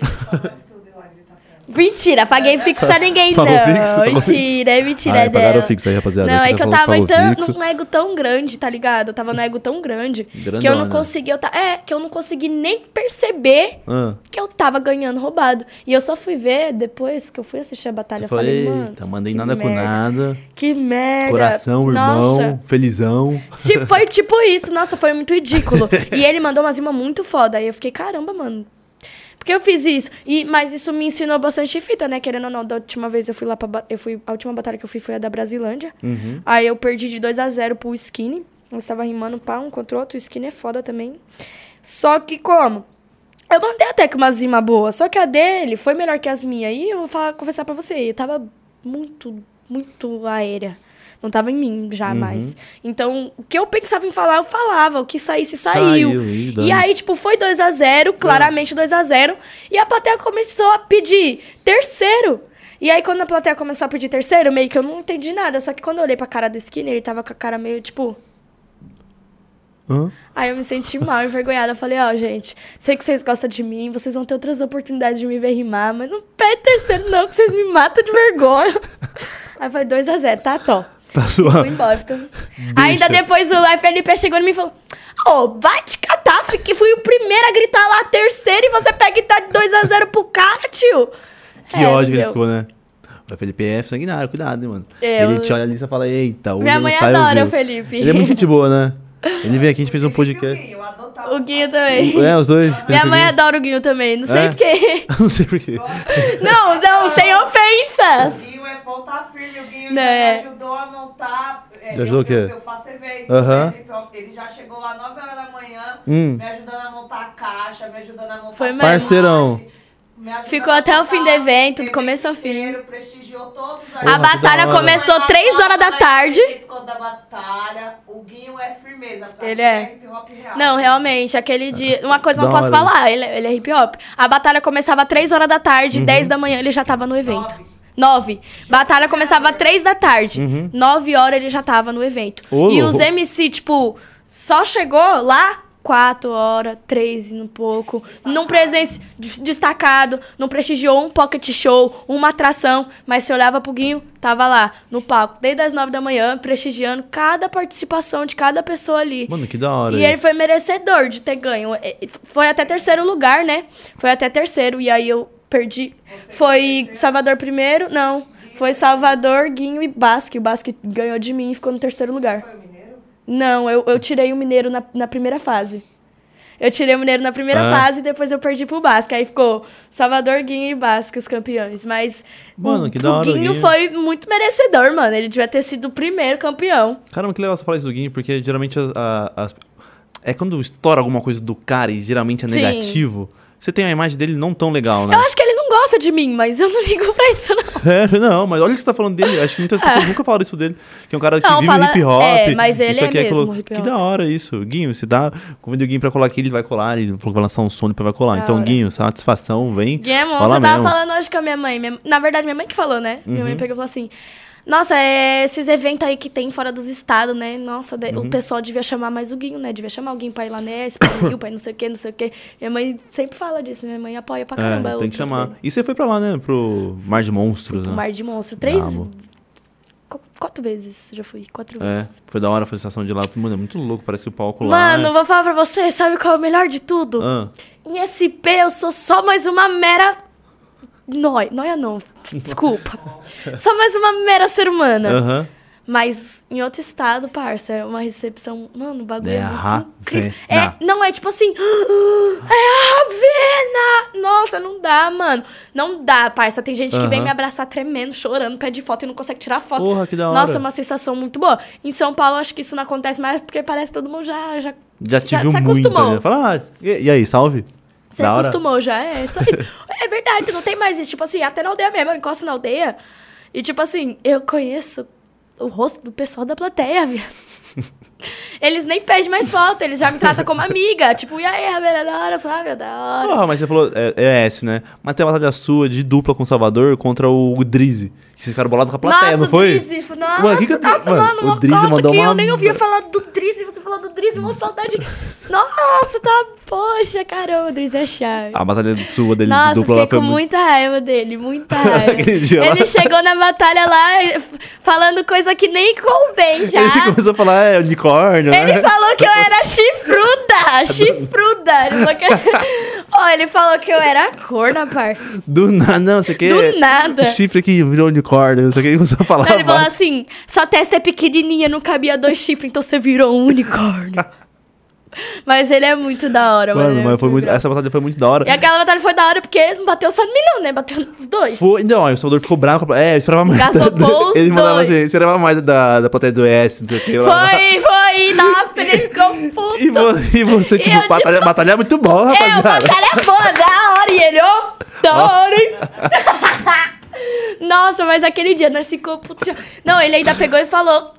S3: mentira, paguei fixo a ninguém, não.
S1: Pagou fixo? Pagou fixo?
S3: mentira, é mentira
S8: Ah, pagaram
S3: dela.
S8: fixo aí, rapaziada.
S3: Não, é
S8: Quem
S3: que eu
S8: tá
S3: tava
S8: falando
S3: em
S8: pagou
S3: tan-
S8: fixo.
S3: num ego tão grande, tá ligado? Eu tava num ego tão grande que eu
S1: Grandona.
S3: não consegui, eu ta- é, que eu não consegui nem perceber
S1: Ah,
S3: que eu tava ganhando roubado. E eu só fui ver depois que eu fui assistir a batalha.
S1: eu
S3: Eu falei,
S1: falei,
S3: mano,
S8: tá
S1: eita, mandei
S3: que
S1: nada com
S3: merda.
S1: nada.
S3: Que merda.
S1: Coração, irmão,
S3: Nossa.
S1: felizão.
S3: Tipo, foi tipo isso. Nossa, foi muito ridículo. e ele mandou umas rimas muito foda. Aí eu fiquei, caramba, mano. Porque eu fiz isso. E, mas isso me ensinou bastante fita, né? Querendo ou não, da última vez eu fui lá pra. ba- Eu fui, a última batalha que eu fui foi a da Brasilândia. Aí eu perdi de 2 a 0 pro Skinny. Eu estava rimando pá, um contra o outro. O Skinny é foda também. Só que como? Eu mandei até que umas rimas boas. Só que a dele foi melhor que as minhas. E eu vou falar, confessar pra você. Eu tava muito, muito aérea. Não tava em mim já mais. Então, o que eu pensava em falar, eu falava. O que saísse, saiu.
S1: Saiu, e
S3: E
S1: dane-se.
S3: aí, tipo, foi 2 a 0 claramente 2 a 0 E a plateia começou a pedir terceiro. E aí, quando a plateia começou a pedir terceiro, meio que eu não entendi nada. Só que quando eu olhei pra cara do Skinner, ele tava com a cara meio, tipo...
S1: Hã?
S3: Aí eu me senti mal, envergonhada. Eu Falei, ó, gente, sei que vocês gostam de mim, vocês vão ter outras oportunidades de me ver rimar, mas não pede terceiro não, que vocês me matam de vergonha. Aí foi 2x0, tá, Tó?
S1: Tá
S3: Fui
S1: suave.
S3: embora. Tô... Ainda depois o FNP chegou em mim e falou: Ô, vai te catar, fi, que fui o primeiro a gritar lá, terceiro, e você pega e dá de 2x0 pro cara, tio.
S1: Que
S3: É,
S1: ódio que ele
S3: meu.
S1: ficou, né? O Felipe é sanguinário, cuidado, hein, mano.
S3: É,
S1: ele
S3: eu-
S1: te olha ali e você fala, eita, hoje
S3: Minha
S1: eu não
S3: mãe
S1: saio,
S3: adora
S1: viu?
S3: o Felipe.
S1: Ele é muito gente boa, né? Ele veio aqui, a gente fez um podcast.
S6: Eu adotava.
S3: O Guinho também.
S1: É, os dois.
S3: Minha mãe adora o Guinho também, não sei
S1: É?
S3: porquê.
S1: Eu não sei porquê.
S3: Não, não, sem ofensas.
S6: O Guinho é voltar firme. O Guinho
S3: Não,
S6: já
S3: é.
S6: me ajudou a montar. é,
S1: Já ajudou
S6: eu,
S1: o quê?
S6: Eu, eu faço evento.
S1: Aham.
S6: né? Ele, ele já chegou lá 9 horas da manhã,
S1: Hum.
S6: me ajudando a montar a caixa, me ajudando a montar
S3: Foi
S6: a
S3: mesmo.
S1: Parceirão.
S6: imagem, me ajudando
S3: Ficou
S6: a
S3: até o
S6: montar
S3: fim do evento, do
S6: evento
S3: começo ao fim.
S6: inteiro, Prestigiou todos os
S3: A
S1: Porra, que da
S3: batalha
S1: hora.
S3: começou 3 horas da tarde.
S6: Desconto da batalha. O Guinho é firmeza. tá?
S3: Ele é.
S6: hip hop real.
S3: Não, realmente, aquele dia. Uma coisa eu não
S1: Da
S3: posso
S1: hora.
S3: falar, ele, ele é hip hop. A batalha começava às 3 horas da
S1: Uhum.
S3: tarde, 10 da manhã ele já tava no evento.
S6: Nove.
S3: 9. Batalha começava às 3 da tarde. 9 horas ele já tava no evento.
S1: Uhum. Ô,
S3: e
S1: louco.
S3: os MC, tipo, só chegou lá 4 horas, 3 e no pouco. Num presença des- destacado, não prestigiou um pocket show, uma atração. Mas se olhava pro Guinho, tava lá, no palco, desde as 9 da manhã, prestigiando cada participação de cada pessoa ali.
S1: Mano, que da hora.
S3: E ele
S1: isso.
S3: foi merecedor de ter ganho. É, é, Foi até terceiro lugar, né? Foi até terceiro. E aí eu perdi. Foi Salvador primeiro? Não. Foi Salvador, Guinho e Basque. O Basque ganhou de mim e ficou no terceiro lugar.
S6: Foi o Mineiro?
S3: Não, eu, eu tirei o Mineiro na, na primeira fase. Eu tirei o Mineiro na primeira
S1: Ah.
S3: fase e depois eu perdi pro Basque. Aí ficou Salvador, Guinho e Basque os campeões. Mas
S1: Mano,
S3: o,
S1: que da hora,
S3: o Guinho
S1: Guinho.
S3: foi muito merecedor, mano. Ele devia ter sido o primeiro campeão.
S1: Caramba, que legal você falar isso do Guinho, porque geralmente as, a- as- É quando estoura alguma coisa do cara e geralmente é
S3: Sim.
S1: negativo, você tem a imagem dele não tão legal, né?
S3: Eu acho que ele não gosta de mim, mas eu não ligo pra isso, não.
S1: Sério, não, mas olha o que você tá falando dele. Acho que muitas pessoas nunca falaram isso dele. Que é um cara que
S3: É. Não,
S1: vive
S3: fala-
S1: o hip hop.
S3: é, mas ele
S1: isso
S3: é
S1: aqui, aquilo.
S3: mesmo hip hop.
S1: Que da hora isso. Guinho, se dá. Convida o Guinho pra colar aqui, ele vai colar. Ele falou que vai lançar um Sony pra vai colar.
S3: Da
S1: então,
S3: hora.
S1: Guinho, satisfação, vem.
S3: Guia é
S1: Fala
S3: monstro. Eu tava
S1: mesmo. Uhum.
S3: falando hoje com a minha mãe. Minha- na verdade, minha mãe que falou, né? Minha mãe pegou e falou assim: Nossa, é esses eventos aí que tem fora dos estados, né? Nossa, de-
S1: Uhum.
S3: o pessoal devia chamar mais o Guinho, né? Devia chamar alguém pra ir lá nesse, pra ir no Rio, pra ir não sei o quê, não sei o quê. Minha mãe sempre fala disso. Minha mãe apoia pra caramba.
S1: é,
S3: o
S1: tem que
S3: trampo
S1: chamar.
S3: dele.
S1: E você foi pra lá, né? Pro Mar de Monstros, né?
S3: O Mar de Monstro. Três.
S1: Brabo.
S3: qu- Quatro vezes já fui. Quatro
S1: É,
S3: vezes.
S1: foi da hora, foi a sensação de lá. Mano, é muito louco, parece o palco lá. é-
S3: Mano, vou falar pra você, sabe qual é o melhor de tudo?
S1: Ah,
S3: Em SP eu sou só mais uma mera. Nóia, nóia não, desculpa. só mais uma mera ser humana.
S1: Aham.
S3: Mas em outro estado, parça, é uma recepção. Mano, o bagulho é,
S1: É a
S3: muito incrível.
S1: Ravena.
S3: É, não, é tipo assim. É a Ravena! Nossa, não dá, mano. Não dá, parça. Tem gente que vem
S1: Aham.
S3: me abraçar tremendo, chorando, pede foto e não consegue tirar foto.
S1: Porra, que da hora.
S3: Nossa, é uma sensação muito boa. Em São Paulo, acho que isso não acontece mais porque parece que todo mundo já. já
S1: Já se
S3: Já
S1: viu
S3: se
S1: muito.
S3: acostumou.
S1: Né? Fala, ah, e, e aí, salve?
S3: você
S1: Da hora.
S3: acostumou já, é só isso. é verdade, não tem mais isso. Tipo assim, até na aldeia mesmo, eu encosto na aldeia. E tipo assim, eu conheço o rosto do pessoal da plateia, viado. Eles nem pedem mais foto, eles já me tratam como amiga. Tipo, e aí, Rabela, da hora, sabe? Da hora.
S1: Porra, mas você falou, é, é S, né? Mas tem uma batalha sua de dupla com o Salvador contra o Drizzy. Que vocês ficaram bolados com a plateia,
S3: nossa,
S1: não foi?
S3: o Drizzy, tipo, nossa,
S1: Mano, que que eu-
S3: nossa,
S1: mano,
S3: mano,
S1: o
S3: uma
S1: Drizzy
S3: cota
S1: mandou
S3: que
S1: uma-
S3: eu nem ouvia falar do Drizzy, você falou do Drizzy, uma saudade. Nossa, tá, poxa, caramba, o Drizzy é chave.
S1: A batalha sua dele
S3: Nossa,
S1: de dupla
S3: fiquei
S1: lá
S3: com
S1: foi muito.
S3: muita raiva dele, muita raiva.
S1: Aquele dia lá.
S3: ele chegou na batalha lá eh, f- falando coisa que nem convém já.
S1: Ele começou a falar, é unicórnio, né?
S3: Ele falou que eu era chifruda, chifruda. Ele falou que, Ó, ele falou que eu era corna, parça.
S1: Do nada, não, você quer.
S3: Do nada.
S1: Chifre que virou unicórnio, você quer que começou a falar.
S3: Aí ele falou
S1: Ah, vai.
S3: assim, sua testa é pequenininha, não cabia dois chifres, então você virou um unicórnio. Mas ele é muito da hora,
S1: Mano,
S3: é
S1: mas foi muito,
S3: bravo.
S1: essa batalha foi muito da hora.
S3: E aquela batalha foi da hora porque ele não bateu só em mim não, né? Bateu nos dois.
S1: Foi, não, aí o Salvador ficou bravo. com a- É, eu esperava mais.
S3: Gasopou os
S1: Ele mandava
S3: dois.
S1: assim, eu esperava mais da, da plateia do S, não sei o que. blá, blá.
S3: Foi, foi. Nossa, ele ficou puto.
S1: E, vo- e você,
S3: E
S1: tipo,
S3: eu,
S1: batalha,
S3: tipo,
S1: batalha é muito bom,
S3: É, o
S1: rapaziada.
S3: batalha é boa, da hora. E ele, ó, da hora, hein? Nossa, mas aquele dia nós ficou puto. Não, ele ainda pegou e falou...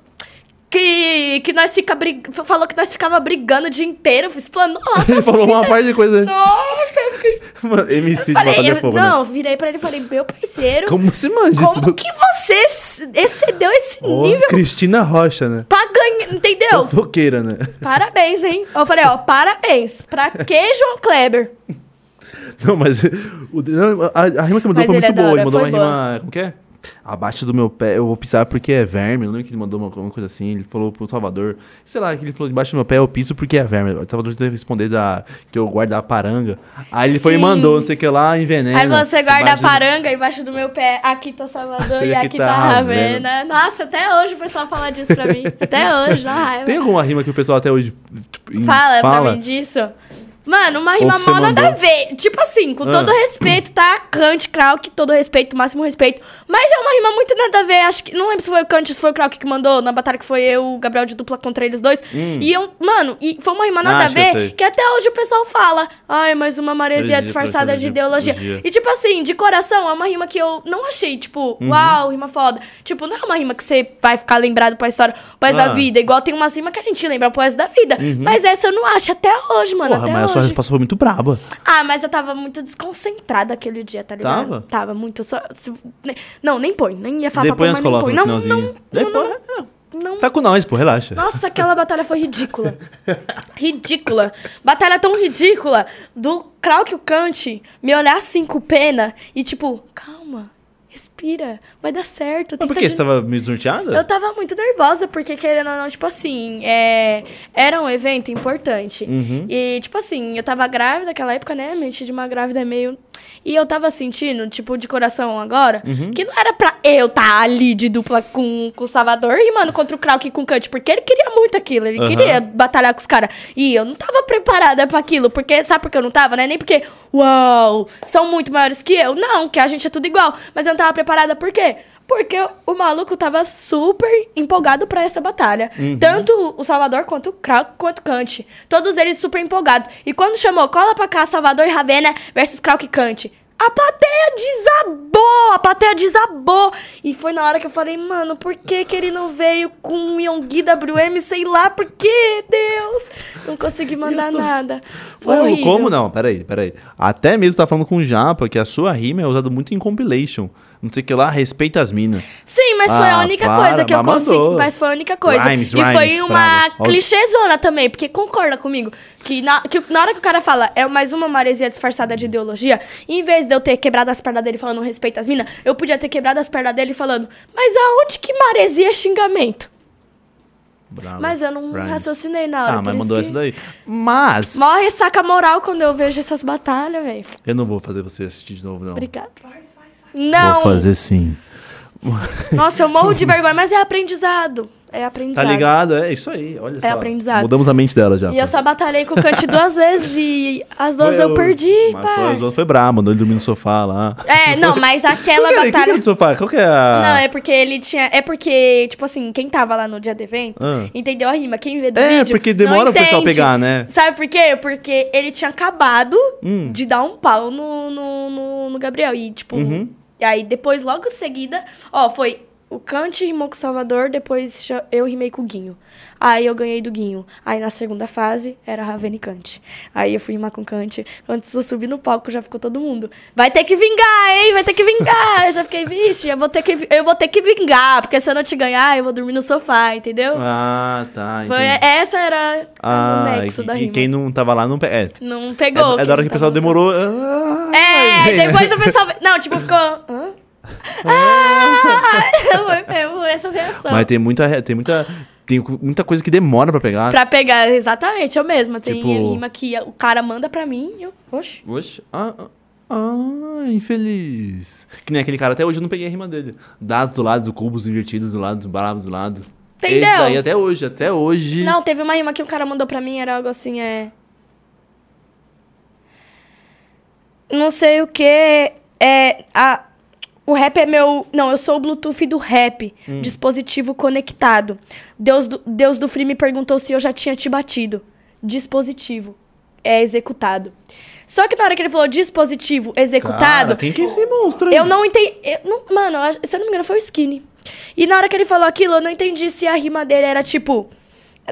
S3: Que, que nós fica brig... falou que nós ficava brigando o dia inteiro, explanou lá.
S1: Ele falou uma
S3: coisa.
S1: parte de coisa.
S3: Nossa, eu fiquei...
S1: Mano, MC de
S3: Falei,
S1: batalha é
S3: eu-
S1: fogo, né?
S3: não, virei pra ele e falei, meu parceiro, como,
S1: Como se manja isso?
S3: que você ex- excedeu esse
S1: Ô,
S3: nível
S1: Cristina Rocha, né?
S3: pra ganhar, entendeu?
S1: Foqueira, né?
S3: Parabéns, hein? Eu falei, ó, parabéns. Pra que, João Kleber?
S1: Não, mas o, não, a, a rima que mandou
S3: Mas
S1: foi
S3: ele é
S1: muito
S3: da
S1: boa.
S3: hora,
S1: Ele mandou uma
S3: foi
S1: rima. Como que é? Abaixo do meu pé, eu vou pisar porque é verme. Eu lembro que ele mandou uma, uma coisa assim. Ele falou pro Salvador, sei lá, que ele falou: embaixo do meu pé eu piso porque é verme. O Salvador teve que responder da, que eu guardo a paranga. Aí ele foi e
S3: Sim.
S1: mandou, não sei o que lá, envenena.
S3: Aí você guarda a
S1: Embaixo do-
S3: paranga embaixo do meu pé. Aqui tá Salvador
S1: E
S3: e
S1: aqui
S3: aqui
S1: tá
S3: tá
S1: Ravena.
S3: Ravena. Nossa, até hoje o pessoal fala disso pra mim. Até hoje, na raiva.
S1: Tem alguma rima que o pessoal até hoje tipo, em-
S3: Fala, pra mim disso. Mano, uma rima
S1: que você
S3: mó nada a
S1: mandou.
S3: ver. Tipo assim, com
S1: Ah.
S3: todo respeito, tá? Kant, Krauk, todo respeito, máximo respeito. Mas é uma rima muito nada a ver. Acho que. Não lembro se foi o Kant ou se foi o Krauk que mandou na batalha que foi eu, o Gabriel de dupla contra eles dois. E eu, mano, e foi uma rima nada
S1: Ah,
S3: a
S1: Hum. acho que eu
S3: ver
S1: sei.
S3: que até hoje o pessoal fala. Ai, mas uma maresia
S1: Heresia
S3: disfarçada de
S1: ideologia.
S3: ideologia. E tipo assim, de coração, é uma rima que eu não achei, tipo,
S1: Uhum.
S3: uau, rima foda. Tipo, não é uma rima que você vai ficar lembrado pra história, pro resto
S1: Ah. Uhum.
S3: da vida. Igual tem umas rimas que a gente lembra pro resto da vida. Mas essa eu não acho até hoje, mano.
S1: Porra,
S3: até
S1: mas a sua
S3: hoje.
S1: resposta foi muito braba.
S3: Ah, mas eu tava muito desconcentrada aquele dia, tá ligado?
S1: Tava?
S3: Tava muito. Só, se- ne- não, nem põe. Nem ia falar
S1: Depois nós
S3: pra pôr, mas
S1: colocamos no
S3: nem põe. Não,
S1: finalzinho. Depois,
S3: não, não.
S1: Tá com nós, pô, relaxa.
S3: Nossa, aquela batalha foi ridícula. Ridícula. Batalha tão ridícula do Krauk e o Kant me olhar assim com pena e tipo, calma, respira, vai dar certo.
S1: Mas por
S3: tenta
S1: que?
S3: de-
S1: Você tava meio desnorteada?
S3: Eu tava muito nervosa, porque querendo ou não, tipo assim, é, era um evento importante. E, tipo assim, eu tava grávida naquela época, né? Mente de uma grávida é meio. E eu tava sentindo, tipo, de coração agora, que não era pra eu tá ali de dupla com, com o Salvador e, mano, contra o Krauk e com o Kant, porque ele queria muito aquilo, ele
S1: Aham.
S3: queria batalhar com os caras. E eu não tava preparada pra aquilo, porque, sabe por que eu não tava, né? Nem porque, uau, são muito maiores que eu. Não, que a gente é tudo igual. Mas eu não tava preparada por quê? Porque o maluco tava super empolgado pra essa batalha. Tanto o Salvador quanto o Krauk quanto o Kant. Todos eles super empolgados. E quando chamou cola pra cá Salvador e Ravena versus Krauk e Kant. A plateia desabou, a plateia desabou. E foi na hora que eu falei, mano, por que, que ele não veio com o Yongui WM, sei lá, por que, Deus? Não consegui mandar nada. Foi
S1: Ué,
S3: horrível.
S1: como não? Peraí, peraí. Até mesmo tá falando com o Japa que a sua rima é usada muito em compilation. Não sei o que lá, respeita as minas.
S3: Sim, mas foi
S1: Ah,
S3: a única
S1: para,
S3: coisa que eu
S1: mas
S3: consegui.
S1: mandou.
S3: Mas foi a única coisa.
S1: Rhymes,
S3: e
S1: rhymes,
S3: foi uma
S1: brava. Ó.
S3: clichêzona também, porque concorda comigo que na, que na hora que o cara fala é mais uma maresia disfarçada de ideologia, em vez de eu ter quebrado as pernas dele falando respeito às minas, eu podia ter quebrado as pernas dele falando, mas aonde que maresia é xingamento?
S1: Bravo.
S3: Mas eu não
S1: Rhymes.
S3: raciocinei na hora.
S1: Ah, mas
S3: por
S1: mandou
S3: isso
S1: essa
S3: que...
S1: daí. Mas
S3: Morre saca moral quando eu vejo essas
S1: Então.
S3: batalhas, velho.
S1: eu não vou fazer você assistir de novo, não.
S3: Obrigada. Não!
S1: Vou fazer sim.
S3: Nossa, eu morro de vergonha, mas é aprendizado. É
S1: Tá
S3: aprendizado.
S1: ligado? É isso aí, olha só.
S3: aprendizado.
S8: Mudamos a mente dela já.
S3: E eu só batalhei com o Kant duas vezes e as duas
S1: Foi
S3: eu,
S1: o-
S3: perdi,
S1: Mas foi,
S3: pai.
S1: as duas foi brabo, mandou ele dormir no sofá lá.
S3: É, não, mas aquela
S1: Qual que é- quem que
S3: batalha.
S1: era do sofá? Qual que é a...
S3: Não, é porque ele tinha. É porque, tipo assim, quem tava lá no dia do evento
S1: Ah.
S3: entendeu a rima. Quem vê do
S1: É,
S3: vídeo.
S1: porque
S3: não
S1: demora pro pessoal
S3: entende.
S1: pegar, né?
S3: Sabe por quê? Porque ele tinha acabado
S1: Hum.
S3: de dar um pau no, no, no, no Gabriel. E, tipo.
S1: Uhum.
S3: E aí depois, logo em seguida, ó, foi. O Kant rimou com o Salvador, depois cha- eu rimei com o Guinho. Aí eu ganhei do Guinho. Aí na segunda fase era Ravena e Kant. Aí eu fui rimar com o Kant. Antes eu subi no palco, já ficou todo mundo. Vai ter que vingar, hein? Vai ter que vingar. Eu já fiquei, vixe, eu vou ter que, vi- eu vou ter que vingar, porque se eu não te ganhar, eu vou dormir no sofá, entendeu?
S1: Ah, tá.
S3: Foi,
S1: entendi.
S3: essa era
S1: Ah,
S3: o nexo
S1: e,
S3: da
S1: e
S3: rima.
S1: quem não tava lá não... pe- É, é,
S3: Não pegou.
S1: é
S3: quem
S1: da hora que o
S3: tava-
S1: pessoal demorou... Ah,
S3: É,
S1: aí vem,
S3: depois o pessoal. Não, tipo, ficou. Hã? Ah! Foi mesmo essa reação.
S1: Mas tem muita... re- Tem muita... Tem cu- muita coisa que demora pra pegar.
S3: Pra pegar, exatamente, eu mesma. Tem
S1: Tipo-
S3: rima que o cara manda pra mim e eu. Oxe.
S1: Oxe. Ah, ah, ah, infeliz. Que nem aquele cara. Até hoje eu não peguei a rima dele. Dados do lado, cubos invertidos do lado, bravos do lado.
S3: Entendeu?
S1: Esse daí até hoje, até hoje.
S3: Não, teve uma rima que um cara mandou pra mim, era algo assim, é. Não sei o que. É. A... O rap é meu. Não, eu sou o Bluetooth do rap. Dispositivo conectado. Deus do, Deus do Free me perguntou se eu já tinha te batido. Dispositivo. É executado. Só que na hora que ele falou dispositivo executado,
S1: Cara, quem que é esse monstro aí?
S3: eu não entendi. eu não- mano, eu acho- se eu não me engano, foi o Skinny. E na hora que ele falou aquilo, eu não entendi se a rima dele era tipo.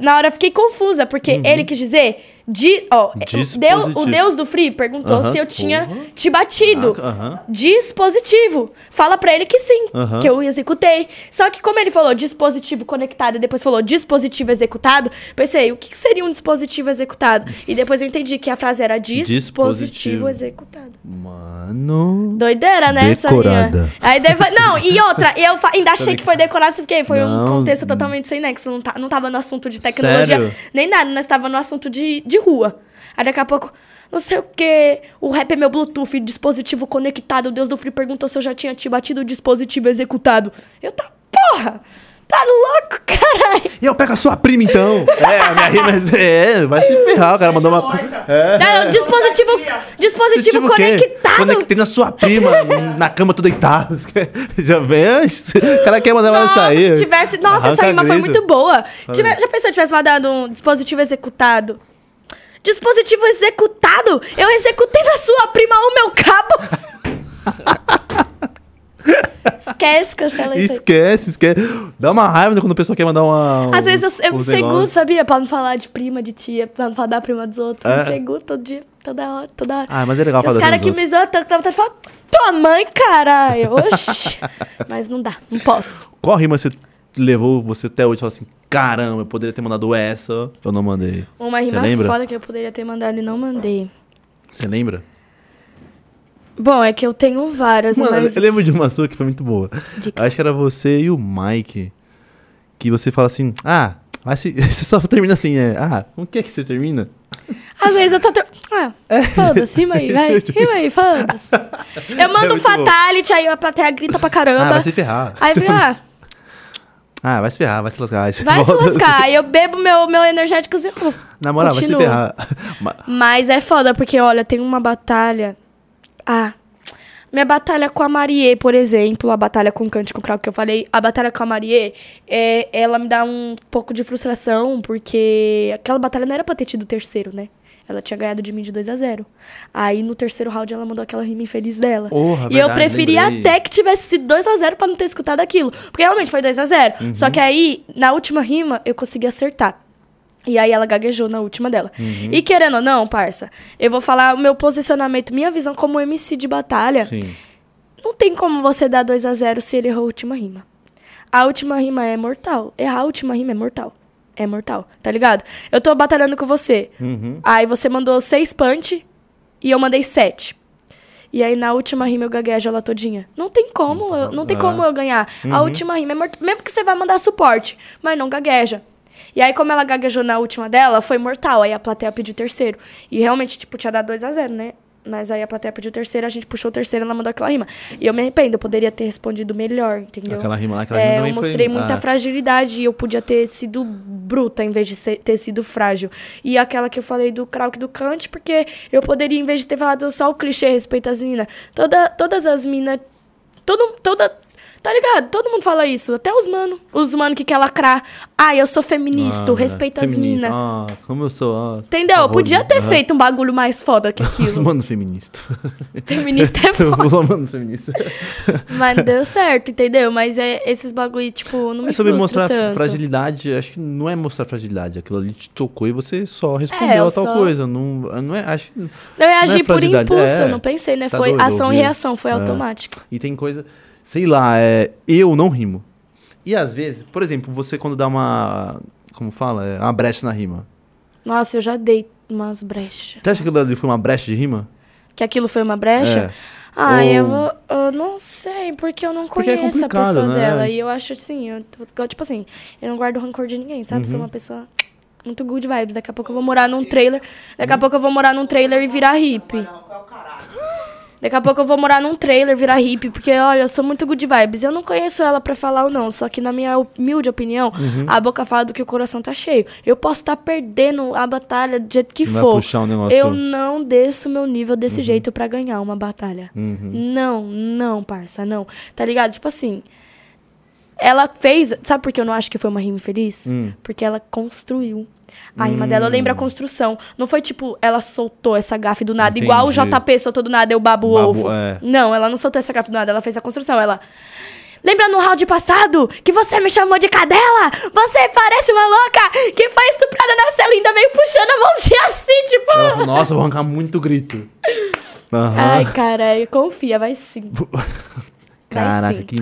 S3: Na hora eu fiquei confusa, porque ele quis dizer. Di, ó, o, Deus,
S1: Uhum. Dispositivo.
S3: o Deus do Free perguntou
S1: Aham.
S3: se eu tinha
S1: Porra.
S3: te batido.
S1: Ah, aham.
S3: Dispositivo. Fala pra ele que sim,
S1: Aham.
S3: que eu executei. Só que como ele falou dispositivo conectado e depois falou dispositivo executado, pensei, o que que seria um dispositivo executado? E depois eu entendi que a frase era
S1: Dispositivo.
S3: dispositivo executado.
S1: Mano.
S3: Doideira, né? essa minha?
S8: Decorada.
S3: Aí daí vai- Não, e outra, eu fa- ainda achei que foi decorada, assim, porque foi
S1: Não.
S3: um contexto totalmente sem nexo. Não, tá- não tava no assunto de tecnologia,
S1: Sério?
S3: nem nada, nós tava no assunto de, de rua. Aí daqui a pouco, não sei o quê, o rap é meu Bluetooth, dispositivo conectado. O Deus do Free perguntou se eu já tinha te batido o dispositivo executado. Eu tá, porra! Tá louco, caralho!
S1: E eu pego a sua prima então. é, a minha rima é. é, Vai se ferrar, o cara mandou uma. É.
S3: Não, Tá, dispositivo, dispositivo
S1: Dispositivo o quê?
S3: conectado!
S1: Conectei na sua prima, na cama, tô deitado. Já vem? O cara quer mandar ela
S3: Nossa,
S1: sair.
S3: se tivesse. Nossa, essa
S1: Arranca
S3: rima foi
S1: grito.
S3: muito boa. Tive- já pensou se tivesse mandado um dispositivo executado? Dispositivo executado? Eu executei na sua prima o meu cabo! Esquece, cancela isso. aí.
S1: Esquece, esquece. Dá uma raiva né, quando o pessoal quer mandar uma.
S3: Às
S1: um-
S3: vezes eu, eu me
S1: uns
S3: seguro,
S1: negócios.
S3: sabia? Pra não falar de prima, de tia, pra não falar da prima dos outros. Eu
S1: É.
S3: Me seguro todo dia, toda hora, toda hora.
S1: Ah, mas é legal
S3: Tem
S1: falar
S3: Os
S1: da prima
S3: caras que
S1: dos
S3: me zoam tanto, dá vontade de falar, tua mãe, caralho. Oxi. mas não dá, não posso.
S1: Qual rima você levou você até hoje e falou assim: caramba, eu poderia ter mandado essa, eu não mandei?
S3: Uma
S1: Você
S3: rima
S1: lembra?
S3: foda que eu poderia ter mandado e não mandei.
S1: Você lembra?
S3: Bom, é que eu tenho várias,
S1: Mano,
S3: mas...
S1: eu lembro de uma sua que foi muito boa.
S3: Dica.
S1: Acho que era você e o Mike. Que você fala assim, ah, mas se- você só termina assim, é. Ah, como que é que você termina?
S3: Às vezes eu tô... tro- Ah,
S1: É.
S3: foda-se, rima aí, vai. Rima aí, foda-se. Eu
S1: É
S3: mando um
S1: muito
S3: fatality, aí a plateia grita pra caramba.
S1: Ah, vai se ferrar.
S3: Aí eu fico, ah,
S1: Ah, vai se ferrar, vai se lascar. Aí você
S3: vai se
S1: volta, assim,
S3: lascar. Aí eu bebo meu, meu energéticozinho.
S1: Na moral,
S3: Continua.
S1: vai se ferrar. Ma-
S3: Mas é foda, porque, olha, tem uma batalha... Ah... Minha batalha com a Marie, por exemplo, a batalha com o Cântico Crau que eu falei, a batalha com a Marie, é, ela me dá um pouco de frustração, porque aquela batalha não era pra ter tido o terceiro, né? Ela tinha ganhado de mim de 2 a 0 Aí no terceiro round ela mandou aquela rima infeliz dela.
S1: Porra,
S3: e eu
S1: verdade,
S3: preferi
S1: lembrei.
S3: até que tivesse sido 2 a 0 pra não ter escutado aquilo. Porque realmente foi 2 a 0
S1: Uhum.
S3: Só que aí, na última rima, eu consegui acertar. E aí ela gaguejou na última dela.
S1: Uhum.
S3: E querendo ou não, parça, eu vou falar o meu posicionamento, minha visão como MC de batalha.
S1: Sim.
S3: Não tem como você dar 2 a 0 se ele errou a última rima. A última rima é mortal. Errar a última rima é mortal. É mortal, tá ligado? Eu tô batalhando com você.
S1: Uhum.
S3: Aí você mandou seis punch e eu mandei sete. E aí na última rima eu gaguejo ela todinha. Não tem como, eu, não tem
S1: Ah.
S3: como eu ganhar. A última rima é mortal. Mesmo que você vai mandar suporte, mas não gagueja. E aí, como ela gaguejou na última dela, foi mortal. Aí a plateia pediu terceiro. E realmente, tipo, tinha dado 2 a 0 né? Mas aí a plateia pediu o terceiro, a gente puxou o terceiro e ela mandou aquela rima. E eu me arrependo, eu poderia ter respondido melhor, entendeu?
S1: Aquela rima lá, aquela rima
S3: É, eu
S1: também foi-
S3: mostrei muita
S1: ah.
S3: fragilidade e eu podia ter sido bruta em vez de ser- ter sido frágil. E aquela que eu falei do Krauk e do Kant, porque eu poderia, em vez de ter falado só o clichê a respeito às minas, toda, todas as minas. Todo, toda. Tá ligado? Todo mundo fala isso. Até os mano. Os mano que quer lacrar. Ah, eu sou feminista,
S1: Ah,
S3: respeito as
S1: feminista.
S3: minas.
S1: Ah, como eu sou. ah,
S3: Entendeu? Eu
S1: horror,
S3: podia ter
S1: né?
S3: feito um bagulho mais foda que
S1: Os
S3: aquilo.
S1: mano feminista.
S3: Feminista é foda.
S1: Os mano feminista.
S3: Mas deu certo, entendeu? Mas é esses bagulho, tipo, não me
S1: É sobre
S3: frustra
S1: mostrar
S3: tanto.
S1: fragilidade, acho que não é mostrar fragilidade. Aquilo ali te tocou e você só
S3: É,
S1: respondeu
S3: eu
S1: a tal
S3: só-
S1: coisa. Não, não é, acho que-
S3: Eu reagi
S1: Não é
S3: por
S1: fragilidade,
S3: impulso,
S1: é.
S3: não pensei, né?
S1: Tá
S3: foi
S1: doido, É.
S3: ação e
S1: ouviu?
S3: reação, foi automático.
S1: E tem coisa, sei lá, é, eu não rimo. E às vezes, por exemplo, você quando dá uma, como fala, É, uma brecha na rima.
S3: Nossa, eu já dei umas brechas.
S1: Você acha que aquilo ali foi uma brecha de rima?
S3: Que aquilo foi uma brecha?
S1: É.
S3: Ah,
S1: Ou-
S3: eu vou. Eu não sei, porque eu não
S1: Porque é
S3: conheço a
S1: complicado,
S3: pessoa
S1: né?
S3: dela. E eu acho assim, eu, eu- tipo assim, eu não guardo rancor de ninguém, sabe?
S1: Uhum.
S3: Sou uma pessoa muito good vibes. Daqui a pouco eu vou morar num trailer. Daqui
S1: Uhum.
S3: a pouco eu vou morar num trailer e virar hippie. Daqui a pouco eu vou morar num trailer, virar hippie, porque, olha, eu sou muito good vibes. Eu não conheço ela pra falar ou não, só que na minha humilde opinião,
S1: Uhum.
S3: a boca fala do que o coração tá cheio. Eu posso estar perdendo a batalha do jeito que
S1: Não vai
S3: for.
S1: puxar um negócio.
S3: Eu não desço meu nível desse jeito pra ganhar uma batalha.
S1: Uhum.
S3: Não, não, parça, não. Tá ligado? Tipo assim, ela fez. Sabe por que eu não acho que foi uma rima infeliz?
S1: Hum.
S3: Porque ela construiu. A rima dela, eu lembro a construção. Não foi tipo, ela soltou essa gafe do nada, igual o
S1: Entendi.
S3: JP soltou do nada, eu babo o
S1: Babu-
S3: ovo.
S1: é.
S3: Não, ela não soltou essa gafe do nada, ela fez a construção. Ela. Lembra no round passado que você me chamou de cadela? Você parece uma louca que foi estuprada na cela e ainda veio puxando a mãozinha assim, tipo.
S1: Ela falou, nossa, vou arrancar muito grito. Aham.
S3: Ai, cara, é, confia, vai sim.
S1: Caraca,
S3: sim.
S1: que.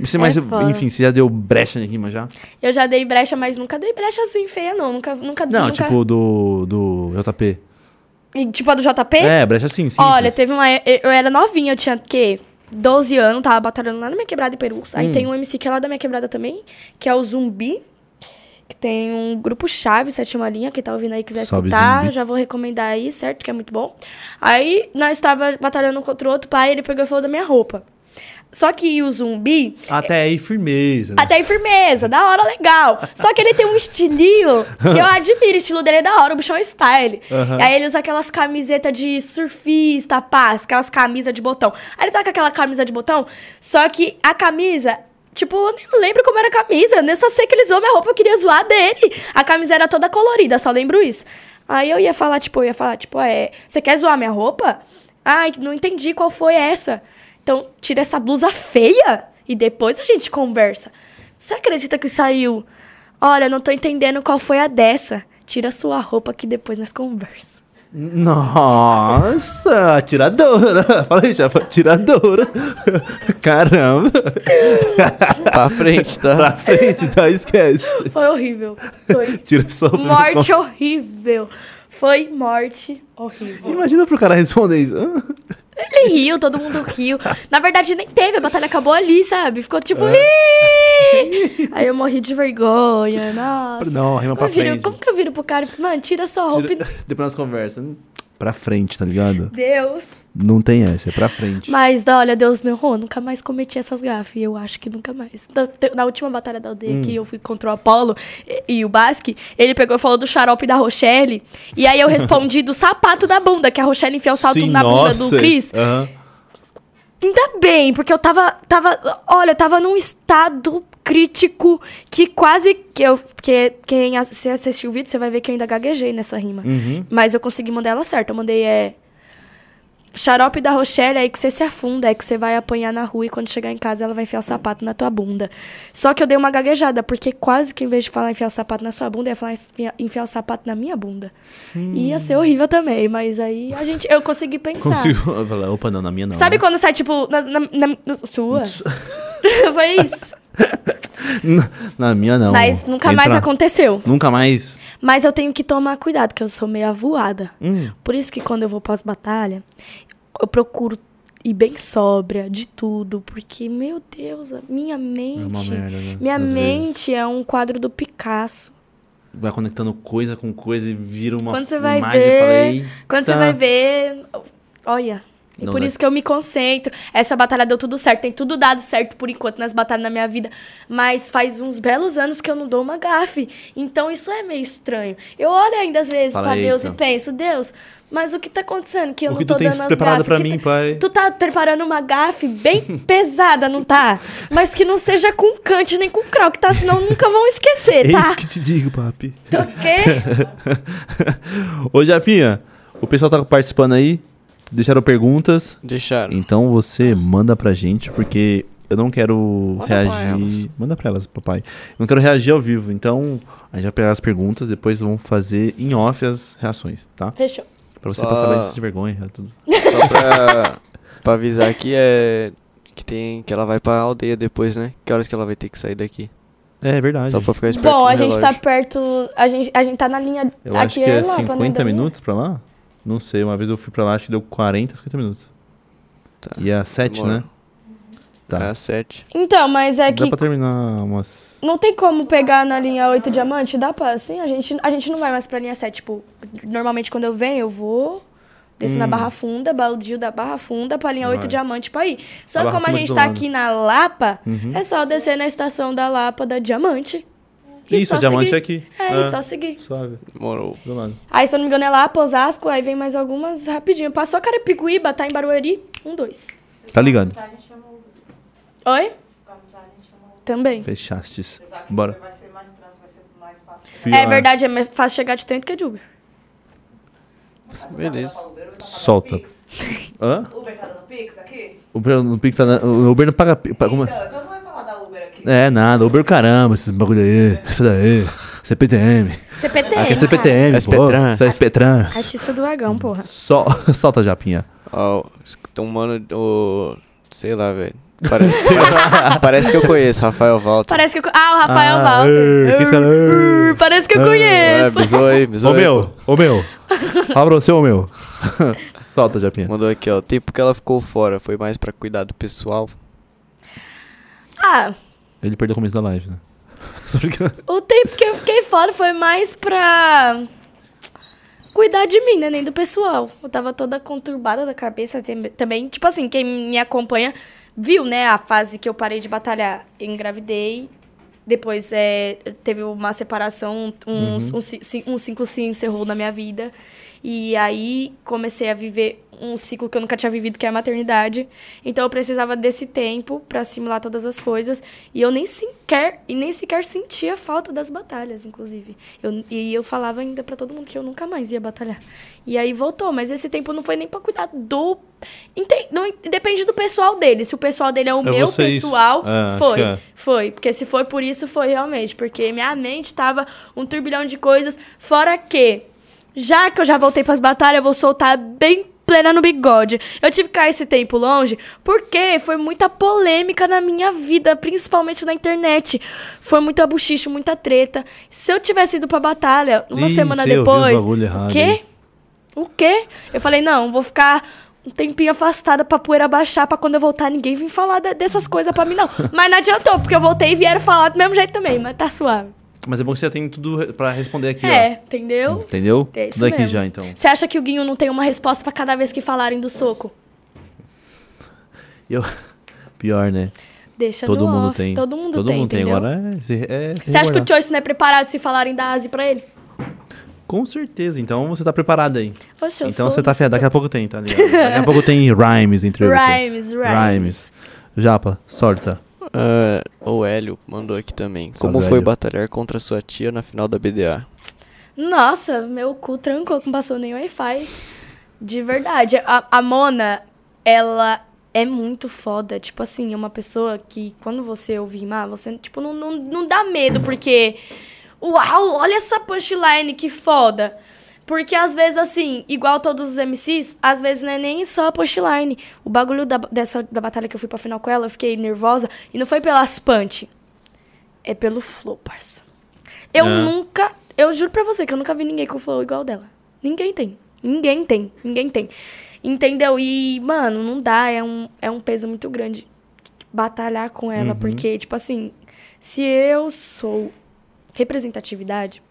S1: Você, mas,
S3: É foda.
S1: enfim, você já deu brecha de rima já?
S3: Eu já dei brecha, mas nunca dei brecha assim feia, não. Nunca, nunca,
S1: Não,
S3: nunca...
S1: tipo do, do JP.
S3: E, tipo a do JP?
S1: É, brecha sim, sim.
S3: Olha, teve uma. Eu era novinha, eu tinha o quê? 12 anos, tava batalhando lá na minha quebrada em Perus.
S1: Hum.
S3: Aí tem um MC que é lá da minha quebrada também, que é o Zumbi. Que tem um grupo chave, sétima linha, quem tá ouvindo aí quiser
S1: Salve,
S3: escutar,
S1: Zumbi.
S3: já vou recomendar aí, certo? Que é muito bom. Aí nós tava batalhando um contra o outro, pai, ele pegou e falou da minha roupa. Só que o zumbi,
S1: Até aí, firmeza. né?
S3: Até aí, firmeza, da hora, legal. Só que ele tem um estilinho que eu admiro. O estilo dele é da hora, o bichão é style. E aí ele usa aquelas camisetas de surfista, paz, aquelas camisas de botão. Aí ele tá com aquela camisa de botão, só que a camisa. Tipo, eu nem lembro como era a camisa. Eu nem só sei que ele zoou minha roupa, eu queria zoar dele. A camisa era toda colorida, só lembro isso. Aí eu ia falar, tipo, eu ia falar, tipo, é, você quer zoar minha roupa? Ai, não entendi qual foi essa. Então, tira essa blusa feia e depois a gente conversa. Você acredita que saiu? Olha, não tô entendendo qual foi a dessa. Tira sua roupa que depois nós conversa.
S1: Nossa, atiradora. Fala aí, Japa, atiradora. Caramba.
S2: Pra frente,
S1: Pra
S2: tá?
S1: frente, tá? Esquece.
S3: Foi horrível. Foi
S1: Tira só pra-
S3: morte horrível. Foi morte horrível.
S1: Imagina pro cara responder isso. Hã?
S3: Ele riu, todo mundo riu. Na verdade, nem teve, a batalha acabou ali, sabe? Ficou tipo. "Ih!" Aí eu morri de vergonha. Nossa.
S1: Não, rima pra
S3: Eu viro-
S1: frente.
S3: como que eu viro pro cara? e falo, Mano, tira sua roupa
S1: Tira-
S3: e.
S1: Depois nós conversa. Pra frente, tá ligado?
S3: Deus.
S1: Não tem essa, é pra frente.
S3: Mas, da- olha, Deus meu, oh, nunca mais cometi essas gafes. E Eu acho que nunca mais. Na, te- na última batalha da
S1: Hum.
S3: aldeia que eu fui contra o Apolo e, e o Basque, ele pegou e falou do xarope da Rochelle. E aí eu respondi do sapato da bunda, que a Rochelle enfiou o salto
S1: Sim,
S3: na bunda
S1: nossa, é.
S3: do Cris.
S1: aham.
S3: Ainda bem, porque eu tava, tava, olha, eu tava num estado crítico que quase que eu, porque quem ass- se assistiu o vídeo, você vai ver que eu ainda gaguejei nessa rima. Mas eu consegui mandar ela certa. Eu mandei é xarope da Rochelle é aí que você se afunda, é que você vai apanhar na rua e quando chegar em casa ela vai enfiar o sapato na tua bunda. Só que eu dei uma gaguejada, porque quase que em vez de falar enfiar o sapato na sua bunda, ia falar enfiar, enfiar o sapato na minha bunda. Ia ser horrível também, mas aí a gente, eu consegui pensar.
S1: Consigo. Eu falei, Opa, não, na minha não. né?"
S3: Sabe quando sai, tipo, na, na, na- no- sua? Foi isso.
S1: Na minha não.
S3: Mas nunca mais
S1: Entra-
S3: aconteceu.
S1: Nunca mais.
S3: Mas eu tenho que tomar cuidado, que eu sou meio avoada.
S1: Hum.
S3: Por isso que quando eu vou pós-batalha, eu procuro ir bem sóbria de tudo. Porque, meu Deus, a minha
S1: É uma
S3: mente...
S1: merda, né?
S3: minha
S1: Às vezes.
S3: mente é um quadro do Picasso.
S1: Vai conectando coisa com coisa e vira uma
S3: Quando você vai
S1: imagem e
S3: ver-
S1: fala,
S3: Quando você
S1: "Eita".
S3: vai ver... Olha. E
S1: Tá. Não é.
S3: por
S1: dá.
S3: isso que eu me concentro. Essa batalha deu tudo certo, tem tudo dado certo por enquanto nas batalhas na minha vida. Mas faz uns belos anos que eu não dou uma gafe. Então isso é meio estranho. Eu olho ainda às vezes
S1: Fala,
S3: pra Deus e
S1: "Eita."
S3: penso, Deus, mas o que tá acontecendo? Que eu
S1: O
S3: não
S1: que
S3: tô
S1: tu tens
S3: dando as
S1: preparado
S3: gafes,
S1: pra
S3: que
S1: mim,
S3: tá-
S1: pai?"
S3: Tu tá preparando uma gafe bem pesada, não tá? Mas que não seja com Kant nem com Croc, tá? Senão nunca vão
S1: É
S2: É
S3: esquecer, tá?
S8: Eis que te digo, papi.
S3: Tô quê?
S1: Ô, Japinha, o pessoal tá participando aí, deixaram perguntas.
S2: Deixaram.
S1: Então você manda pra gente, porque eu não quero
S2: pra
S1: reagir.
S2: elas.
S1: manda pra elas, papai. Eu não quero reagir ao vivo. Então a gente vai pegar as perguntas, depois vamos fazer em off as reações, tá?
S3: Fechou.
S1: Pra você
S2: Só-
S1: passar bem de vergonha. é Tudo.
S2: Só pra, pra avisar que é. Que tem. Que ela vai pra aldeia depois, né? Que horas que ela vai ter que sair daqui?
S1: É verdade.
S2: Só pra ficar esperto.
S3: Bom,
S2: no
S3: a gente tá
S2: relógio.
S3: perto. A gente, a gente tá na linha.
S1: Eu
S3: aqui
S1: acho que é
S3: lá, pra não
S1: 50
S3: dormir.
S1: minutos pra lá? Não sei, uma vez eu fui pra lá, acho que deu 40, 50 minutos.
S2: Tá.
S1: E é 7,
S2: Demora.
S1: né? Tá.
S2: É às sete.
S3: Então, mas é
S1: Dá
S3: que.
S1: pra terminar umas.
S3: Não tem como pegar na linha 8 diamante? Dá pra assim? A gente, a gente não vai mais pra linha 7. Tipo, normalmente quando eu venho, eu vou. Desço na
S1: Hum.
S3: Barra Funda, baldio da Barra Funda pra linha
S1: Vai.
S3: 8 diamante pra ir. Só
S1: A
S3: que
S1: Barra
S3: como a
S1: Funda
S3: gente
S1: do
S3: tá
S1: lado.
S3: aqui na Lapa,
S1: Uhum.
S3: é só descer na estação da Lapa da Diamante. E
S1: Isso,
S3: só
S1: a diamante
S3: seguir.
S1: é aqui.
S3: É,
S1: Ah,
S3: e só seguir.
S1: Suave,
S2: Demorou.
S1: do lado.
S3: Aí, se eu não me engano, é lá, Osasco, aí vem mais algumas rapidinho. Passou Carapicuíba, tá em Barueri, um, dois.
S1: Tá ligado?
S6: Tá, a gente chama o Uber.
S3: Oi?
S6: Tá, a gente chama o Uber.
S3: Também.
S1: Fechastes.
S6: Apesar que
S1: Bora. ah,
S6: o Uber vai ser mais trânsito, vai ser mais fácil. pegar.
S3: É
S1: Pior.
S3: verdade, é mais fácil chegar de trem do que de Uber.
S6: Mas o Uber
S2: Beleza.
S6: tá dando Uber, o Uber tá pagando
S1: Solta.
S6: Pix.
S1: Hã?
S6: O Uber tá dando Pix aqui?
S1: O Uber no Pix tá na- O Uber não paga. pi- pa- como é?
S6: Então, então não vai falar da Uber aqui.
S1: É, nada. Uber caramba, esses bagulho aí. Isso daí. CPTM.
S3: CPTM.
S1: Aqui é
S3: cara.
S1: CPTM, pô.
S2: SPTrans.
S1: Isso é SPTrans.
S3: Artista do vagão, porra.
S1: Só... Solta, Japinha.
S2: Ó, tem um mano do. Sei lá, velho. Pare- parece, parece que eu conheço, Rafael Valter.
S3: Parece que eu... co- Ah, o Rafael
S1: Ah,
S3: Walter.
S1: é, que esse cara- Ah,
S3: Ur, Parece que eu
S2: É,
S3: conheço.
S2: bisou aí, bisou
S1: Ô
S2: aí,
S1: meu, ô meu. Abra o seu, ô meu. Solta, Japinha.
S2: Mandou aqui, ó. O tempo que ela ficou fora foi mais pra cuidar do pessoal.
S3: Ah,
S1: Ele perdeu o começo da live, né? Só porque-
S3: o tempo que eu fiquei fora foi mais pra... Cuidar de mim, né? Nem do pessoal. Eu tava toda conturbada da cabeça tem- também. Tipo assim, quem me acompanha viu, né? A fase que eu parei de batalhar. Eu engravidei. Depois é, teve uma separação, um,
S1: Uhum.
S3: um, ci- ci- um ciclo se encerrou na minha vida. E aí comecei a viver um ciclo que eu nunca tinha vivido, que é a maternidade. Então eu precisava desse tempo pra assimilar todas as coisas. E eu nem sequer, e nem sequer sentia falta das batalhas, inclusive. Eu, e eu falava ainda pra todo mundo que eu nunca mais ia batalhar. E aí voltou, mas esse tempo não foi nem pra cuidar do. Ente- não, depende do pessoal dele. Se o pessoal dele é o
S1: É
S3: meu
S1: vocês.
S3: pessoal,
S1: É, acho
S3: foi.
S1: que é.
S3: Foi, porque se foi por isso, foi realmente, porque minha mente tava um turbilhão de coisas, fora que, já que eu já voltei pras batalhas, eu vou soltar bem plena no bigode. Eu tive que ficar esse tempo longe, porque foi muita polêmica na minha vida, principalmente na internet. Foi muito abuchicho, muita treta. Se eu tivesse ido pra batalha uma
S1: Ih,
S3: semana
S1: sei, eu vi uns
S3: depois,
S1: bagulho errado
S3: quê?
S1: aí.
S3: O quê? Eu falei, não, vou ficar um tempinho afastada pra poeira baixar, pra quando eu voltar ninguém vir falar de- dessas coisas pra mim, não. Mas não adiantou, porque eu voltei e vieram falar do mesmo jeito também, mas tá suave.
S1: Mas é bom que você já tem tudo re- pra responder aqui,
S3: é,
S1: ó.
S3: entendeu?
S1: Entendeu?
S3: É isso
S1: tudo aqui
S3: mesmo.
S1: já, então.
S3: Você acha que o Guinho não tem uma resposta pra cada vez que falarem do soco?
S1: Eu... Pior, né?
S3: Deixa
S1: Todo
S3: no
S1: mundo
S3: off.
S1: tem.
S3: Todo mundo tem, entendeu?
S1: agora. É, se- é, se
S3: Você acha que
S1: resguardar.
S3: o Choice não é preparado se falarem da Asi pra ele?
S1: Com certeza, então você tá preparado aí.
S3: Oxe, eu
S1: então
S3: sou
S1: você tá fiado, daqui a pouco tem, tá ligado? Daqui a pouco tem rhymes entre eles.
S3: Rhymes, rhymes.
S1: Japa, sorta.
S2: Ah, o Hélio mandou aqui também. Como
S1: Salve,
S2: foi
S1: Hélio.
S2: batalhar contra sua tia na final da BDA?
S3: Nossa, meu cu trancou, não passou nem Wi-Fi. De verdade. A, a Mona, ela é muito foda. Tipo assim, é uma pessoa que quando você ouvir rimar, você tipo, não, não, não dá medo, porque. Uau, olha essa punchline, que foda. Porque às vezes, assim, igual todos os MCs, às vezes não é nem só a punchline. O bagulho da, dessa, da batalha que eu fui pra final com ela, eu fiquei nervosa. E não foi pelas punch. É pelo flow, parça. Eu
S1: É.
S3: nunca. Eu juro pra você que eu nunca vi ninguém com flow igual dela. Ninguém tem. Ninguém tem. Ninguém tem. Entendeu? E, mano, não dá. É um, é um peso muito grande batalhar com ela. Porque, tipo assim, se eu sou representatividade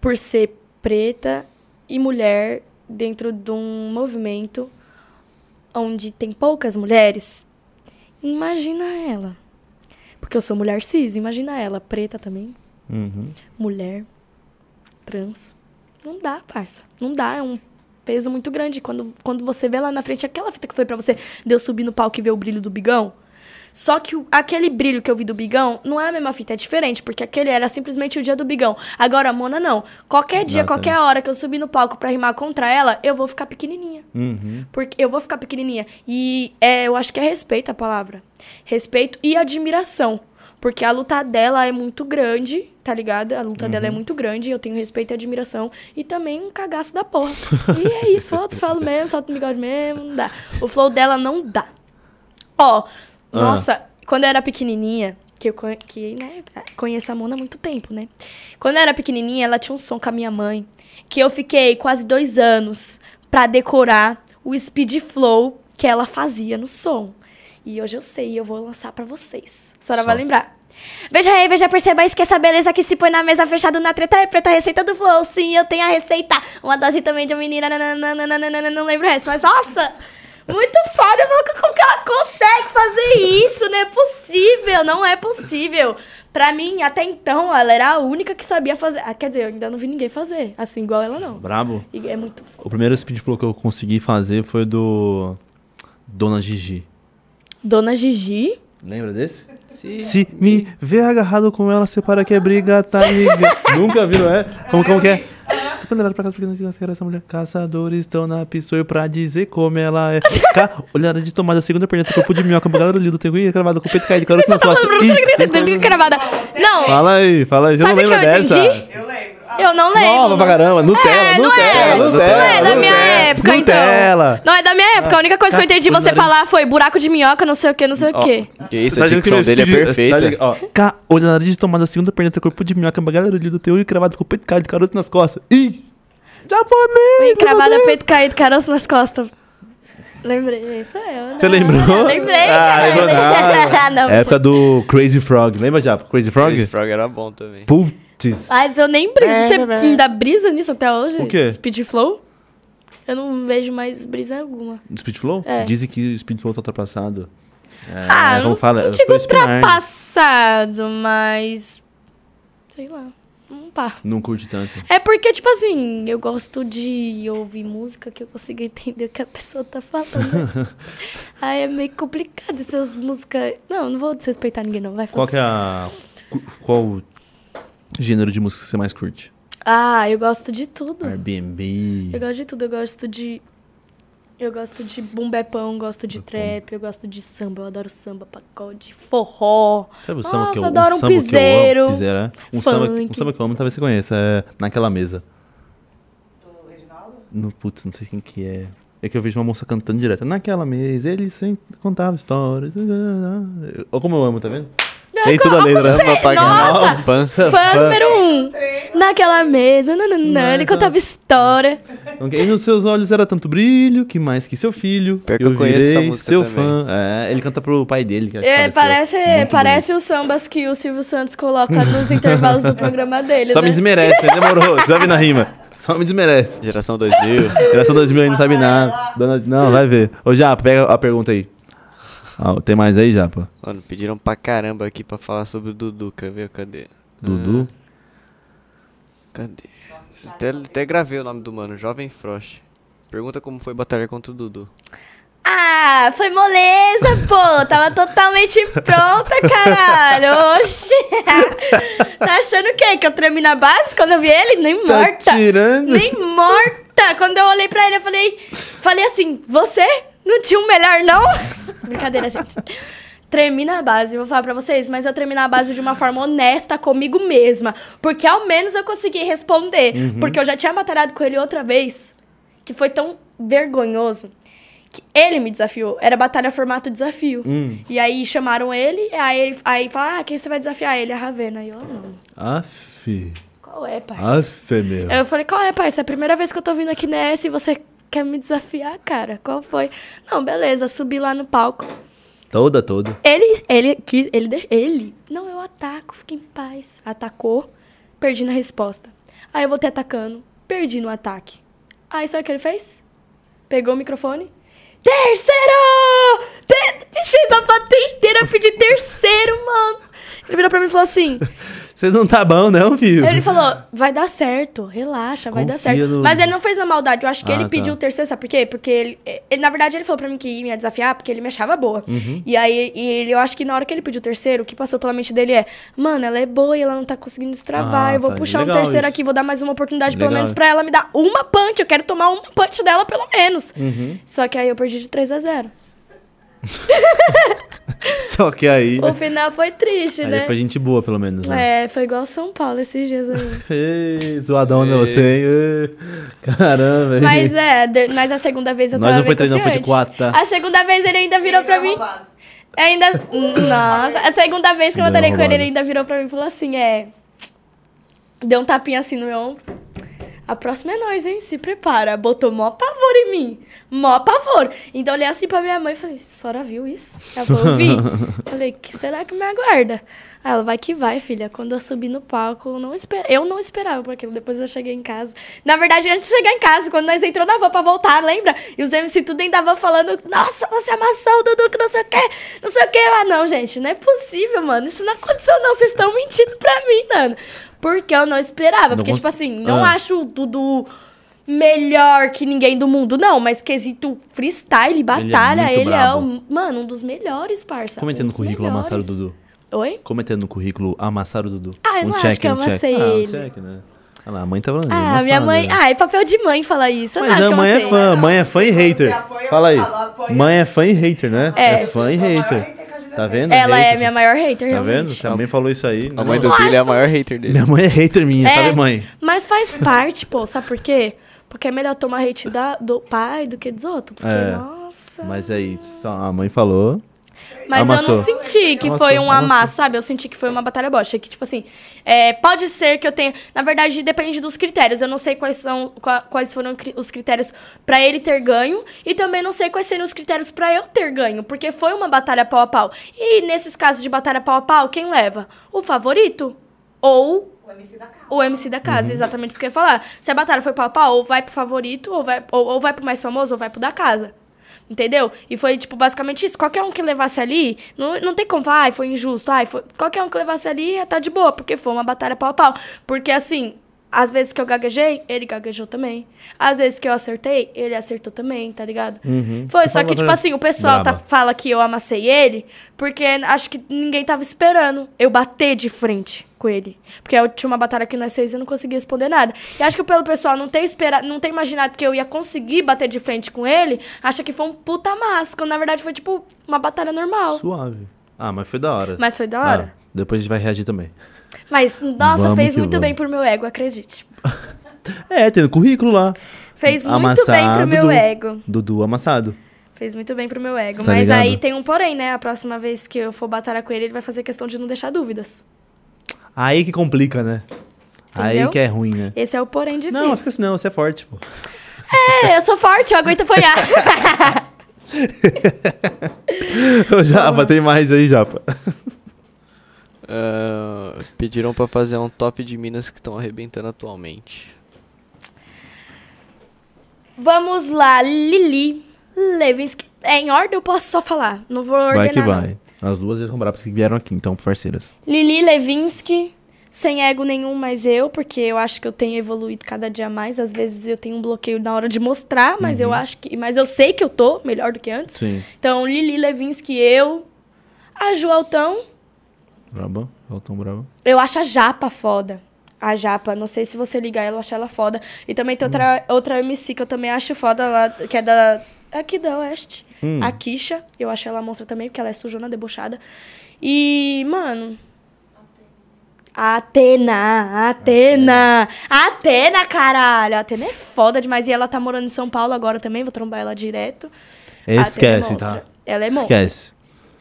S3: por ser preta e mulher dentro de um movimento onde tem poucas mulheres. Imagina ela. Porque eu sou mulher cis, imagina ela, preta também,
S1: Uhum.
S3: mulher, trans. Não dá, parça. Não dá, é um peso muito grande. Quando, quando você vê lá na frente aquela fita que eu falei pra você, de eu subir no palco e ver o brilho do bigão. Só que o- aquele brilho que eu vi do bigão não é a mesma fita, é diferente, porque aquele era simplesmente o dia do bigão. Agora, a Mona, não. Qualquer dia,
S1: Exatamente.
S3: qualquer hora que eu subir no palco pra rimar contra ela, eu vou ficar pequenininha.
S1: Uhum.
S3: Porque eu vou ficar pequenininha. E é, eu acho que é respeito a palavra. Respeito e admiração. Porque a luta dela é muito grande, tá ligado? A luta dela é muito grande, eu tenho respeito e admiração. E também um cagaço da porra. e é isso, foda-se, falo mesmo, solto o bigode mesmo, não dá. O flow dela não dá. Ó, nossa, quando eu era pequenininha, que eu conhe- que, né, conheço a Mona há muito tempo, né? Quando eu era pequenininha, ela tinha um som com a minha mãe, que eu fiquei quase dois anos pra decorar o speed flow que ela fazia no som. E hoje eu sei, e eu vou lançar pra vocês. A senhora vai lembrar. Veja aí, veja, perceba isso, que essa beleza que se põe na mesa fechado na treta é preta, receita do flow. Sim, eu tenho a receita. Uma dose também de uma menina, nananana, não lembro o resto, mas nossa! Muito foda, eu falo, como que ela consegue fazer isso? Não é possível, não é possível. Pra mim, até então, ela era a única que sabia fazer. Ah, quer dizer, eu ainda não vi ninguém fazer, assim, igual ela não.
S1: Brabo.
S3: E é muito foda.
S1: O primeiro speed flow que eu consegui fazer foi do Dona Gigi.
S3: Dona Gigi,
S1: Lembra desse?
S2: Se,
S1: Se me vê agarrado com ela, separa que é briga, tá ligado? Nunca viram, é? Como, como que é? Tô pra levar pra casa porque não sei se era essa mulher. Caçadores estão na pissoia pra dizer como ela é. Ca... Olhada de tomada, segunda pergunta, corpo de minhoca, bugada do lido, tem unha cravada, com o peito caído,
S3: Tá
S1: caroço nas costas. assim, Ih,
S3: cravada. Não,
S1: Fala aí, fala aí, você não
S3: sabe o que
S1: lembra
S3: eu
S1: dessa?
S3: entendi?
S6: Eu lembro. Ah,
S3: Eu não lembro.
S1: Nova pra caramba, Nutella,
S3: É, não é.
S1: Nutella,
S3: Não
S1: Nutella.
S3: é da minha
S1: Nutella.
S3: época, então.
S1: Nutella.
S3: Não é da minha época. A única coisa que eu entendi de você falar foi buraco de minhoca, não sei o que, não sei o que.
S2: que isso,
S1: Tá
S2: a
S1: ligado que
S2: dicção
S1: meu
S2: dele é
S1: speed-
S2: perfeita.
S1: tá ligado? Ó, Ca... Olha na nariz de tomada, segunda perneta, corpo de minhoca, galera do teu olho cravado com o peito caído, caroto nas costas. Ih! Japonês!
S3: Bem cravada, peito caído, caroço nas costas. Lembrei, isso é eu.
S1: Você
S3: né?
S1: lembrou? Ah,
S3: Lembrei, cara.
S1: lembrou nada.
S3: Não,
S1: Época do Crazy Frog. Lembra, Japa? Crazy Frog?
S2: Esse frog era bom também.
S1: Putz.
S3: Mas eu nem briso. Você ainda brisa nisso até hoje?
S1: O quê?
S3: Speed flow? Eu não vejo mais brisa alguma.
S1: Speed Flow?
S3: É.
S1: Dizem que o Speed Flow tá ultrapassado. É,
S3: Ah,
S1: como
S3: não,
S1: fala?
S3: não
S1: Foi
S3: digo
S1: Spinard.
S3: ultrapassado, mas. Sei lá. Não pá.
S1: Não curte tanto.
S3: É porque, tipo assim, eu gosto de ouvir música que eu consigo entender o que a pessoa tá falando. Aí é meio complicado essas músicas. Não, não vou desrespeitar ninguém, não. Vai
S1: Qual
S3: falar.
S1: que é a... cu- Qual o gênero de música que você mais curte?
S3: Ah, eu gosto de
S2: Hum.
S3: tudo. Eu
S1: Airbnb.
S3: gosto de tudo. Eu gosto de. Eu gosto de bumbepão, gosto de trap, eu gosto de samba, eu adoro samba, pagode, forró.
S1: Sabe o samba que eu,
S3: Nossa, adoro um
S1: samba que eu
S3: piseiro,
S1: amo? Piseiro, é? Um samba, um
S3: funk.
S1: samba que eu amo, talvez você conheça. É Naquela Mesa. No, putz, não sei quem que é. É que eu vejo uma moça cantando direto. Naquela mesa, ele sempre contava histórias. Olha como eu amo, tá vendo? Sei toda a letra.
S2: Caramba,
S3: nossa!
S2: não, fã.
S3: Fã número um. Naquela mesa, nananã, ele
S1: Nossa.
S3: contava história.
S1: E nos seus olhos era tanto brilho, que mais que seu filho.
S2: Pior que eu conheço essa
S1: virei
S2: música
S1: seu
S2: também.
S1: fã. É, ele canta pro pai dele. Que acho que
S3: É, parece,
S1: faleceu. Muito
S3: parece os sambas que o Silvio Santos coloca nos intervalos do programa dele,
S1: bonito. Só me
S3: né?
S1: desmerece, né? demorou. Sabe na rima. Só me desmerece.
S2: Geração 2000.
S1: Geração 2000 aí não sabe nada. Dona- Não, vai ver. Ô, Japa, pega a pergunta aí. Ah, tem mais aí, Japa?
S2: Mano, pediram pra caramba aqui pra falar sobre o Dudu, quer ver? Cadê? Hum,
S1: Dudu?
S2: Cadê? Até, até gravei o nome do mano, Jovem Frost. Pergunta como foi batalhar contra o Dudu.
S3: Ah, foi moleza, pô. Tava totalmente pronta, caralho. Oxi. Tá achando o quê? Que eu tremi na base quando eu vi ele? Nem morta.
S1: Tá tirando?
S3: Nem morta. Quando eu olhei pra ele, eu falei... Falei assim, você não tinha um melhor, não? Brincadeira, gente. Tremi na base, vou falar pra vocês, mas eu tremi na base de uma forma honesta comigo mesma. Porque ao menos eu consegui responder. Porque eu já tinha batalhado com ele outra vez, que foi tão vergonhoso que ele me desafiou. Era batalha formato desafio. E aí chamaram ele, aí ele aí fala, ah, quem você vai desafiar? Ele, a Ravena. E eu, "Ah, não.
S1: Aff.
S3: Qual é, parça?
S1: Aff, meu.
S3: Eu falei, qual é, parça? É a primeira vez que eu tô vindo aqui nessa e você quer me desafiar, cara? Qual foi? Não, beleza, subi lá no palco.
S1: Toda, toda.
S3: Ele, ele, quis, ele, de- ele, não, eu ataco, fica em paz. Atacou, perdi na resposta. Aí eu voltei atacando, perdi no ataque. Aí sabe o que ele fez? Pegou o microfone. Terceiro! Te- te- Fez a plateia inteira pedir terceiro, mano. Ele virou pra mim e falou assim.
S1: Você não tá bom, não, filho?
S3: Ele falou, vai dar certo, relaxa, vai dar
S1: Confia
S3: certo.
S1: no-
S3: Mas ele não fez na maldade, eu acho que
S1: Ah,
S3: ele
S1: tá.
S3: pediu o terceiro, sabe por quê? Porque ele, ele- na verdade, ele falou pra mim que ia me desafiar, porque ele me achava boa.
S1: Uhum.
S3: E aí, e ele, eu acho que na hora que ele pediu o terceiro, o que passou pela mente dele é, mano, ela é boa e ela não tá conseguindo destravar,
S1: Ah,
S3: eu vou
S1: tá,
S3: puxar um
S1: legal
S3: terceiro
S1: isso.
S3: aqui, vou dar mais uma oportunidade, pelo
S1: Legal.
S3: menos pra ela me dar uma punch, eu quero tomar uma punch dela, pelo menos.
S1: Uhum.
S3: Só que aí eu perdi de 3 a 0
S1: Só que aí. né?
S3: O final foi triste,
S1: Aí
S3: né?
S1: foi gente boa, pelo menos, né?
S3: É, foi igual São Paulo esses dias aí.
S1: Ei, zoadão né, você, hein? Ei, Caramba, hein?
S3: Mas é, de- mas a segunda vez eu
S1: Nós
S3: tava
S1: não foi
S3: bem
S1: três, não, foi de
S3: confiante.
S1: quatro, tá?
S3: A segunda vez ele ainda virou pra mim.
S6: Roubado.
S3: Ainda. Nossa, a segunda vez que eu
S1: Não,
S3: batalhei com ele,
S1: roubado.
S3: ele ainda virou pra mim e falou assim: é. Deu um tapinha assim no meu ombro. A próxima é nós, hein? Se prepara. Botou mó pavor em mim. Mó pavor. Então eu olhei assim pra minha mãe e falei, Sora viu isso? Ela falou, vi. falei, que será que me aguarda? Aí ela, vai que vai, filha. Quando eu subi no palco, eu não, esper... eu não esperava por aquilo. Depois eu cheguei em casa. Na verdade, antes de chegar em casa, quando nós entrou na van pra voltar, lembra? E os MC tudo ainda van falando, nossa, você amassou o Dudu, que não sei o quê, não sei o quê. Eu, Ah, não, gente, não é possível, mano. Isso não aconteceu, não. Vocês estão mentindo pra mim, mano. Porque eu não esperava.
S1: Não
S3: Porque,
S1: cons-
S3: tipo assim, não
S1: Ah.
S3: acho o Dudu melhor que ninguém do mundo, não. Mas quesito freestyle, batalha,
S1: muito
S3: ele é,
S1: brabo.
S3: um, mano, um dos melhores, parça.
S1: Comentei
S3: um
S1: no
S3: dos
S1: currículo
S3: melhores.
S1: amassar o Dudu. é
S3: Oi?
S1: Comentei no currículo amassar o Dudu. Um
S3: Ah, eu não acho que eu amassei
S1: check.
S3: ele.
S1: Ah, um check, né? Olha lá, a mãe tá falando.
S3: Ah,
S1: amassado,
S3: minha mãe...
S1: né?
S3: Ah, é papel de mãe falar isso. Eu não
S1: Mas a
S3: Então, acho que eu
S1: mãe é
S3: amassei.
S1: fã, mãe é fã e hater.
S6: Você apoia,
S1: Fala aí.
S6: fala, apoia.
S1: Mãe é fã e hater, né?
S3: É.
S1: É fã e
S6: Eu sou a maior
S1: hater.
S6: hater que a Juliana
S1: Tá
S6: tem.
S1: vendo?
S3: Ela é
S1: Hater.
S3: a minha maior hater,
S1: Tá
S3: realmente.
S1: vendo? Também falou isso aí.
S2: A mãe
S1: Não.
S2: do Billy é a maior hater dele.
S1: Minha mãe é hater minha,
S3: É.
S1: sabe, mãe?
S3: Mas faz parte, pô. Sabe por quê? Porque é melhor tomar hate da, do pai do que dos outros. Porque,
S1: É.
S3: nossa...
S1: Mas aí, só a mãe falou.
S3: Mas
S1: Amassou.
S3: eu não senti que
S1: Amassou,
S3: foi um
S1: amassou.
S3: amasso, sabe? Eu senti que foi uma batalha bosta. Que, tipo assim, é, pode ser que eu tenha. Na verdade, depende dos critérios. Eu não sei quais são qua- quais foram cri- os critérios pra ele ter ganho. E também não sei quais seriam os critérios pra eu ter ganho. Porque foi uma batalha pau a pau. E nesses casos de batalha pau a pau, quem leva? O favorito? Ou
S6: O MC da casa.
S3: o MC da casa,
S1: Uhum.
S3: exatamente isso que eu ia falar. Se a batalha foi pau a pau, ou vai pro favorito, ou vai, ou, ou vai pro mais famoso, ou vai pro da casa. Entendeu? E foi, tipo, basicamente isso. Qualquer um que levasse ali, não, não tem como falar, ai, foi injusto, ai, foi... Qualquer um que levasse ali ia tá de boa, porque foi uma batalha pau a pau. Porque, assim, às vezes que eu gaguejei, ele gaguejou também. Às vezes que eu acertei, ele acertou também, tá ligado? Foi, só
S1: Uhum. uma
S3: que, tipo
S1: batalha
S3: assim, o pessoal tá,
S1: braba.
S3: fala que eu amassei ele, porque acho que ninguém tava esperando eu bater de frente com ele. Porque eu tinha uma batalha que nós seis e eu não conseguia responder nada. E acho que pelo pessoal não ter, espera, não ter imaginado que eu ia conseguir bater de frente com ele, acha que foi um puta massa, quando na verdade foi tipo uma batalha normal.
S1: Suave. Ah, mas foi da hora.
S3: Mas foi da hora.
S1: Ah, depois a gente vai reagir também.
S3: Mas, nossa,
S1: Vamos
S3: fez
S1: que
S3: muito
S1: vamos.
S3: bem pro meu ego, acredite.
S1: É, tem no currículo lá.
S3: Fez muito bem pro meu
S1: Dudu.
S3: ego.
S1: Dudu amassado.
S3: Fez muito bem pro meu ego.
S1: Tá
S3: Mas
S1: ligado?
S3: aí tem um porém, né? A próxima vez que eu for batalhar com ele, ele vai fazer questão de não deixar dúvidas.
S1: Aí que complica, né? Aí
S3: Entendeu?
S1: que é ruim, né?
S3: Esse é o porém difícil.
S1: Não, fica assim, não, você é forte, pô.
S3: É, eu sou forte, eu aguento apanhar.
S1: Ô, Japa, tem mais aí, Japa.
S2: Ah, pediram pra fazer um top de minas que estão arrebentando atualmente.
S3: Vamos lá, Lili Levinsky. É, em ordem eu posso só falar, não vou ordenar.
S1: Vai que
S3: não.
S1: vai. As duas já são brabas que vieram aqui, então, parceiras.
S3: Lili Levinsky, sem ego nenhum, mas eu, porque eu acho que eu tenho evoluído cada dia mais. Às vezes eu tenho um bloqueio na hora de mostrar, mas
S1: Uhum.
S3: eu acho que. Mas eu sei que eu tô melhor do que antes.
S1: Sim.
S3: Então, Lili Levinsky, eu. A Ju Altão,
S1: Braba? Faltam braba.
S3: eu acho a Japa foda. A Japa, não sei se você ligar ela, eu acho ela foda. E também tem outra,
S1: Hum.
S3: outra MC que eu também acho foda lá, que é da. Aqui da Oeste.
S1: Hum.
S3: A Kisha. Eu acho ela monstra também, porque ela é sujona, debochada. E, mano. Atena, Atena, Atena, caralho. A Atena é foda demais. E ela tá morando em São Paulo agora também. Vou trombar ela direto. A Atena é
S1: Esquece,
S3: monstra.
S1: tá?
S3: Ela é monstra.
S1: Esquece.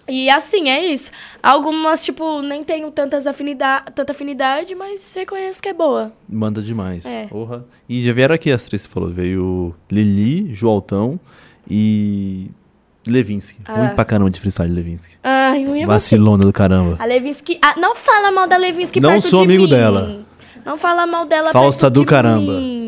S3: E assim, é isso. Algumas, tipo, nem tenho tantas afinida tanta afinidade, mas reconheço que é boa.
S1: Manda demais.
S3: É.
S1: Porra. E já vieram aqui as três, você falou. Veio Lili, Joaltão e Levinsky.
S3: Ah.
S1: Ruim pra caramba de freestyle, Levinsky.
S3: Ai, ruim é você.
S1: Vacilona do caramba.
S3: A Levinsky... Ah, não fala mal da Levinsky
S1: Não
S3: perto
S1: sou
S3: de
S1: amigo
S3: mim.
S1: dela.
S3: Não fala mal dela
S1: Falsa
S3: perto
S1: do
S3: de
S1: caramba.
S3: mim.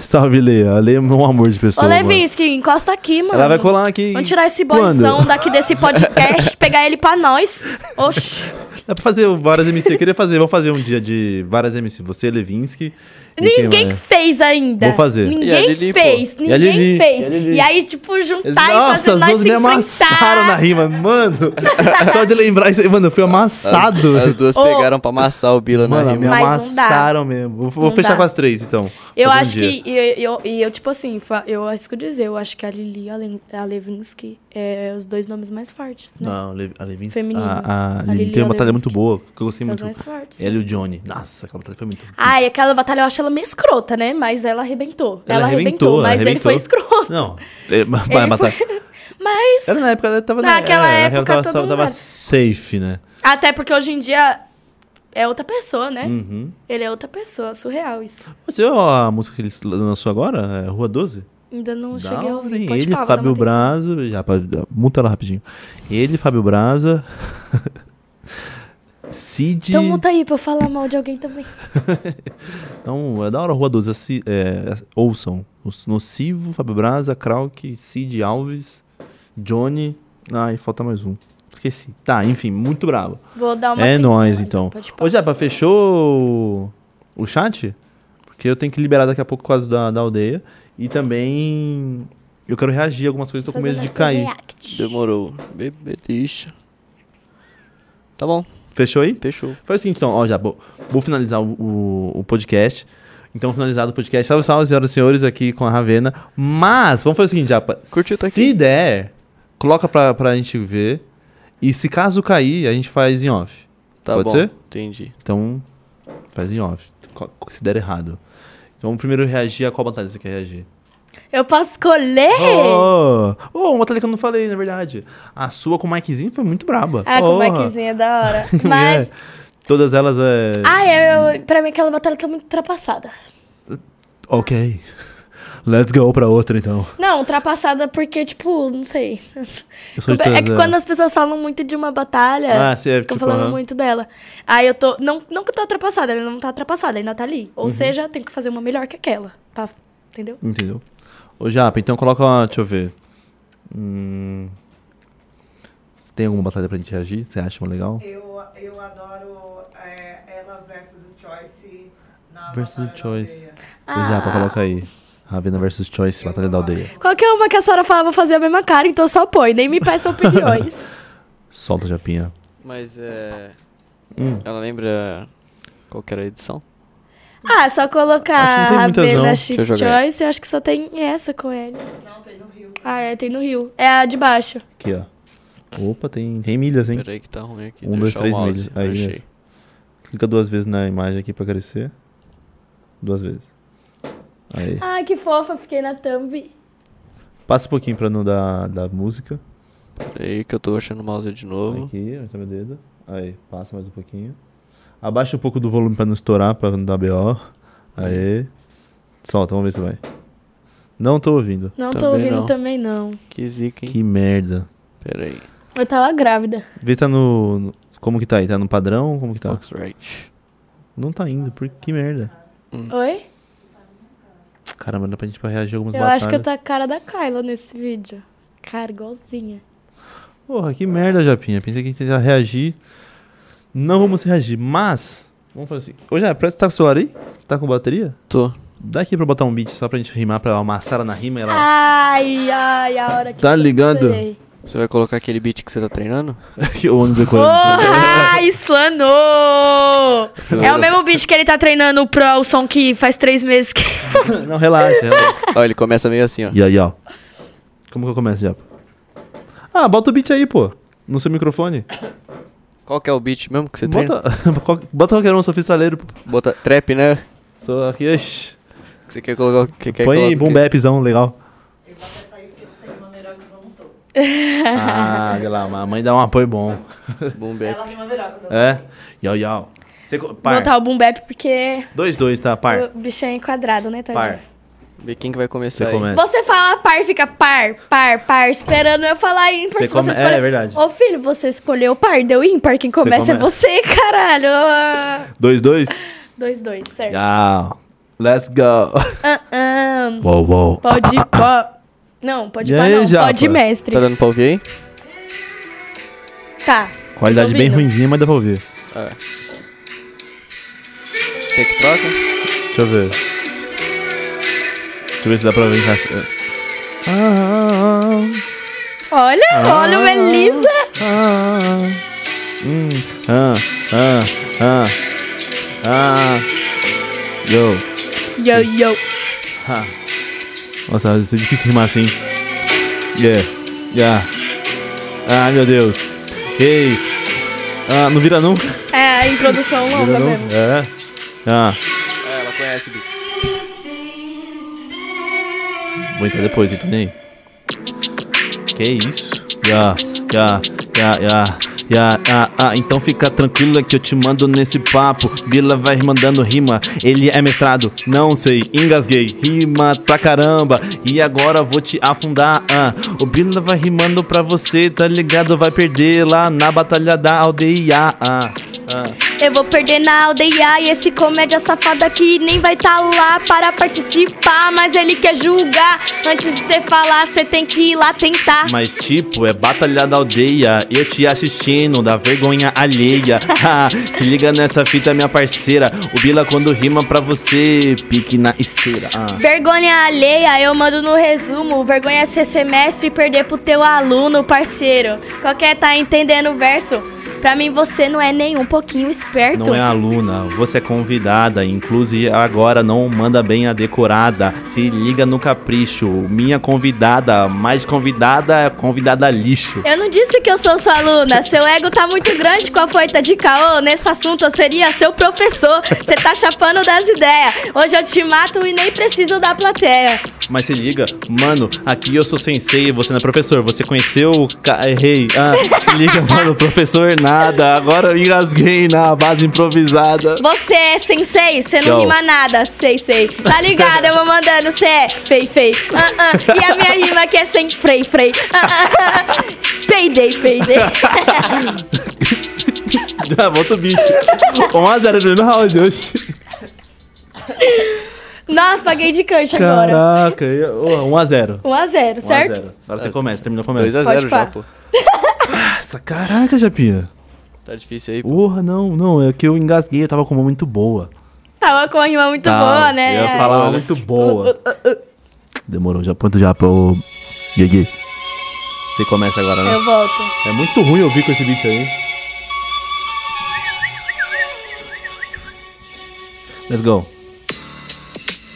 S8: Salve, Leia. A Leia é um amor de pessoa.
S3: Ô,
S8: mano.
S3: Levinsky, encosta aqui, mano.
S1: Ela vai colar aqui.
S3: Vamos tirar esse
S8: Quando?
S3: boizão daqui desse podcast, pegar ele pra nós. Oxi.
S1: Dá pra fazer várias MC. Eu queria fazer, vou fazer um dia de várias MC. Você, Levinsky. e quem
S3: Ninguém
S1: mais?
S3: fez ainda.
S1: Vou fazer.
S2: E a
S3: Ninguém
S2: Lili, pô?
S3: fez.
S1: E a
S3: Ninguém
S1: Lili? E a
S3: fez.
S1: Lili?
S3: E, aí, tipo, juntar e
S1: Nossa,
S3: fazer
S1: as
S3: nós
S1: duas
S3: se
S1: me amassaram
S3: enfrentar.
S1: na rima, mano. Só de lembrar isso aí, mano, eu fui amassado.
S2: As duas
S3: Ô.
S2: pegaram pra amassar o Bila na
S1: Mano, me
S2: rima.
S3: Mas não
S1: amassaram mesmo. Vou, vou
S3: Não
S1: fechar
S3: dá.
S1: com as três, então. Fazer
S3: Eu
S1: um
S3: acho
S1: dia.
S3: que. E eu, e eu, tipo assim, fa- eu arrisco dizer, eu acho que a Lili e a Len- a Levinsky é os dois nomes mais fortes, né?
S1: Não, Le- a Levin...
S3: Feminino.
S1: A, a
S3: A
S1: Lili
S3: Lili é
S1: teve uma batalha
S3: Levinsky.
S1: muito boa, que eu gostei
S3: Os
S1: muito.
S3: mais fortes. Ah,
S1: Ela e o Johnny. Nossa, aquela batalha foi muito...
S3: Ai, aquela batalha eu acho ela meio escrota, né? Mas ela arrebentou. Ela, arrebentou,
S1: ela
S3: mas ele foi
S1: arrebentou.
S3: escroto.
S1: Não, é, mas-
S3: Ele
S1: mas-
S3: foi- Mas.
S1: Ela na época ela tava...
S3: Naquela
S1: é,
S3: época,
S1: ela
S3: todo
S1: tava,
S3: mundo
S1: tava
S3: era.
S1: safe, né?
S3: Até porque hoje em dia é outra pessoa, né?
S1: Uhum.
S3: Ele é outra pessoa, surreal isso.
S1: Você viu a música que ele lançou agora? É Rua 12?
S3: Ainda não
S1: Da
S3: cheguei a
S1: hora,
S3: ouvir.
S1: hein?
S3: Pode
S1: Ele,
S3: falar, vou dar
S1: Fábio
S3: uma atenção.
S1: Braza. Já, pra- muta ela rapidinho. Ele, Fábio Braza. Cid.
S3: Então muta aí pra eu falar mal de alguém também.
S1: Então, é da hora Rua 12. assi- é, ouçam. Os Nocivo, Fábio Braza, Krauk, Cid Alves, Johnny. Ah, e falta mais um. Esqueci. Tá, enfim, muito bravo.
S3: Vou dar uma
S1: é
S3: atenção
S1: nóis,
S3: aí,
S1: então.
S3: pode falar.
S1: Ô, Japa, fechou o- o chat? Porque eu tenho que liberar daqui a pouco quase da, da aldeia. E também eu quero reagir a algumas coisas, tô com medo
S3: Fazendo
S1: de
S3: essa
S1: cair.
S3: react.
S2: Demorou. Bebê lixa. Tá bom,
S1: Fechou aí?
S2: fechou.
S1: Faz o seguinte, então, ó, já vou, vou finalizar o, o- o podcast. Então, finalizado o podcast. Salve, salve, senhoras e senhores, aqui com a Ravena. Mas, vamos fazer o seguinte, Japa.
S2: Curtiu, tá
S1: se
S2: aqui.
S1: der, coloca pra, pra gente ver. E se caso cair, a gente faz em off.
S2: Tá
S1: Pode
S2: bom.
S1: ser?
S2: Entendi.
S1: Então, faz em off. Co- Se der errado. Então, vamos primeiro reagir a qual batalha você quer reagir.
S3: Eu posso escolher?
S1: Oh, oh, uma batalha que eu não falei, na verdade. A sua com o Mikezinho foi muito braba.
S3: Ah, com
S1: Porra.
S3: Mikezinha, da hora. Mas.
S1: É. Todas elas é...
S3: Ah, eu, eu- pra mim aquela batalha tá muito ultrapassada.
S8: Ok. Let's go pra outra, então.
S3: Não, ultrapassada porque, tipo, não sei.
S1: Eu sou de
S3: é que
S1: todas
S3: quando as pessoas falam muito de uma batalha,
S1: Ah, sim, é,
S3: ficam
S1: tipo,
S3: falando
S1: aham.
S3: muito dela. Aí eu tô. Não, não que tá ultrapassada, ela não tá ultrapassada, ainda tá ali.
S1: Uhum.
S3: Ou seja, tem que fazer uma melhor que aquela. pra- entendeu?
S1: Entendeu? Ô, Japa, então coloca lá, deixa eu ver. Hum, você tem alguma batalha pra gente reagir? Você acha uma legal?
S6: Eu, eu adoro é, ela versus o Choice na
S1: Versus o
S6: Batalha da
S1: Choice.
S6: Aldeia.
S3: Ah.
S1: Ô, Japa, coloca aí. Ravena versus Choice, Batalha da Aldeia.
S3: Qualquer uma que a senhora falar, eu vou fazer a mesma cara, então só põe. Nem me peça opiniões.
S1: Solta, Japinha.
S2: Mas é.
S1: Hum.
S2: Ela lembra qual que era a edição?
S3: ah,
S1: Acho que
S3: só
S1: não
S3: colocar
S1: tem
S3: a
S1: muitas, não.
S3: Ravena
S2: Deixa eu
S3: X
S2: jogar
S3: Choice, eu acho que só tem essa com ele.
S6: Não, tem no Rio.
S3: Ah, é, tem no Rio. É a de baixo.
S1: Aqui, ó. Opa, tem, tem milhas, hein?
S2: Pera aí que tá ruim aqui.
S1: Um,
S2: deixa
S1: dois,
S2: eu achar o
S1: três
S2: mouse.
S1: milhas. Aí,
S2: Achei.
S1: isso. Clica duas vezes na imagem aqui pra crescer. Duas vezes. Aí.
S3: Ai, que fofa, fiquei na thumb.
S1: Passa um pouquinho pra não dar, dar música.
S2: Pera aí que eu tô achando o mouse de novo.
S1: Aqui, onde tá meu dedo. Aí, passa mais um pouquinho. Abaixa um pouco do volume pra não estourar, pra não dar BO. Aí. Solta, vamos ver se vai. Não tô ouvindo.
S3: Não tô
S2: Também
S3: ouvindo
S2: não.
S3: também, não.
S2: Que zica, hein?
S1: Que merda.
S2: Pera aí.
S3: Eu tava grávida.
S1: Vê tá no, no- Como que tá aí? Tá no padrão? Como que tá?
S2: Foxrite.
S1: Não tá indo, por que merda. Hum,
S3: Oi?
S1: Caramba, dá pra gente pra reagir algumas
S3: Eu
S1: batalhas.
S3: acho que eu tá- tô a cara da Kyla nesse vídeo. Cara, igualzinha.
S1: Porra, que merda, Japinha. Pensei que a gente ia tentar reagir. Não vamos reagir, mas. Vamos fazer assim. Ô, Japinha, parece que tá com o celular aí? Você tá com bateria?
S2: Tô.
S1: Dá aqui pra eu botar um beat só pra gente rimar, pra amassar ela na rima e ela.
S3: Ai, ai, a hora que
S1: Ah. Tá
S3: eu
S1: ligando?
S3: chorei.
S2: Você vai colocar aquele beat que você tá treinando?
S1: Que o ano decorando.
S3: Porra, explanou! É o mesmo bicho que ele tá treinando o pro, o som que faz três meses que...
S1: Não, relaxa, relaxa.
S2: Ó, ele começa meio assim, ó.
S1: E aí, ó. Como que eu começo, Japa? Ah, bota o beat aí, pô. No seu microfone.
S2: Qual que é o beat mesmo que você treina?
S1: Bota, qual- bota qualquer um, sou freestyleiro, pô.
S2: Bota trap, né?
S1: Sou aqui, ixi.
S2: Que Você quer colocar o que quer
S1: Põe aí,
S2: colocar?
S1: boom bapzão, legal.
S6: Eu vou até sair porque eu sei de maneira que eu não tô.
S1: Ah, olha lá, a mãe dá um apoio bom.
S2: Boom bap.
S6: Ela rima melhor quando eu
S1: É? Yau, yau. Você co- par.
S3: Botar o boom bap porque
S1: 2, 2, tá? Par.
S3: o bicho é enquadrado, né, Tadinho?
S1: Par.
S2: Vê quem que vai começar
S1: Você
S2: aí.
S1: começa.
S3: Você fala par, fica par, par, par, esperando eu falar ímpar.
S1: Você
S3: se você
S1: come-
S3: escolheu...
S1: é, é verdade.
S3: Ô filho, você escolheu par, deu ímpar. Quem
S1: Você
S3: começa é
S1: começa.
S3: você, caralho. Ah,
S1: 2, 2.
S3: Dois, dois, certo. Ah,
S1: Yau. Let's go.
S3: Ahn,
S1: Uou, uou.
S3: pode ir, pó. Não, pode ir,
S1: E
S3: pó,
S1: aí,
S3: não.
S1: japa?
S3: Pode ir, mestre.
S2: Tá dando pra ouvir aí?
S3: Tá.
S1: Qualidade bem
S3: Ouvindo.
S1: ruimzinha, mas dá pra ouvir.
S2: Quer que troca?
S1: Deixa eu ver. Deixa eu ver se dá pra ver. Ah,
S3: Olha, olha o Elisa.
S1: ah, hum, ah, ah, ah, ah. Yo.
S3: Yo, yo.
S1: Ha. Nossa, isso é difícil rimar assim. Yeah. Yeah. Ah, meu Deus. Ei. Ah, não vira não?
S3: É, a introdução longa
S1: Vira não?
S3: mesmo.
S1: É. Ah,
S2: É, ela conhece o bicho.
S1: vou entrar depois, então nem. aí. Que isso? Ya, ya, ya, ya. Ya, ah, ah, então fica tranquila que eu te mando nesse papo. Bila vai mandando rima, ele é mestrado, não sei, engasguei, rima pra caramba. E agora vou te afundar. ah. O Bila vai rimando pra você, tá ligado? Vai perder lá na batalha da aldeia. ah, ah.
S3: Eu vou perder na aldeia e esse comédia safado aqui nem vai tá lá para participar, mas ele quer julgar. Antes de você falar, você tem que ir lá tentar.
S1: Mas tipo, é batalha da aldeia Eu te assistindo, da vergonha alheia Ha, Se liga nessa fita, minha parceira O Bila quando rima pra você Pique na esteira ah.
S3: Vergonha alheia, eu mando no resumo. Vergonha é ser semestre e perder pro teu aluno, parceiro. Qualquer tá entendendo o verso? Pra mim você não é nem um pouquinho esperto.
S1: Não é aluna, você é convidada Inclusive agora não manda bem a decorada Se liga no capricho Minha convidada, mais convidada é Convidada lixo
S3: Eu não disse que eu sou sua aluna. Seu ego tá muito grande com a foita de caô. Nesse assunto eu seria seu professor. Você tá chapando das ideias. Hoje eu te mato e nem preciso da plateia.
S1: Mas se liga, mano, aqui eu sou sensei, você não é professor, você conheceu o ca... Errei. Ah, se liga, mano, professor nada. Agora eu engasguei na base improvisada.
S3: Você é sensei, você
S1: Yo.
S3: não rima nada, sei, sei. Tá ligado, eu vou mandando, você é fei, fei. Ah, ah. E a minha rima que é sem frei, frei. Ah, ah, ah. Peidei, peidei.
S1: Já Ah, volta o bicho. 1x0 no primeiro round hoje.
S3: Nossa, paguei de cancha agora.
S1: Caraca, 1x0.
S3: 1x0, certo?
S1: 1x0. Agora você começa, terminou começa.
S2: 2x0
S3: Pode pá.
S2: já, pô.
S1: Nossa, caraca, Japinha.
S2: Tá difícil aí, pô.
S1: Porra, não, não, é que eu engasguei, eu tava com uma muito boa.
S3: Tava com uma rima muito boa, né?
S1: Tá, Eu ia falar uma muito boa. Demorou, já ponto já pro Gigi. Você começa agora, né?
S3: Eu volto.
S1: É muito ruim ouvir com esse bicho aí. Let's go.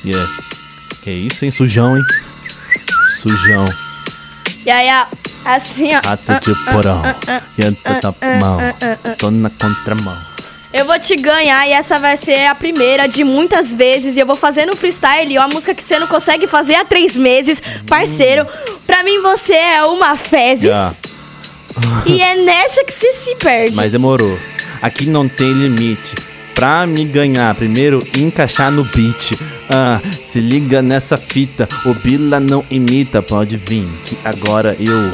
S1: Yeah. Que isso, hein? Sujão, hein? Sujão.
S3: Ia, ia. Assim, ó.
S1: Ato de porão. Yanta tá mão. Tô na contramão.
S3: Eu vou te ganhar e essa vai ser a primeira de muitas vezes. E eu vou fazer no freestyle uma música que você não consegue fazer há três meses, parceiro. Pra mim, você é uma fezes.
S1: Yeah.
S3: e é nessa que você se perde.
S1: Mas demorou. Aqui não tem limite. Pra me ganhar, primeiro encaixar no beat. Ah, se liga nessa fita. O Bila não imita. Pode vir, que agora eu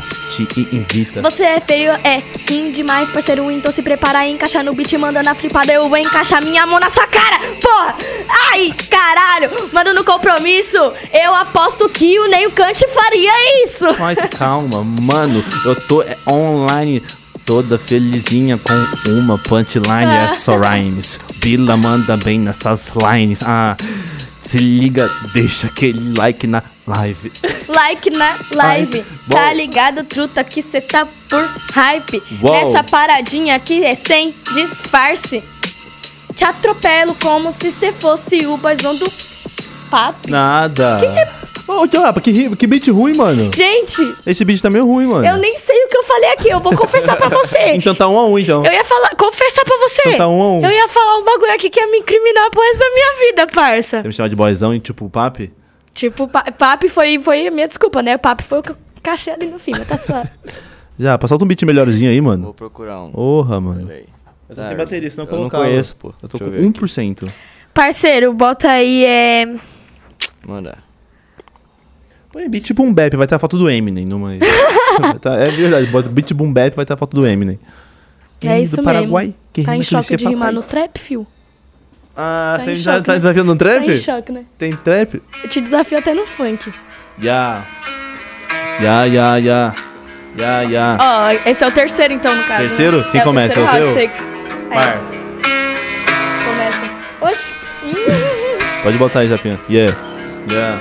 S1: te invita.
S3: Você é feio, é ruim demais, parceiro. Então se prepara, encaixar no beat, manda na flipada. Eu vou encaixar minha mão na sua cara. Porra! Ai, caralho! Manda no compromisso. Eu aposto que o Neil Kant faria isso.
S1: Mas calma, mano, eu tô é, online. Toda felizinha com uma punchline, é só rhymes. Bila manda bem nessas lines. Ah, se liga, deixa aquele like na live.
S3: Like na live,
S1: Hype.
S3: tá
S1: Uou.
S3: ligado, truta, que cê tá por hype.
S1: Uou.
S3: Nessa paradinha aqui é sem disfarce. Te atropelo como se cê fosse o boizão do pato.
S1: Nada. Ô, Tiapa, que, ri- que beat ruim, mano.
S3: Gente,
S1: Esse beat tá meio ruim, mano.
S3: eu nem sei o que eu falei aqui, eu vou confessar pra você.
S1: Então tá um a um, então.
S3: Eu ia falar, confessar pra você.
S1: Então tá um a um.
S3: Eu ia falar um bagulho aqui que ia me incriminar pro resto da minha vida, parça.
S1: Você me chamar de boyzão e tipo papi?
S3: Tipo, pa papi foi, foi a minha desculpa, né? O papi foi o que eu cachei ali no fim, mas tá suave.
S1: Já, passa um beat melhorzinho aí, mano.
S2: Vou procurar um.
S1: Porra, mano.
S2: Peraí.
S1: Uh. Eu tô sem bateria, senão eu
S2: Eu não
S1: colocava.
S2: conheço, pô.
S1: Eu tô
S2: Deixa eu
S1: com
S2: ver aqui.
S1: 1%.
S3: Parceiro, bota aí, é...
S1: um.
S2: Mandar.
S1: Põe Beat Boom Bap, vai ter a foto do Eminem numa aí. Vai tá- é verdade, bota Beat Boom Bap, vai ter a foto do Eminem.
S3: É isso
S1: do
S3: mesmo.
S1: Paraguai, que
S3: Tá
S1: rima
S3: em
S1: que ele
S3: choque
S1: quer
S3: de rimar
S1: papai.
S3: no trap, fio.
S1: Ah,
S3: Tá
S1: você
S3: em
S1: já
S3: choque,
S1: tá
S3: né?
S1: desafiando um
S3: Tá em
S1: trap?
S3: choque, né?
S1: Tem trap?
S3: Eu te desafio até no funk.
S1: Ya. Ya, ya, ya. Ya, ya.
S3: Ó, esse é o terceiro, então, no caso. né?
S1: Terceiro? Quem
S3: é o
S1: começa?
S3: terceiro
S1: É o
S3: round,
S1: seu?
S3: você- é,
S1: Par.
S3: começa. Oxi. Hum.
S1: Pode botar aí, Japinha. Yeah. Yeah.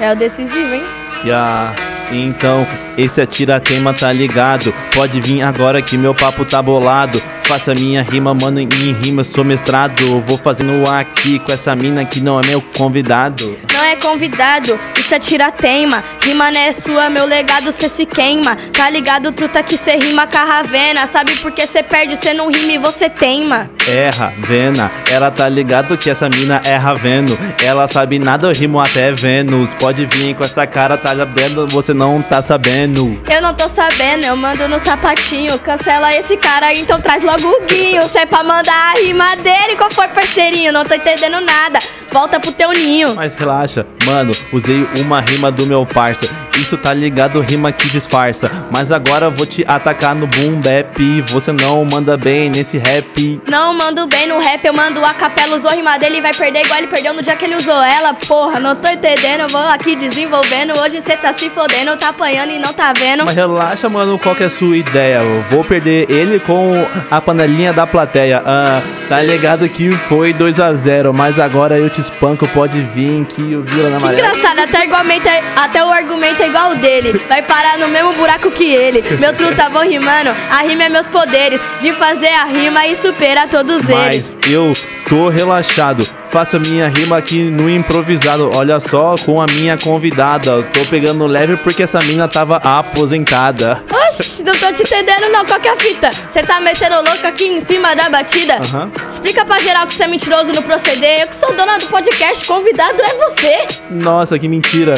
S3: É o decisivo, hein?
S1: Ya, Então, esse é tira-tema, tá ligado? Pode vir agora que meu papo tá bolado. Faça minha rima, mano, em rima eu sou mestrado. Vou fazendo aqui com essa mina que não é meu convidado.
S3: Não é convidado, isso é tiratema. Rima não é sua, meu legado cê se queima. Tá ligado, truta, que cê rima com a Ravena. Sabe por que cê perde, cê não rima e você teima.
S1: É Ravena, ela tá ligado que essa mina é Raveno. Ela sabe nada, eu rimo até Vênus. Pode vir com essa cara, tá sabendo, você não tá sabendo.
S3: Eu não tô sabendo, eu mando no sapatinho. Cancela esse cara, então traz logo o guinho. Cê é pra mandar a rima dele, qual foi, parceirinho? Não tô entendendo nada, volta pro teu ninho.
S1: Mas relaxa, mano, usei uma rima do meu parça. Isso tá ligado, rima que disfarça. Mas agora vou te atacar no boom bap. Você não manda bem nesse rap.
S3: Não mando bem no rap, eu mando a capela. Usou a rima dele, vai perder igual ele perdeu no dia que ele usou ela. Porra, não tô entendendo, vou aqui desenvolvendo. Hoje cê tá se fodendo, tá apanhando e não tá vendo.
S1: Mas relaxa, mano, qual que é a sua ideia? Eu vou perder ele com a panelinha da plateia. Ah, tá ligado que foi 2 a 0 mas agora eu te espanco, pode vir que o Vila na
S3: Que
S1: amarela.
S3: engraçado, até, igualmente, até o argumento é igual o dele. Vai parar no mesmo buraco que ele. Meu truta, vou rimando. A rima é meus poderes. De fazer a rima e supera todos eles.
S1: Mas eu tô relaxado, faço minha rima aqui no improvisado. Olha só com a minha convidada. Tô pegando leve porque essa mina tava aposentada.
S3: Oxi, não tô te entendendo não, qual que é a fita? Cê tá metendo louco aqui em cima da batida?
S1: Aham.
S3: Explica pra geral que você é mentiroso no proceder. Eu que sou dona do podcast, convidado é você.
S1: Nossa, que mentira.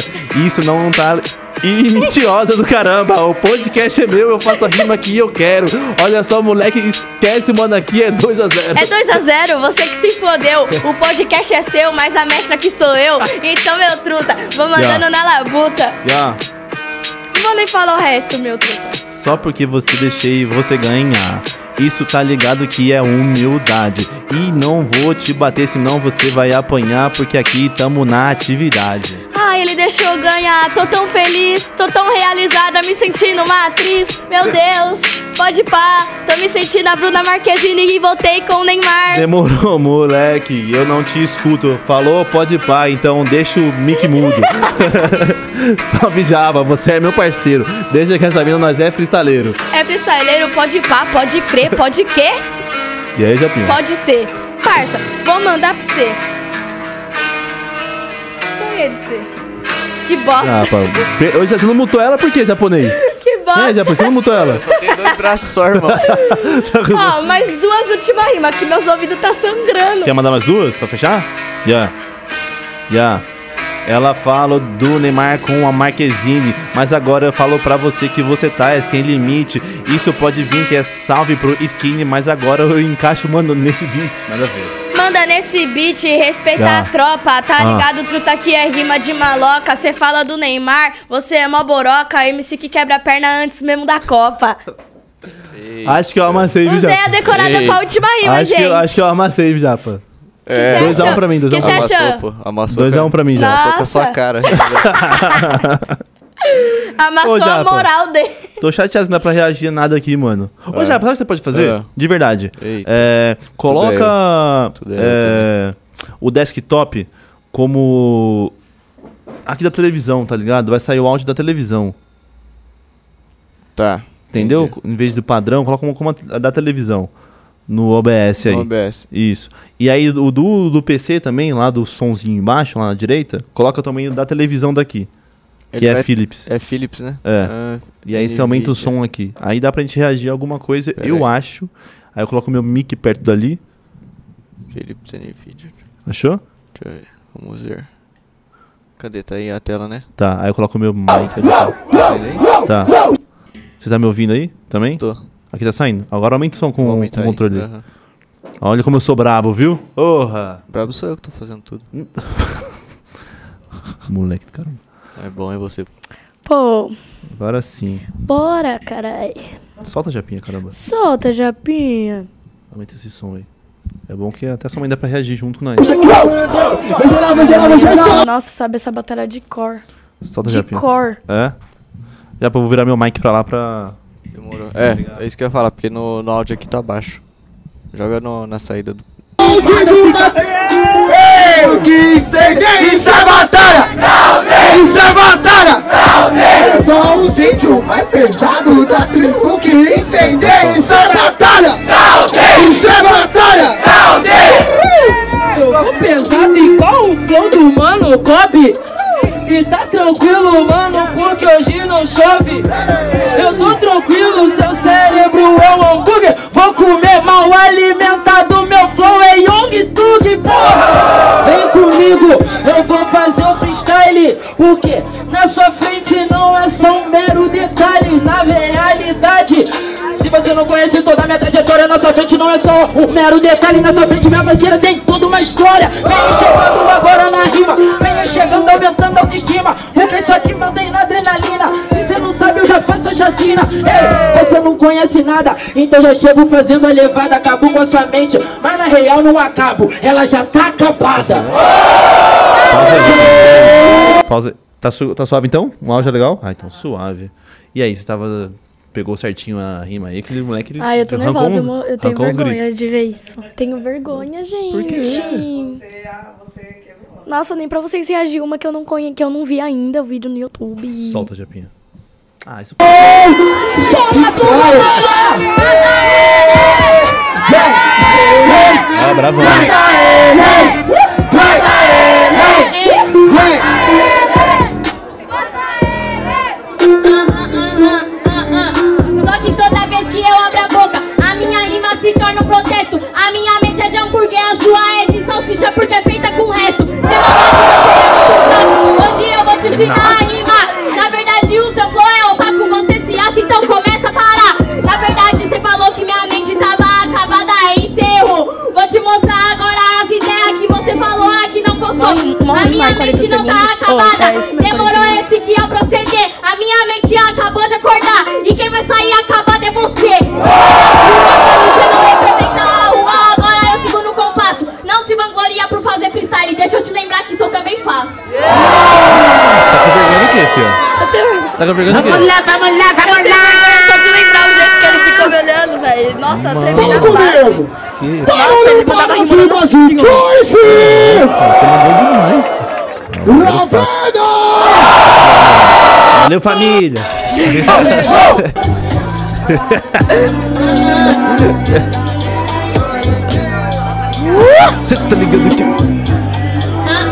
S1: Isso não tá. Ih, mentirosa do caramba. O podcast é meu, eu faço a rima que eu quero. Olha só, moleque, esquece, mano, aqui é 2 a 0
S3: É 2 a 0 você que se fodeu. O podcast é seu, mas a mestra aqui sou eu. Então, meu truta, vou mandando
S1: Yeah.
S3: na labuta.
S1: Ya,
S3: Não vou nem falar o resto, meu truta.
S1: Só porque você deixei você ganhar. Isso tá ligado que é humildade. E não vou te bater, senão você vai apanhar. Porque aqui tamo na atividade.
S3: Ah, ele deixou eu ganhar. Tô tão feliz, tô tão realizada, me sentindo uma atriz. Meu Deus, pode pá. Tô me sentindo a Bruna Marquezine e voltei com o Neymar.
S1: Demorou, moleque. Eu não te escuto. Falou, pode pá, então deixa o mic mudo. Salve, Java. Você é meu parceiro. Desde que essa mina nós é freestaleiro.
S3: É freestyleiro, pode pá, pode crer, pode quê?
S1: E aí, Japinha?
S3: Pode ser. Parça, vou mandar pra você. Ganhei de ser. Que bosta,
S1: Ah, pá. Pre- Hoje você não mutou ela por quê, japonês?
S3: que
S1: É,
S3: bosta.
S1: japonês, você não mutou ela?
S2: Só tem dois braços só, irmão.
S3: Ó, mais duas últimas rimas, que meus ouvidos tá sangrando.
S1: Quer mandar mais duas pra fechar? Já. Já. Ela fala do Neymar com a Marquezine, mas agora eu falo pra você que você tá é sem limite. Isso pode vir que é salve pro skinny, mas agora eu encaixo, mano, nesse beat. Nada a ver.
S3: Manda nesse beat, respeita
S1: Tá.
S3: a tropa, tá
S1: Ah.
S3: ligado? Truta que é rima de maloca. Cê fala do Neymar, você é mó boroca. MC que quebra a perna antes mesmo da Copa.
S1: Acho que eu amassei, viu,
S3: Usei a
S1: Japa?
S3: decorada
S2: Ei.
S3: pra última rima,
S1: Acho que,
S3: gente.
S1: eu, acho que eu amassei, viu, Japa.
S3: Que cê
S1: Dois a um
S3: achou?
S1: pra mim, dois a um
S3: Que
S1: pra
S3: cê
S1: mim.
S2: É. Amassou,
S3: achou?
S2: pô. Amassou.
S1: 2x1 um pra mim, Japa.
S2: Amassou com a
S3: Nossa.
S2: sua cara.
S1: Ô,
S3: Amassou
S1: Japa.
S3: a moral dele.
S1: Tô chateado que não dá pra reagir a nada aqui, mano. Ô,
S2: É.
S1: Japa, sabe o que você pode fazer?
S2: É.
S1: De verdade.
S2: Eita.
S1: É, coloca
S2: Tudo é eu. Tudo é eu,
S1: é, o desktop como. Aqui da televisão, tá ligado? Vai sair o áudio da televisão.
S2: tá.
S1: Entendeu?
S2: Entendi.
S1: Em vez do padrão, coloca como, como a da televisão. No OBS aí.
S2: Vamos ver essa.
S1: Isso. E aí o do, do PC também, lá do sonzinho embaixo, lá na direita, coloca também o da televisão daqui, que
S2: Ele
S1: é
S2: vai-
S1: Philips.
S2: É Philips, né?
S1: É.
S2: Ah,
S1: E aí você aumenta o
S2: NVIDIA.
S1: som aqui. Aí dá pra gente reagir a alguma coisa,
S2: Pera
S1: eu
S2: aí.
S1: acho. Aí eu coloco meu mic perto dali.
S2: Philips NVIDIA.
S1: Achou?
S2: Deixa eu ver. Vamos ver. Cadê? Tá aí a tela, né?
S1: Tá, aí eu coloco meu mic ali.
S2: Tá saindo aí?
S1: Tá. Você tá me ouvindo aí também?
S2: Tô.
S1: Aqui tá saindo. Agora aumenta o som com,
S2: Vou
S1: com
S2: aumentar
S1: o
S2: aí.
S1: controle.
S2: Aham.
S1: Olha como eu sou brabo, viu? Porra!
S2: Brabo sou eu que tô fazendo tudo.
S1: Moleque do caramba.
S2: É bom, é você.
S3: Pô,
S1: Agora sim.
S3: bora, carai.
S1: Solta a japinha, caramba.
S3: Solta, Japinha.
S1: Aumenta esse som aí. É bom que até sua mãe dá pra reagir junto com nós.
S3: Nossa, sabe essa batalha de cor.
S1: Solta
S3: De
S1: Japinha.
S3: cor.
S1: É? Japa, eu vou virar meu mic pra lá pra.
S2: Demorou. É, é isso que eu ia falar, porque no, no áudio aqui tá baixo. Joga no, na saída do.
S9: Isso é batalha! Isso é batalha! É só um sítio mais pesado da tribo que incendeia. Isso é batalha! Isso é batalha!
S10: Eu tô pesado igual o flow do mano Kobe E tá tranquilo mano, porque hoje não chove Eu tô tranquilo, seu cérebro é um hambúrguer Vou comer mal alimentado, meu flow é Young Tug, porra Vem comigo, eu vou fazer o freestyle Porque na sua frente não é só um mero detalhe Na realidade se você não conhece toda a minha trajetória, nossa frente não é só um mero detalhe. Nessa frente, minha parceira tem toda uma história. Venho chegando agora na rima, venho chegando aumentando a autoestima. Porque só que mandei na adrenalina. Se você não sabe, eu já faço a chacina. Ei, você não conhece nada, então já chego fazendo a levada. Acabo com a sua mente, mas na real não acabo, ela já tá acabada.
S1: Pausa aí. Pausa. Tá, su- tá suave então? Um áudio é legal? Ah, então suave. E aí, você tava. Pegou certinho a rima aí, aquele moleque. ele
S3: Ai, Ah, eu tô
S1: arrancou
S3: nervosa, eu
S1: um-
S3: mo- eu tenho
S1: arrancou uns
S3: vergonha
S1: gritos.
S3: de ver isso. Tenho vergonha, gente.
S6: Você, ah, você quebrou.
S3: Nossa, nem pra vocês reagir uma que eu não conhe... que eu não vi ainda o vídeo no YouTube.
S1: Solta, Japinha. Ah, isso. Ah, bravo.
S11: Só que toda vez que eu abro a boca, a minha rima se torna um protesto. A minha mente é de hambúrguer, a sua é de salsicha porque é feita com resto. Seu amasso, você é muito fraco. Hoje eu vou te ensinar a rimar. Na verdade, o seu flow é opaco, você se acha, então começa a parar. Na verdade, você falou que minha mente tava acabada é encerro. Vou te mostrar agora as ideias que você falou aqui não postou.
S3: Não, não
S11: a
S3: rima,
S11: minha
S3: 40
S11: mente não tá
S3: segundos.
S11: acabada.
S3: Ô, cara, isso não é
S11: Demorou
S3: coisa.
S11: esse que é o proceder. A minha mente acabou de acordar. E quem vai sair acabado é você. Você não representa a rua. Agora eu sigo no compasso. Não se vangloria por fazer freestyle. Deixa eu te lembrar que isso eu também faço.
S1: Tá com vergonha do quê, filho? Tá com vergonha do quê?
S3: Só de lembrar o jeito que ele ficou me olhando, velho. Nossa, tremendo.
S9: Vem comigo!
S1: Que-
S9: Barulho de palmas e umas de Joyce!
S1: Ah, Você mandou demais.
S9: Lavada!
S1: Valeu, família. Você tá ligado que.
S11: Ah,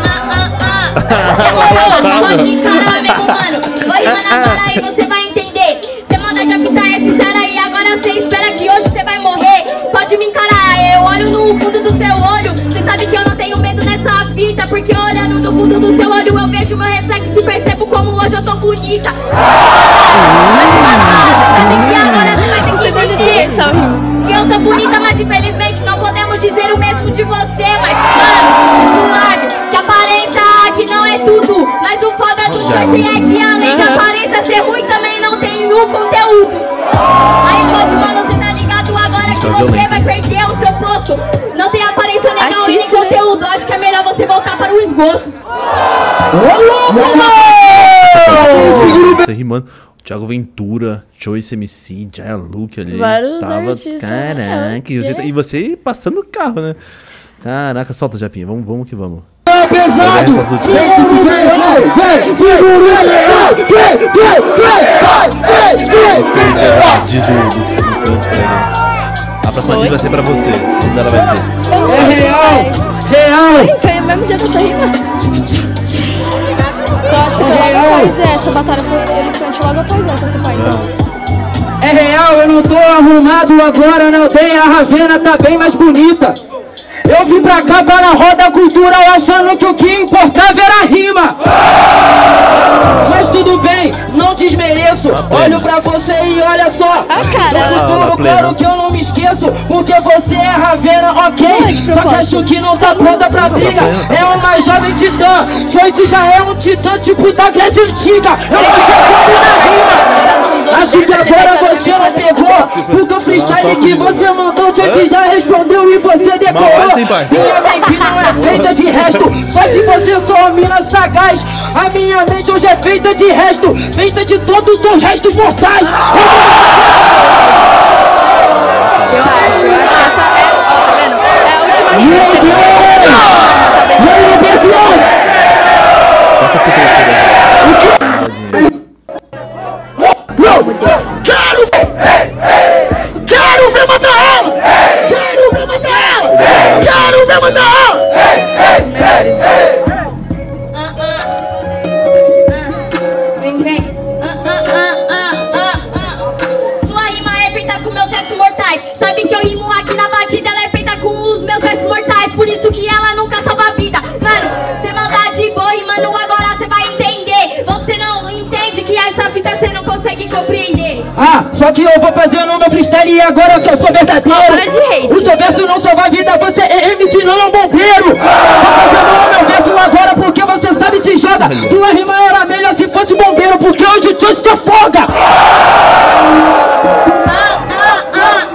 S11: ah, ah, ah. Demorou, pode encarar, meu mano. Vou rimar na cara e você vai entender. Você manda captar é sincera e agora você espera que hoje você vai morrer. Pode me encarar, eu olho no fundo do seu olho. Você sabe que eu não tenho medo nessa vida, porque olhando no fundo do seu olho eu vejo meu reflexo e percebo como hoje eu tô bonita. Mas,
S3: Hum.
S11: sabe que agora você vai ter que entender. Que eu tô bonita, mas infelizmente não podemos dizer o mesmo de você. Mas, mano, suave, que a aparência aqui não é tudo. Mas o foda do Joyce é que além da aparência ser ruim, também não tem o conteúdo. Aí, pode, mano, você tá ligado agora que você vai perder o seu posto. Não tem aparência legal e nem
S3: Artista, né?
S11: conteúdo. Acho que é melhor você voltar para o esgoto.
S1: Tá rimando. Thiago Ventura, Joyce MC, Jaya Luke ali.
S3: Vários
S1: Tava...
S3: artistas, né?
S1: Caraca, e você tá- e você passando o carro, né? Caraca, solta, Japinha. Vamos, vamos que vamos.
S9: Pesado! Vem, vem, vem! Segura ele! Vem, vem, vem! Vai, vem, vem!
S1: É, diz do, do, do canto pra ele. A próxima diz vai ser pra você. O dela vai ser.
S10: É real, real,
S3: Foi o mesmo dia dessa rima. Eu acho que foi logo
S10: Real.
S3: após é, essa batalha. Foi elefante logo após essa, seu pai. Então.
S10: é real. Eu não tô arrumado agora, não tem. A Ravena tá bem mais bonita. Eu vim pra cá para a roda cultural achando que o que importava era a rima. Mas tudo bem, não desmereço. Olho pra você e olha só.
S3: Ah, cara.
S1: Fala,
S10: Futuro,
S1: plena.
S10: claro que eu não me esqueço, porque você é Ravena, ok?
S3: de
S10: Só que
S3: propósito.
S10: acho que não tá pronta pra briga. É uma jovem titã, Joyce já é um titã tipo da Grécia Antiga. Eu tô chegando na rima. Acho que agora você não pegou. Porque o freestyle que você mandou, Joyce já respondeu e você decorou.
S1: tem paz.
S10: Minha mente não é feita de resto. Só se você só uma mina sagaz. A minha mente hoje é feita de resto. Feita de todos os seus restos mortais.
S3: Eu acho, eu acho que essa é. Ó, tá vendo? É a última
S9: Meu
S3: rifa.
S9: Deus! Meu Deus!
S1: Passa pro terceiro.
S9: Não! Quero ver! Quero ver matar ela! Quero ver matar ela! Quero ver matar ela!
S11: Ah, Sua rima é feita com meus restos mortais. Sabe que eu rimo aqui na batida, ela é feita com os meus restos mortais. Por isso que ela nunca salva a vida. Mano, cê manda de boa e mano, agora cê vai entender. Você não entende que essa fita cê não consegue compreender.
S10: Ah, só que eu vou fazer no meu freestyle e agora que eu sou verdadeiro.
S3: Para de hate.
S10: O seu verso não salva a vida, você é MC, não é um bombeiro. Vou fazer no meu verso agora porque você sabe se joga. Tua rima era melhor se fosse bombeiro, porque hoje o Just te afoga.
S11: Ah, ah,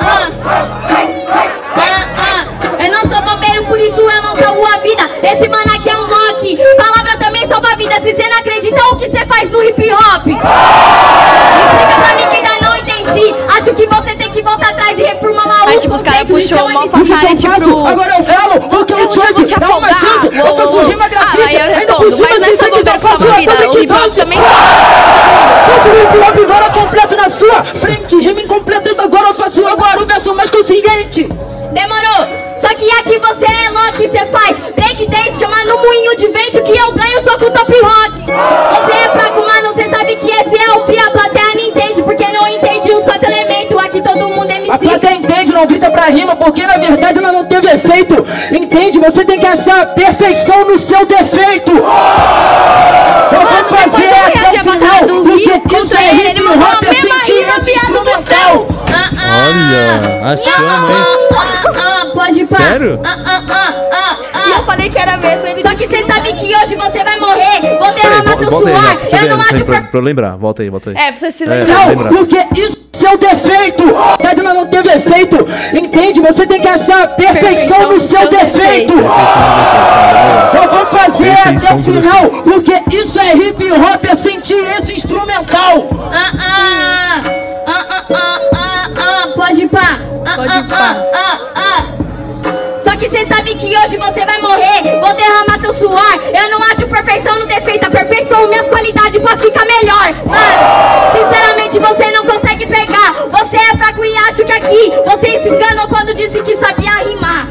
S11: ah, ah. Ah, ah. Eu não sou bombeiro, por isso eu não salvo a vida. Esse mano aqui é um lock. Palavra também salva a vida. Se cê não acredita o que cê faz no hip hop. Explica pra mim que ainda não entendi. Acho que você tem que voltar atrás e reformular
S3: Ai,
S11: os
S3: tipo, os caras
S11: conceitos,
S3: puxou
S11: então
S3: uma
S11: eles-
S10: O que que
S3: Cara, é
S10: eu faço?
S3: tipo-
S10: Agora eu falo, porque
S3: Eu
S10: o
S3: já vou
S10: Just
S3: te
S10: dá uma
S3: afogar.
S10: chance. Eu
S3: Uou,
S10: faço
S3: uou. Ah,
S10: rima
S3: mas eu
S10: grafite, ainda por
S3: respondo.
S10: cima
S3: Mas não é
S10: de
S3: só bombeiro que salva a vida. O hip hop também salva.
S10: Faço um o hip hop agora completo na sua frente. Rima incompleta, agora eu faço agora o verso mais consciente.
S11: Demorou! É, Só que aqui você é louco e você faz break dance, chama no moinho de vento que eu ganho só com o top rock. Você é fraco, mano, você sabe que esse é o fio, a plateia não entende, porque não entende os quatro elementos, aqui todo mundo é
S10: A
S11: MC.
S10: plateia entende, não grita pra rima, porque na verdade ela não teve efeito. Entende? Você tem que achar a perfeição no seu defeito. Eu vou
S3: Mano, depois
S10: fazer
S3: eu
S10: até
S3: reagi a
S10: o
S3: batalha
S10: final,
S3: do
S10: porque
S3: Rico,
S10: isso é hip
S3: ele mandou a
S10: hop, é
S3: mesma rima,
S10: sentimento
S3: viado do céu.
S10: instrumental.
S11: Ah, ah,
S1: Olha, achamos, hein?
S11: ah, ah, pode pá.
S1: Sério?
S11: Ah, ah, ah, ah,
S3: E eu
S11: ah.
S3: falei que era mesmo. Ele
S11: Só que você sabe que hoje você vai morrer, vou
S1: Peraí,
S11: derramar
S1: vo-
S11: seu
S1: volta aí,
S11: suor,
S1: né? deixa eu
S11: eu não
S1: ver isso aí
S11: acho
S1: pra,
S11: pra...
S1: pra eu lembrar, volta aí, volta aí.
S3: É, pra você se
S1: É,
S3: lembrar.
S10: Não,
S1: lembrar.
S10: porque isso é seu defeito. Na verdade ela não teve efeito. Entende? Você tem que achar a perfeição no seu defeito. Eu vou fazer até
S1: Perfeição
S10: o
S1: do
S10: final, porque isso é hip hop, é sentir esse instrumental.
S11: Ah, ah, ah, ah, ah, ah, ah, pode pá. Ah,
S3: Pode
S11: ah,
S3: pá.
S11: ah, ah, ah. Só que cê sabe que hoje você vai morrer. Vou derramar seu suor. Eu não acho perfeição no defeito. Aperfeiçoo minhas qualidades pra ficar melhor. Mano, sinceramente você não consegue pegar. Você é fraco e acho que aqui você se enganou quando disse que sabia rimar.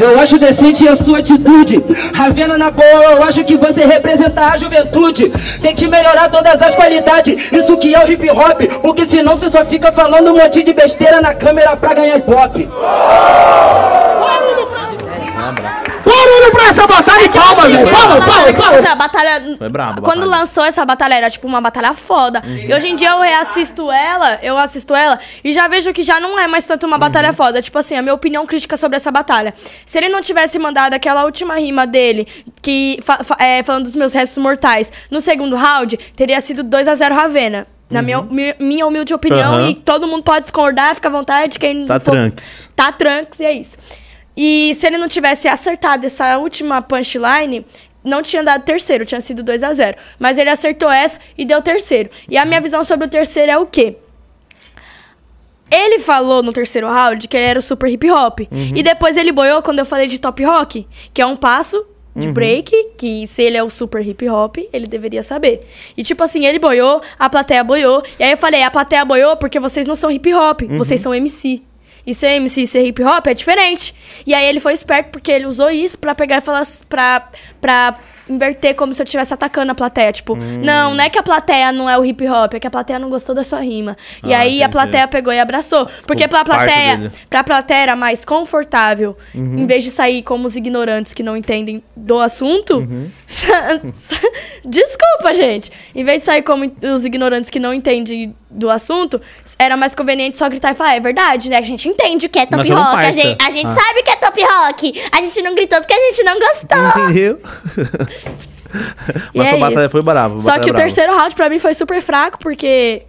S10: Eu acho decente a sua atitude. Ravena na boa, eu acho que você representa a juventude. Tem que melhorar todas as qualidades. Isso que é o hip hop, porque senão você só fica falando um monte de besteira na câmera pra ganhar pop.
S9: Barulho pra essa batalha de palmas, gente! Palmas, palmas, palmas!
S3: Essa batalha.
S1: Foi brabo,
S3: Quando
S1: batalha.
S3: lançou essa batalha, era tipo uma batalha foda. E hoje em dia eu reassisto ela, eu assisto ela e já vejo que já não é mais tanto uma batalha
S1: Uhum.
S3: foda. Tipo assim, a minha opinião crítica sobre essa batalha. Se ele não tivesse mandado aquela última rima dele, que fa- fa- é, falando dos meus restos mortais, no segundo round, teria sido 2 a 0 Ravena. Na minha, mi- minha humilde opinião,
S1: Uhum. Aham.
S3: e todo mundo pode discordar, fica à vontade, quem
S1: Tá
S3: for-
S1: tranques.
S3: Tá tranques, e é isso. E se ele não tivesse acertado essa última punchline, não tinha dado terceiro, tinha sido 2 a 0 Mas ele acertou essa e deu terceiro. E a minha visão sobre o terceiro é o quê? Ele falou no terceiro round que ele era o super hip hop.
S1: Uhum.
S3: E depois ele boiou quando eu falei de top rock, que é um passo de
S1: Uhum.
S3: break, que se ele é o super hip hop, ele deveria saber. E tipo assim, ele boiou, a plateia boiou. E aí eu falei, a plateia boiou porque vocês não são hip hop,
S1: Uhum.
S3: vocês são MC. E ser MC e ser hip hop é diferente. E aí ele foi esperto porque ele usou isso pra pegar e falar s- pra, pra inverter como se eu estivesse atacando a plateia. Tipo,
S1: Hum.
S3: não, não é que a plateia não é o hip hop, é que a plateia não gostou da sua rima. E
S1: Ah,
S3: aí a
S1: entendi.
S3: plateia plateia pegou e abraçou. Porque pra
S1: parte
S3: plateia,
S1: dele. Uhum.
S3: pra plateia era mais confortável, em vez de sair como os ignorantes que não entendem do assunto.
S1: Uhum.
S3: Desculpa, gente. Em vez de sair como os ignorantes que não entendem do assunto, era mais conveniente só gritar e falar: "Ah, é verdade, né? A gente entende o que é
S1: Nós
S3: top
S1: somos
S3: rock. A
S1: parça."
S3: gente, a gente
S1: Ah.
S3: sabe o que é top rock. A gente não gritou porque a gente não gostou.
S1: Entendeu?
S3: E
S1: Mas
S3: é
S1: foi batalha,
S3: isso.
S1: foi brabo.
S3: Só
S1: batalha
S3: que o
S1: brava.
S3: terceiro round pra mim foi super fraco, porque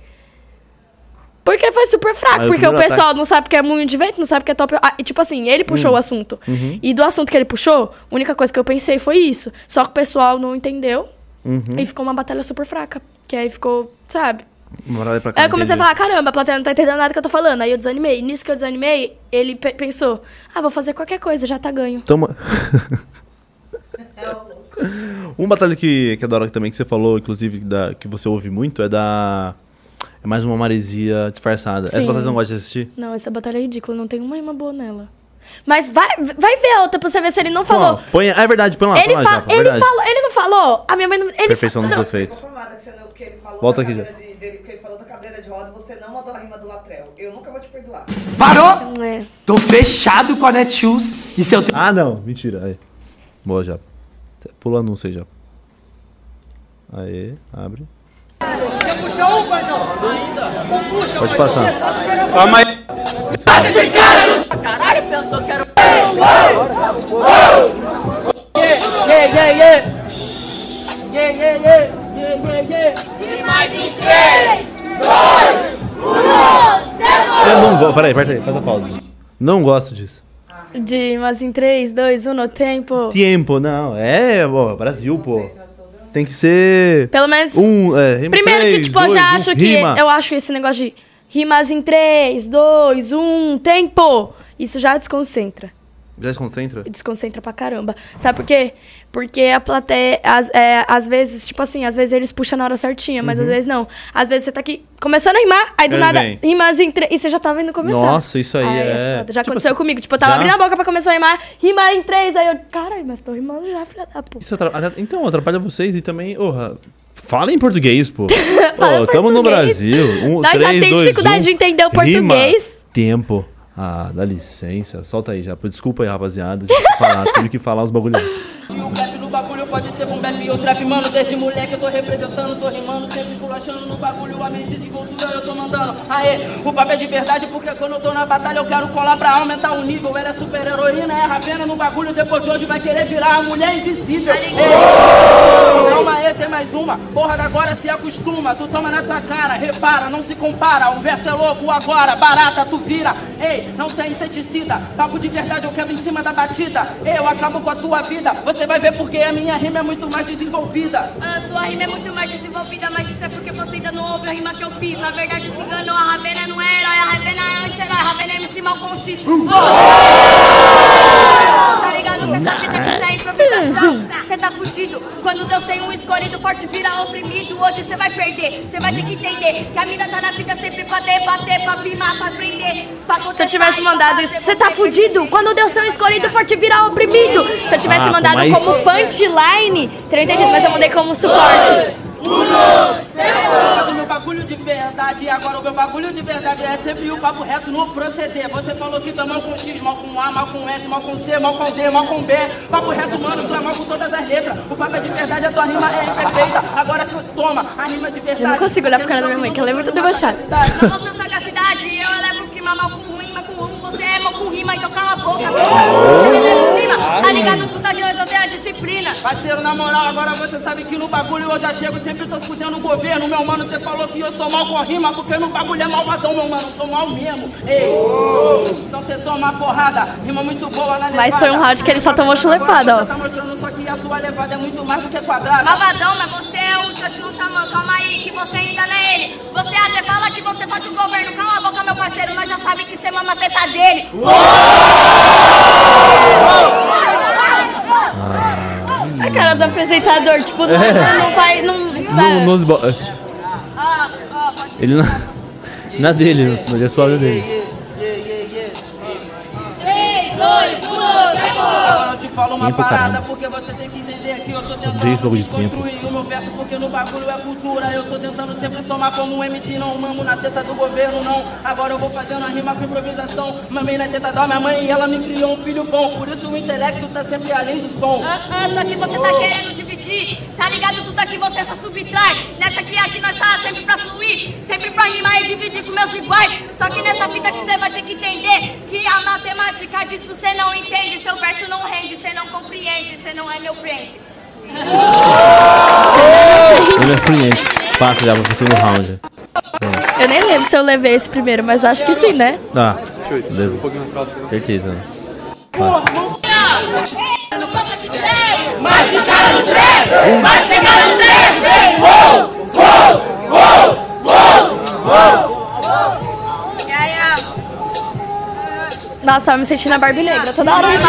S3: Porque foi super fraco.
S1: Mas o
S3: porque o
S1: primeiro
S3: pessoal não sabe que é moinho de vento, não sabe que é top. Ah, e tipo assim, ele puxou o assunto. E do assunto que ele puxou, a única coisa que eu pensei foi isso. Só que o pessoal não entendeu. E ficou uma batalha super fraca. Que aí ficou, sabe?
S1: Morada é pra cá,
S3: Aí eu comecei a
S1: Ah, entendi.
S3: falar, caramba, a plateia não tá entendendo nada que eu tô falando. Aí eu desanimei. Nisso que eu desanimei, ele pe- pensou, ah, vou fazer qualquer coisa, já tá ganho.
S1: Toma. um batalha que, que é da hora também que você falou, inclusive, da, que você ouve muito, é da. É mais uma maresia disfarçada. Essa
S3: Sim.
S1: batalha você não gosta de assistir?
S3: Não, essa batalha é ridícula, não tem uma rima boa nela. Mas vai, vai ver a outra pra você ver se ele não falou.
S1: Não, põe, ah, é verdade, põe lá. põe
S3: ele,
S1: lá,
S3: fa-
S1: Japa, é
S3: ele
S1: verdade.
S3: falou, ele não falou. A minha mãe não. Ele
S1: Perfeição
S3: fa-
S1: dos
S3: não.
S1: efeitos.
S6: Conformada que, você não, que ele falou
S1: Volta
S6: da
S1: aqui,
S6: cadeira de, dele, porque ele falou da cadeira de roda, você não mandou a rima do Latrel. Eu nunca vou te perdoar.
S9: Parou?
S3: É.
S9: Tô fechado com a Netshoes. E se eu tenho
S1: Ah, não, mentira. Aí. Boa, já. Pula o anúncio aí, já. Aê, abre. Pode passar.
S10: Yeah, yeah, yeah. Yeah, yeah, yeah. Yeah, yeah, yeah.
S1: Eu não vou. Peraí, aperta aí, faz a pausa. Não gosto disso.
S3: De mas em 3, 2, 1 no tempo.
S1: Tempo, não. É, ó, Brasil, pô. Tem que ser.
S3: Pelo menos.
S1: Um, é, rima
S3: primeiro que,
S1: três,
S3: tipo, eu
S1: dois,
S3: já
S1: um,
S3: acho que.
S1: rima.
S3: Eu acho esse negócio de rimas em 3, 2, 1, tempo. Isso já desconcentra.
S1: Já se concentra?
S3: desconcentra pra caramba. Sabe por quê? Porque a plateia, às, é, às vezes, tipo assim, às vezes eles puxam na hora certinha, mas às vezes não. Às vezes você tá aqui começando a rimar, aí do
S1: Uhum. Aí
S3: nada
S1: vem.
S3: rimas em três. E você já tava indo começar.
S1: Nossa, isso aí é-
S3: foda. Já
S1: Tipo
S3: aconteceu
S1: assim,
S3: comigo. Tipo, eu tava
S1: já?
S3: abrindo a boca pra começar a rimar, rimar em três. Aí eu, caralho, mas tô rimando já, filha da puta.
S1: Isso atrapalha- Então, atrapalha vocês e também. Orra, fala em português, pô.
S3: Fala em
S1: Ô, tamo no
S3: português.
S1: Brasil. Um,
S3: Nós já
S1: três,
S3: tem
S1: dois,
S3: dificuldade
S1: um.
S3: de entender o
S1: Rima,
S3: português.
S1: tempo. Ah, dá licença. Solta aí já. pô. Desculpa aí, rapaziada. Tive que falar, tive que falar os bagulho.
S10: E o rap do bagulho pode ser um rap ou trap, mano. Desde moleque eu tô representando, tô rimando, sempre esculachando no bagulho. A medida e cultura eu tô mandando. Aê, o papo é de verdade, porque quando eu tô na batalha eu quero colar pra aumentar o nível. Ela é super heroína, é rapena no bagulho. Depois de hoje vai querer virar a mulher invisível. Ei, Calma aí, tem mais uma. Porra, agora se acostuma. Tu toma na tua cara, repara, não se compara. O verso é louco agora, barata tu vira. Ei, não tem inseticida. Papo de verdade eu quebro em cima da batida. Eu acabo com a tua vida. Você vai ver porque a minha rima é muito mais desenvolvida.
S11: A sua rima é muito mais desenvolvida, mas isso é porque você ainda não ouve a rima que eu fiz. Na verdade, se enganou, a Ravena não é herói, a Ravena é anti-herói, a Ravena é MC mal consciente. Tá ligado? Você sabe que isso é improvisação. Você tá fudido. Quando Deus tem um escolhido, forte vira oprimido. Hoje você vai perder. Você vai ter que entender que a mina tá na fita sempre pra debater, pra primar, pra aprender. Pra
S3: Se eu tivesse mandado isso, você tá fudido? Quando Deus tem um escolhido, forte vira oprimido. Se eu tivesse
S1: Ah,
S3: mandado
S1: mas-
S3: como punchline, teria entendido, mas eu mandei como suporte.
S10: Mas o meu bagulho de verdade, agora o meu bagulho de verdade é sempre o papo reto no proceder. Você falou que tá mal com X, mal com A, mal com S, mal com C, mal com D, mal com B. Papo reto, mano, tu é mal com todas as letras. O papo é de verdade, a tua rima é imperfeita. Agora tu toma a rima de verdade.
S3: Eu não consigo olhar pra cara da minha mãe, que ela é muito debochada.
S11: Na vossa sagacidade, eu elevo o clima mal com ruim, mas com ruim você é mal com rima, então cala a boca. Você
S1: Oh.
S11: eleva o clima, tá ligado? Tu tá de olho, eu tenho a disciplina.
S10: Parceiro, na moral, agora você sabe que no bagulho eu já chego, sempre tô fudendo o governo. Meu mano, você falou que eu sou mal com rima, porque no bagulho é malvadão, meu mano, sou mal mesmo. Ei, então você toma porrada, rima muito boa na levada.
S3: Mas foi um round que ele só tomou chulepada, ó.
S10: Você tá mostrando só que a sua levada é muito mais do que quadrada.
S11: Malvadão, mas você é um trouxa, um xamã, calma aí, que você ainda não é ele. Você até fala que você bate o governo, cala a boca, meu parceiro, nós já sabe que você mama a teta dele.
S3: A cara do apresentador, tipo, não, não vai, não, sabe?
S1: No, nos bo- Ele na, na dele, é na na suada dele.
S11: 3, 2, 1,
S10: Agora eu te falo uma
S1: Tempo,
S10: parada,
S1: caramba.
S10: porque você tem que entender que eu tô
S1: Odeio esse
S10: tentando
S1: bagulho de tempo.
S10: construir o meu verso, porque no bagulho é cultura. Eu tô tentando sempre somar como um MC, não mamo na teta do governo, não. Agora eu vou fazendo a rima com improvisação. Mamei na teta da minha mãe e ela me criou um filho bom. Por isso o intelecto tá sempre além do som.
S11: Ah, ah, só que você tá querendo dividir, tá ligado? Tudo aqui você só subtrai. Nessa aqui, aqui nós tá sempre pra fluir, sempre pra rimar e dividir com meus iguais. Só que nessa fita que você vai ter que entender que a matemática disso você não entende. Seu verso não rende, você não compreende, você não é meu friend.
S1: Ele é friend. Passa já pra segundo um round.
S3: Eu Eu nem lembro se eu levei esse primeiro, mas eu acho que sim, né?
S1: Ah, beleza. Certeza. né?
S3: Nossa, eu me senti na Barbie Negra toda hora.
S1: Aqui,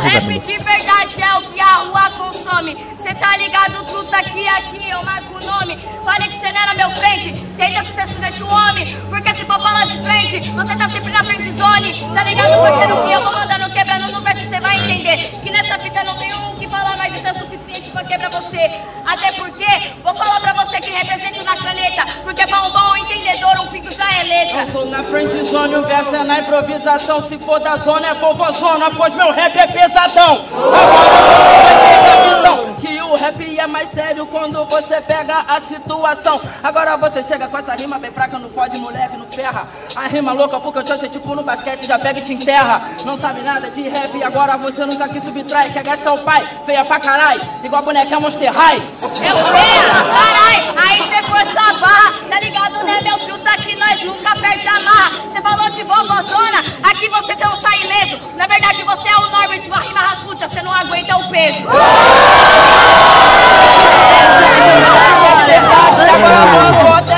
S11: Rap
S1: Fabiano.
S11: de verdade é o que a rua consome. Cê tá ligado, tu tá aqui, aqui, eu marco o nome. Falei que cê não era meu frente, tenta que cê é sujeito um homem. Porque se for falar de frente, você tá sempre na frente zone. Tá ligado, parceiro, que eu vou mandando, quebrando no verso, cê vai entender. Que nessa fita não tem o que falar, mas isso é suficiente pra quebrar você. Até porque, vou falar pra você que represento na caneta. Porque pra um bom entendedor, um pico já é letra.
S10: Tô na frente zone, o verso é na improvisação. Se for da zona, é vovozona, pois meu rap é pesadão. Agora você vai ter a visão que o rap é mais sério quando você pega a situação. Agora você chega com essa rima bem fraca, não pode moleque, não ferra. A rima louca, porque eu te achei tipo no basquete, já pega e te enterra. Não sabe nada de rap, agora você nunca que subtrai. Quer gastar o pai, feia pra caralho, igual a boneca Monster High.
S11: Eu mesmo, carai, aí cê força a barra, tá ligado, né, meu truta, que nós nunca perde a marra. Cê falou de vovozona, aqui você não sai ileso. Na verdade, você é o Norbert, uma rima rasputia, cê não aguenta o peso.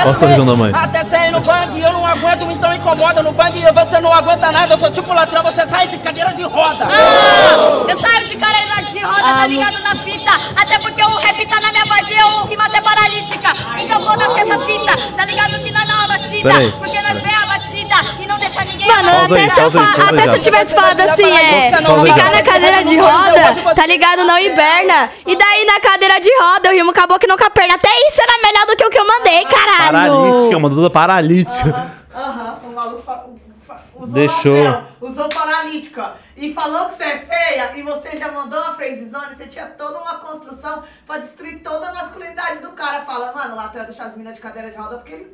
S1: Nossa, a visão da mãe.
S10: Até sair no bang, eu não aguento, então incomoda no bang. Você não aguenta nada, eu sou tipo latrão, você sai de cadeira de roda.
S3: Ah,
S11: Eu saio de cara de roda, tá ligado na fita. Até porque o rap tá na minha voz e eu rima até paralítica. Então foda-se essa fita, tá ligado que não é na batida.
S1: Peraí,
S11: Porque nós vem a batida e não deixa ninguém.
S3: Mano,
S1: Pausa
S3: até,
S1: aí,
S3: se eu,
S1: pausa aí,
S3: fa-
S1: pausa
S3: até
S1: aí,
S3: se eu
S1: pausa.
S3: tivesse falado assim, é.
S10: Pausa aí,
S3: Ficar
S10: pausa.
S3: na cadeira de roda, tá ligado? Não hiberna. E daí na cadeira de roda, eu rimo com a boca e não com a perna. Até isso era melhor do que o que eu mandei,
S1: Paralítica,
S3: caralho.
S1: mandou da é paralítica.
S6: Aham, o maluco fa- o- fa- usou
S1: Deixou.
S6: Papel, usou paralítica e falou que você é feia e você já mandou a friendzone, você tinha toda uma construção pra destruir toda a masculinidade do cara. Fala, mano, lá atrás deixa as minas de cadeira de roda porque ele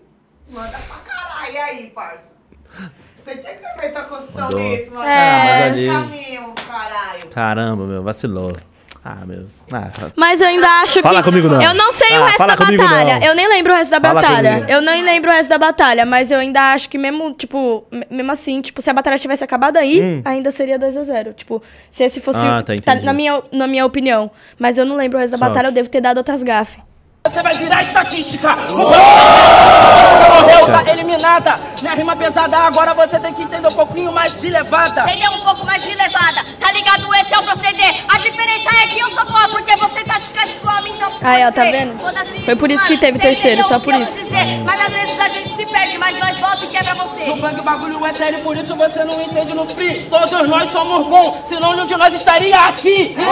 S6: manda pra caralho. E aí, parça? Você tinha que ter feito a construção
S1: Mandou.
S6: disso, mano.
S1: É,
S6: Esse
S1: mas ali-
S6: caminho, caralho.
S1: Caramba, meu, vacilou. Ah, meu. Ah,
S3: Mas eu ainda acho
S1: Fala
S3: que.
S1: comigo não.
S3: Eu não sei
S1: Ah,
S3: o resto
S1: fala
S3: da
S1: comigo
S3: batalha.
S1: não.
S3: Eu nem lembro o resto da
S1: Fala
S3: batalha.
S1: comigo.
S3: Eu nem lembro o resto da batalha, mas eu ainda acho que mesmo, tipo, me- mesmo assim, tipo, se a batalha tivesse acabado aí, ainda seria 2 a 0 Tipo, se esse fosse.
S1: Hum. Ah,
S3: o-
S1: tá, entendi.
S3: na, minha, na minha opinião. Mas eu não lembro o resto da
S1: Só.
S3: batalha, eu devo ter dado outras gafes.
S10: Você vai virar estatística.
S3: Tá.
S10: Você morreu, tá eliminada. Minha rima pesada, agora você tem que entender um pouquinho mais de levada.
S11: Ele é um pouco mais de levada, tá ligado? Esse é o proceder. A diferença é que eu sou boa porque você tá de castigo, então.
S3: Aí, ó,
S11: pode
S3: tá
S11: ser.
S3: vendo?
S11: Foda-se
S3: Foi por isso
S11: mano.
S3: que teve
S11: Você
S3: terceiro,
S11: entendeu
S3: só
S11: o que
S3: por
S11: eu
S3: isso.
S11: quis dizer, Mas às vezes a gente se perde, mas nós volta e quebra
S10: No
S11: você.
S10: bang o bagulho é sério, por isso você não entende no free. Todos nós somos bons, senão nenhum de nós estaria aqui. Então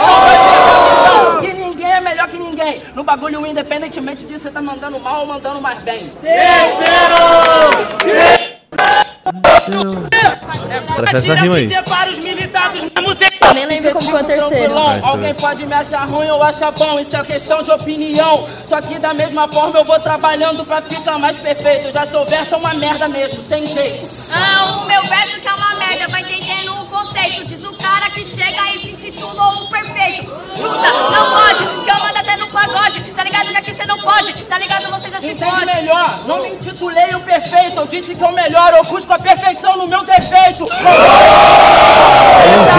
S10: vai ter que ninguém é melhor que ninguém. No bagulho, independentemente de você tá mandando mal ou mandando mais bem.
S1: Traz essa rima aí.
S10: separa os militares mesmo sem-
S3: Eu nem lembro como foi o terceiro.
S10: Tranquilão.
S1: Vai, tá
S10: Alguém
S1: bem.
S10: pode me achar ruim ou achar bom, isso é questão de opinião. Só que da mesma forma eu vou trabalhando pra ficar mais perfeito. Já sou verso é uma merda mesmo, sem jeito.
S11: Ah, o meu verso que é uma merda, vai entendendo o conceito. Diz o cara que chega e se intitula o perfeito. Chuta, não pode, que eu mando até no pagode. Tá ligado? Que aqui você não pode, tá ligado? Você já se
S10: Entende
S11: pode.
S10: melhor, não me intitulei o perfeito. Eu disse que eu melhor, eu busco a perfeição no meu defeito. Presta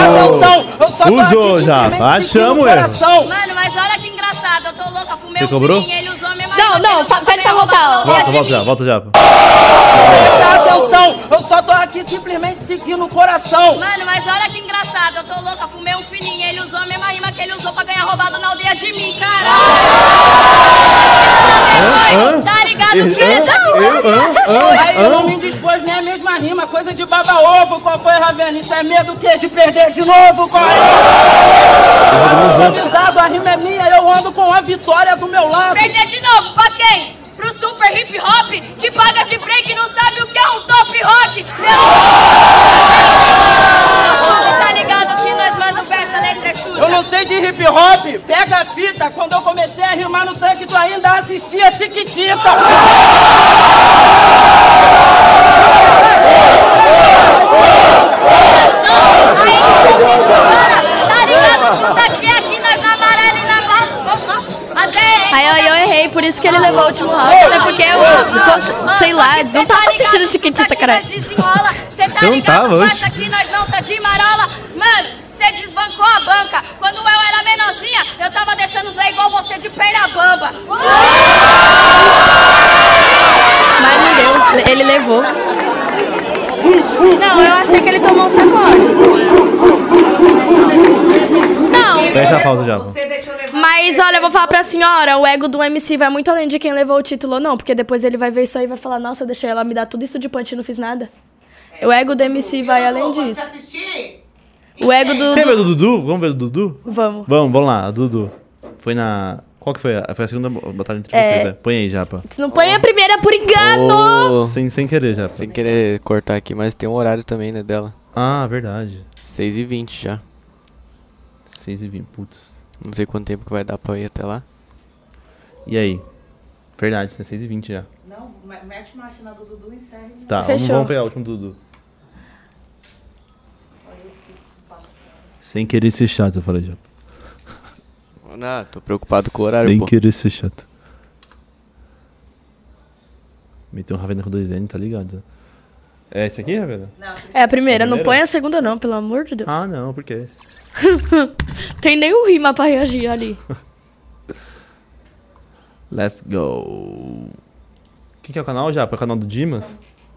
S10: atenção, eu só tô aqui
S1: Usou já,
S10: simplesmente
S1: achamos,
S10: seguindo o
S1: é.
S10: coração.
S11: Mano, mas olha que engraçado, eu tô louca, fumei
S1: Você
S11: um
S1: cobrou?
S11: fininho, ele usou a minha
S3: Não, não, pa- pede pra voltar, ó.
S1: Volta, volta já, volta já.
S10: Presta atenção, eu só tô aqui simplesmente seguindo o coração.
S11: Mano, mas olha que engraçado, eu tô louca, fumei um fininho, ele usou a mesma rima que ele usou pra ganhar roubado na aldeia de mim, caralho!
S1: Hã?
S11: Tá ligado,
S1: Hã?
S11: filho?
S1: Eu, hã? Hã?
S10: Aí eu não me dispôs nem a mesma rima, coisa de baba-ovo. Qual foi, Ravena? Isso é medo o quê? De perder de novo? Qual é? Eu tô avisado, a rima é minha, eu ando com a vitória do meu lado.
S11: Perder de novo, pra quem? Pro super hip hop, que paga de break e não sabe o que é um top rock! Meu... Tá ligado que nós manda peça, letra é
S10: Eu
S11: chuta.
S10: não sei de hip hop, pega a fita. Quando eu comecei a rimar no tanque, tu ainda assistia Tiquitita.
S11: Tá Tá ligado, chuta aqui, aqui nós na varela e na bala. Até...
S3: Aí eu, eu errei, por isso que ele levou o último round.
S11: é
S3: tal, então,
S11: Ah,
S3: sei
S11: tá
S3: lá, não tava assistindo Chiquitita, caralho.
S11: Você tá
S1: Eu não
S11: ligado,
S1: tava hoje.
S11: passa que nós não tá de marola. Mano, você desbancou a banca. Quando eu era menorzinha, eu tava deixando os véi igual você de perna bamba.
S3: Mas não deu, ele levou. Não, eu achei que ele tomou um sacode. Não,
S1: Fecha a pausa tá já.
S6: Você deixou levar.
S3: mas olha, eu vou falar pra senhora, o ego do MC vai muito além de quem levou o título ou não, porque depois ele vai ver isso aí e vai falar, nossa, deixei ela me dar tudo isso de punch e não fiz nada. O ego do MC vai além
S6: Quando você
S3: disso.
S6: assistir,
S3: O ego do...
S1: Quer
S3: do-
S1: ver o Dudu? Vamos ver o Dudu?
S3: Vamos.
S1: Vamos, vamos lá, Dudu. Foi na. Qual que foi? a- Foi a segunda batalha entre
S3: É.
S1: vocês, né? Põe aí, Japa.
S3: Se não põe a primeira por engano!
S2: Ô,
S1: Sem, sem querer, Japa.
S2: sem querer cortar aqui, mas tem um horário também, né, dela.
S1: Ah, verdade.
S2: 6h20 já.
S1: 6 e 20, putz.
S2: Não sei quanto tempo que vai dar pra eu ir até lá.
S1: E aí? Verdade, né? 6 e 20 já.
S6: Não, me- mete marcha na do Dudu e encerra.
S1: Tá, vamos,
S3: Fechou.
S1: vamos pegar o último Dudu. Sem querer ser chato, eu falei, Japa.
S2: Não, tô preocupado com o horário,
S1: Sem
S2: pô.
S1: querer ser chato. Meteu um Ravena com 2N, tá ligado? É esse aqui, Ravena?
S3: É a primeira, não
S1: Primeira?
S3: põe a segunda não, pelo amor de Deus.
S1: Ah, não, por quê?
S3: Tem nenhum rima pra reagir ali.
S1: Let's go. O que, que é o canal, Japa? É o canal do Dimas?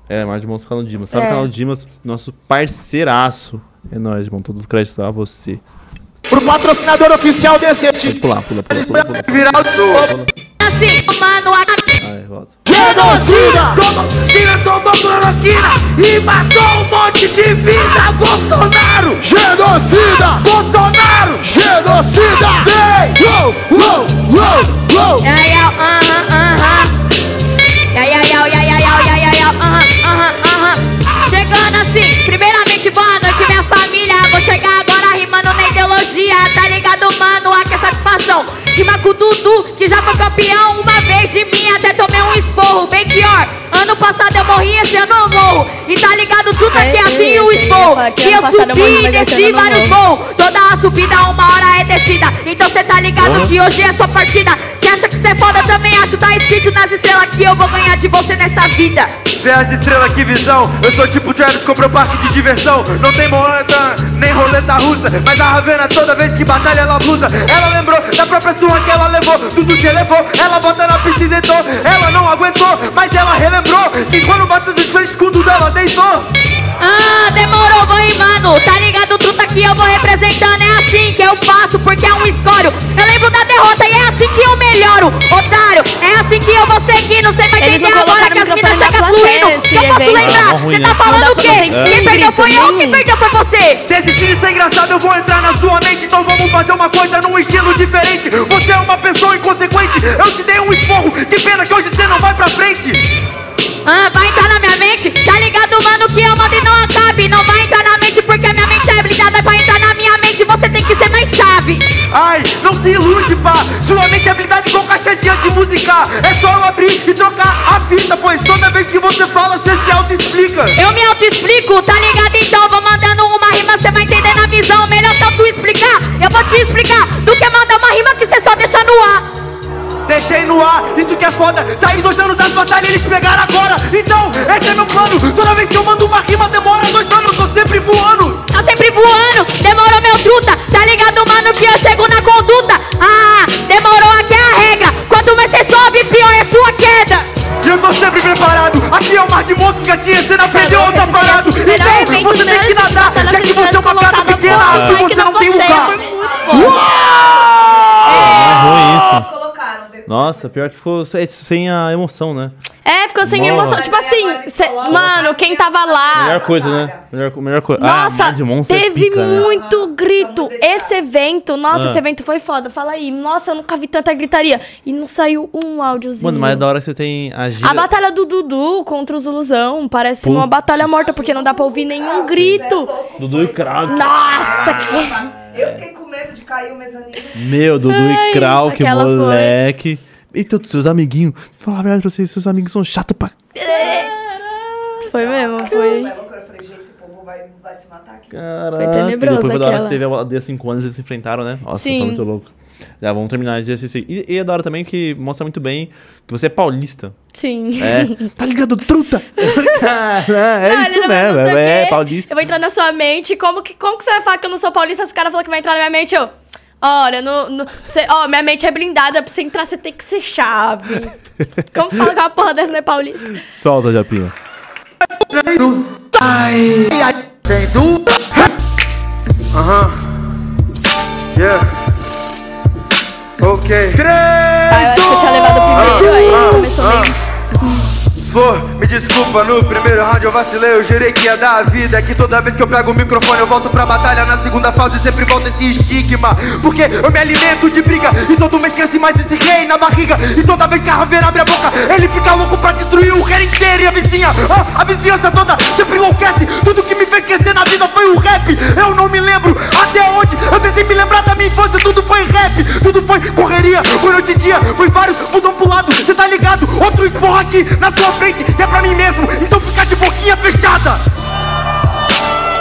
S1: É, mais de Monstro é o canal do Dimas. Sabe
S3: É.
S1: o canal do Dimas, nosso parceiraço. É nóis, irmão. Todos os créditos a você.
S9: Pro patrocinador oficial desse é
S1: Pode pular, pula, pula, pula, pula.
S9: virar o
S11: Assim, mano, a
S1: Aí, volta.
S9: Genocida! Tomou vacina, tomou cloroquina e matou um monte de vida! Bolsonaro! Genocida! Bolsonaro! Genocida! Vem! Uou, uou, uou, uou!
S11: Ai, au, aham, aham. Ai, ai, au, ai, ai, au, ai, ai, au, aham, aham, aham. uh-huh, Chegando assim, primeiramente boa noite minha família Vou chegar agora rimando na ideologia Tá ligado mano, aqui é satisfação Rima com o Dudu, que já foi campeão uma vez de mim Até tomei um esporro, bem pior Ano passado eu morri, esse ano eu morro E tá ligado tudo aqui
S3: É,
S11: assim,
S3: é, isso aí, eu
S11: o
S3: ia
S11: esporro
S3: falar que
S11: Que
S3: ano
S11: eu
S3: passado eu morri,
S11: subi e
S3: mas esse
S11: desci
S3: ano eu não
S11: vários
S3: morro.
S11: Bom, toda a subida uma hora é descida. Então cê tá ligado que hoje é sua partida. Cê acha que cê é foda, também acho. Tá escrito nas estrelas que eu vou ganhar de você nessa vida.
S12: Vê as estrelas, que visão. Eu sou tipo Travis, comprou parque de diversão. Não tem moleta, nem roleta russa. Mas a Ravena, toda vez que batalha, ela blusa. Ela lembrou da própria sua que ela levou. Dudu se elevou, ela bota na pista e deitou. Ela não aguentou, mas ela relembrou. Que quando bateu de frente com o Dudu, ela deitou.
S11: Ah, demorou, vou rimando. Tá ligado, truta, que eu vou representando. É assim que eu faço, porque é um escório. Eu lembro da derrota e é assim que eu melhoro. Otário, é assim que eu vou seguindo. Cê vai
S3: Eles
S11: entender
S3: não
S11: agora
S3: colocaram
S11: que as
S3: o
S11: minas
S3: microfone
S11: chegam
S3: na plateia
S11: fluindo.
S3: esse
S11: Que eu posso
S3: evento.
S1: Ah,
S11: lembrar.
S1: ruim,
S11: Cê
S1: né?
S11: tá
S3: Não
S11: falando
S3: dá
S11: o
S3: pra
S11: quê?
S3: não ter
S11: Quem perdeu
S3: grito
S11: foi eu, quem
S3: nenhum.
S11: perdeu foi você.
S12: Desistir de ser engraçado, eu vou entrar na sua mente. Então vamos fazer uma coisa num estilo diferente. Você é uma pessoa inconsequente. Eu te dei um esporro. Que pena que hoje você não vai pra frente.
S11: Ah, vai entrar na minha mente? Tá ligado, mano, que eu mando e não acabe. Não vai entrar na mente porque a minha mente é blindada. Pra entrar na minha mente, você tem que ser mais chave.
S12: Ai, não se ilude, pá. Sua mente é habilidade igual caixa de anti-música. É só eu abrir e trocar a fita, pois toda vez que você fala, você se auto-explica.
S11: Eu me auto-explico, tá ligado? Então vou mandando uma rima, cê vai entender na visão. Melhor só tu explicar, eu vou te explicar. Do que mandar uma rima que cê só deixa no ar.
S12: Deixei no ar, isso que é foda. Saí dois anos das batalhas, eles pegaram agora. Então, esse é meu plano. Toda vez que eu mando uma rima, demora dois anos, eu tô sempre voando.
S11: Tá sempre voando, demorou meu truta. Tá ligado, mano, que eu chego na conduta. Ah, demorou aqui é a regra. Quanto mais cê sobe, pior é sua queda.
S12: E eu tô sempre preparado. Aqui é o mar de monstros, gatinha, você não aprendeu, eu tô
S3: esse
S12: parado.
S3: merece o melhor
S12: Então,
S3: evento
S12: você tem
S3: mesmo,
S12: que nadar.
S3: tá nas
S12: Já que você é uma
S3: cidades
S12: gata
S3: colocada
S12: pequena,
S3: fora,
S12: que
S3: que
S12: você
S3: na
S12: não tem um
S3: plateia,
S12: lugar.
S3: Foi muito
S1: Ah, ruim isso.
S6: Colocaram. de-
S1: Nossa, pior que ficou se- sem a emoção, né?
S3: É, ficou sem
S1: Boa.
S3: emoção. Tipo assim, cê- mano, quem tava lá.
S1: Melhor coisa, né? Melhor, co- melhor coisa.
S3: Ah, Nossa,
S1: ah, Mad Monster é
S3: teve
S1: pica, né?
S3: muito grito.
S6: muito delicado.
S3: Esse evento, nossa,
S1: Ah.
S3: esse evento foi foda. Fala aí, nossa, eu nunca vi tanta gritaria. E não saiu um áudiozinho.
S1: Mano, mas é da hora que você tem a gira.
S3: A batalha do Dudu contra os Ilusão parece uma
S1: Putz.
S3: batalha morta, porque não dá pra ouvir nenhum grito.
S1: Dudu e Krauk.
S3: Nossa, que...
S6: Eu fiquei com medo de cair o mezanino.
S1: Meu, Dudu
S3: Ai,
S1: e Krauk,
S3: aquela foi.
S1: moleque. E todos seus amiguinhos. Fala a verdade pra vocês, seus amigos são chatos pra.
S3: foi mesmo, foi.
S6: É loucura, eu falei, gente, esse povo vai, vai se matar aqui.
S1: Caraca.
S3: tenebroso
S1: E Depois foi da hora
S3: aquela.
S1: que teve a AD há 5 anos, eles se enfrentaram, né? Nossa,
S3: Sim.
S1: tá muito louco. Já vamos terminar de assistir. E, e é da hora também que mostra muito bem que você é paulista.
S3: Sim.
S1: É. tá ligado, truta? Cara, é
S3: Não, ele
S1: isso
S3: não vai
S1: mesmo.
S3: não sei o
S1: É,
S3: quê.
S1: paulista.
S3: Eu vou entrar na sua mente. Como que, como que você vai falar que eu não sou paulista? Se o cara falou que vai entrar na minha mente, eu. Olha, no, no- você- ó, minha mente é blindada. Pra você entrar, você tem que ser chave. Como fala que uma porra dessa não é paulista?
S1: Solta, Japinha.
S12: Sem dúvida. Aham. Yeah. Ok.
S3: Ah, eu acho que eu tinha levado o primeiro, aí
S11: Ah,
S3: começou meio.
S12: Flor, me desculpa, no primeiro round eu vacilei, eu jurei que ia dar a vida. É que toda vez que eu pego o microfone eu volto pra batalha. Na segunda fase sempre volta esse estigma. Porque eu me alimento de briga, e todo mês cresce mais esse rei na barriga. E toda vez que a raveira abre a boca, ele fica louco pra destruir o rei inteiro. E a vizinha, ah, a vizinhança toda sempre enlouquece. Tudo que me fez crescer na vida foi o rap. Eu não me lembro até onde eu tentei me lembrar da minha infância. Tudo foi rap, tudo foi correria. Foi noite e dia, foi vários, mudam pro lado. Cê tá ligado? Outro esporro aqui na sua frente e é pra mim mesmo. Então fica de boquinha fechada.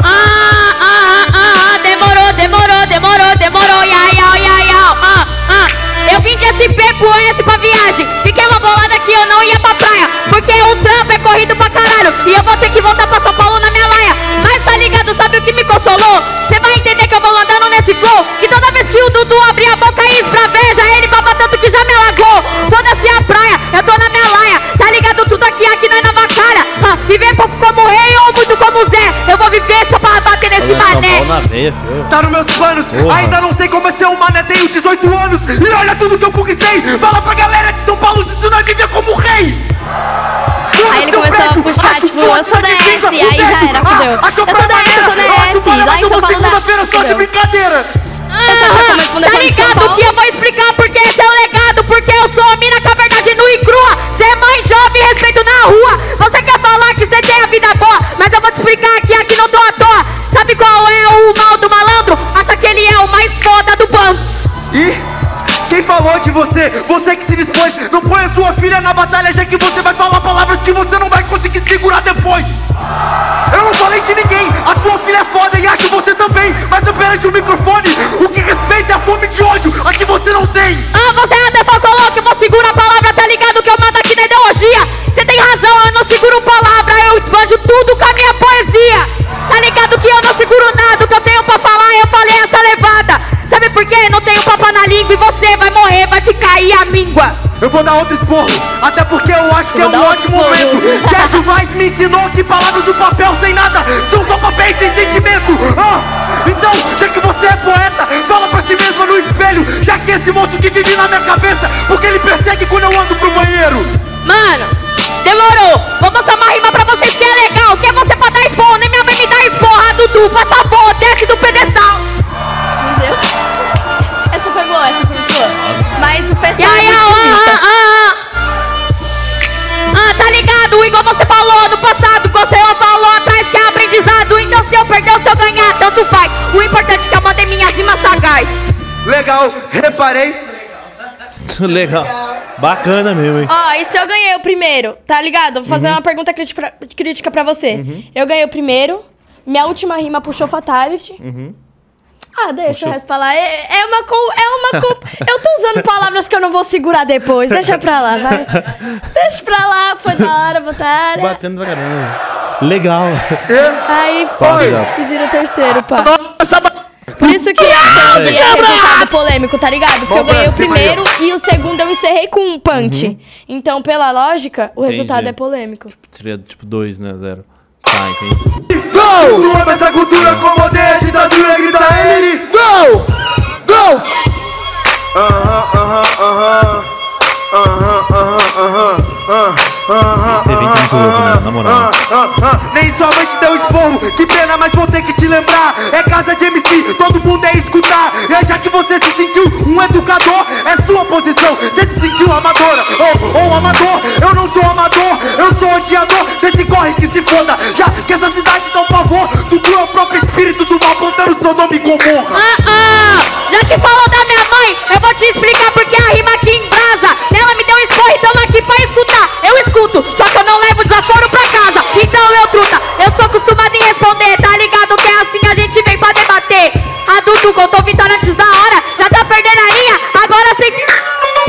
S11: Ah, ah, ah, ah, ah, demorou, demorou, demorou, demorou, iau, iau, iau, iau, ah, ah. Eu vim de SP pro S pra viagem. Fiquei uma bolada que eu não ia pra praia. Porque o trampo é corrido pra caralho. E eu vou ter que voltar pra São Paulo na minha laia. Mas tá ligado, sabe o que me consolou? Cê vai entender que eu vou andando nesse flow. Que toda vez que o Dudu abrir a boca e esbraveja, ele baba tanto que já me alagou. Foda-se a praia, eu tô na minha laia. Tá ligado, tudo aqui, aqui nós na batalha. Ah, viver pouco como rei ou muito como Zé. Eu vou viver só pra bater nesse
S3: um
S11: mané.
S1: na veia, filho.
S12: Tá nos meus planos,
S1: Porra.
S12: ainda não sei como é ser um mané, tenho 18 anos. E olha tudo que eu conquistei. Fala pra galera de São Paulo, isso não é viver como rei.
S3: Aí ele começou a puxar, tipo, eu sou da S, aí já era, fudeu. Eu sou da S, eu sou da S, lá em São Paulo dá-
S12: Segunda-feira só de
S3: fudeu.
S12: brincadeira.
S3: Eu só tinha como
S11: Ah,
S3: responder
S11: tá
S3: quando de São
S11: ligado
S3: Paulo.
S11: que eu vou explicar porque esse é o legado. Porque eu sou a mina com a verdade nua e crua. Cê é mãe jovem, respeito na rua. Você quer falar que cê tem a vida boa, mas eu vou te explicar que aqui não tô à toa. Sabe qual é o mal do malandro? Acha que ele é o mais foda do bando.
S12: E quem falou de você? Você que se dispôs, não põe a sua filha na batalha, já que você vai falar palavras que você não vai conseguir segurar depois. Eu não falei de ninguém, a sua filha é foda e acho você também, mas não perante o microfone. O que respeita é a fome de ódio, a que você não tem.
S11: Ah, você é defalcolou que eu vou segurar a palavra, tá ligado que eu mando aqui na ideologia. Você tem razão, eu não seguro palavra, eu expanjo tudo com a minha poesia. Tá ligado que eu não seguro nada, o que eu tenho pra falar, eu falei essa levada. Sabe por quê? Não tenho papo na língua e você vai morrer, vai ficar aí a míngua.
S12: Eu vou dar outro esporro, até porque eu acho que é um ótimo momento. Sérgio Vaz me ensinou que palavras no papel sem nada são só papéis sem sentimento. Ah, então, já que você é poeta, fala pra si mesmo no espelho, já que esse monstro que vive na minha cabeça, porque ele persegue quando eu ando pro banheiro.
S11: Mano, demorou. Vou mostrar uma rima pra vocês que é legal. Quer você pra dar esporro, nem minha mãe me dá esporra, Dudu. Faz favor, desce do pedestal.
S3: Meu Deus. Essa foi É boa, essa foi muito boa. Mas o
S11: E
S3: pessoal
S11: aí,
S3: é
S11: ah,
S3: muito
S11: ah,
S3: otimista.
S11: ah, ah, tá ligado? Igual você falou no passado, igual você falou atrás que é aprendizado. Então se eu perder ou se eu ganhar, tanto faz. O importante é que eu mandei minhas rimas sagaz.
S12: Legal, reparei.
S1: Legal. Bacana mesmo, hein?
S3: Ó, e se eu ganhei o primeiro, tá ligado? Vou fazer uma pergunta criti- pra- crítica pra você. Eu ganhei o primeiro, minha última rima puxou Fatality. Ah, deixa o resto pra lá. É, é uma. co- é uma co- eu tô usando palavras que eu não vou segurar depois. Deixa pra lá, vai. Deixa pra lá, foi da hora, Fatality.
S1: Batendo pra caramba. Legal.
S3: Aí
S1: Pausa, Gato.
S3: pediram o terceiro, pá.
S12: Nossa, ba-
S3: Por isso que eu dei um resultado polêmico, tá ligado? Porque eu
S12: Bom,
S3: ganhei o
S12: Brasil,
S3: primeiro e o segundo eu encerrei com um punch. Então, pela lógica, o resultado
S1: Entendi.
S3: é polêmico.
S1: Seria tipo 2, né? Zero. Tá, entendi.
S12: Não! Não ama essa cultura como odeia a ditadura, grita ele! Não! Não! Aham, aham, aham. Aham, aham, aham, aham, aham.
S1: Esse evento é muito louco, né? Na moral.
S12: Ah, ah, Nem sua mãe te deu esporro, que pena, mas vou ter que te lembrar. É casa de MC, todo mundo é escutar. E já que você se sentiu um educador, é sua posição. Você se sentiu amadora ou, ou amador. Eu não sou amador, eu sou odiador. Você se corre que se foda, já que essa cidade dá um pavor. Do teu próprio espírito do mal plantando seu nome com honra.
S11: Ah, ah, já que falou da minha mãe, eu vou te explicar porque a rima aqui em brasa. Ela me deu um esporro, então aqui pra escutar. Eu escuto, só que eu não levo desaforo pra casa. Então eu truta, eu tô acostumado em responder. Tá ligado que é assim a gente vem pra debater. A Dudu contou vitória antes da hora, já tá perdendo a linha.
S3: dos aforismos. eu tenho que
S12: Então, Depois ela vamos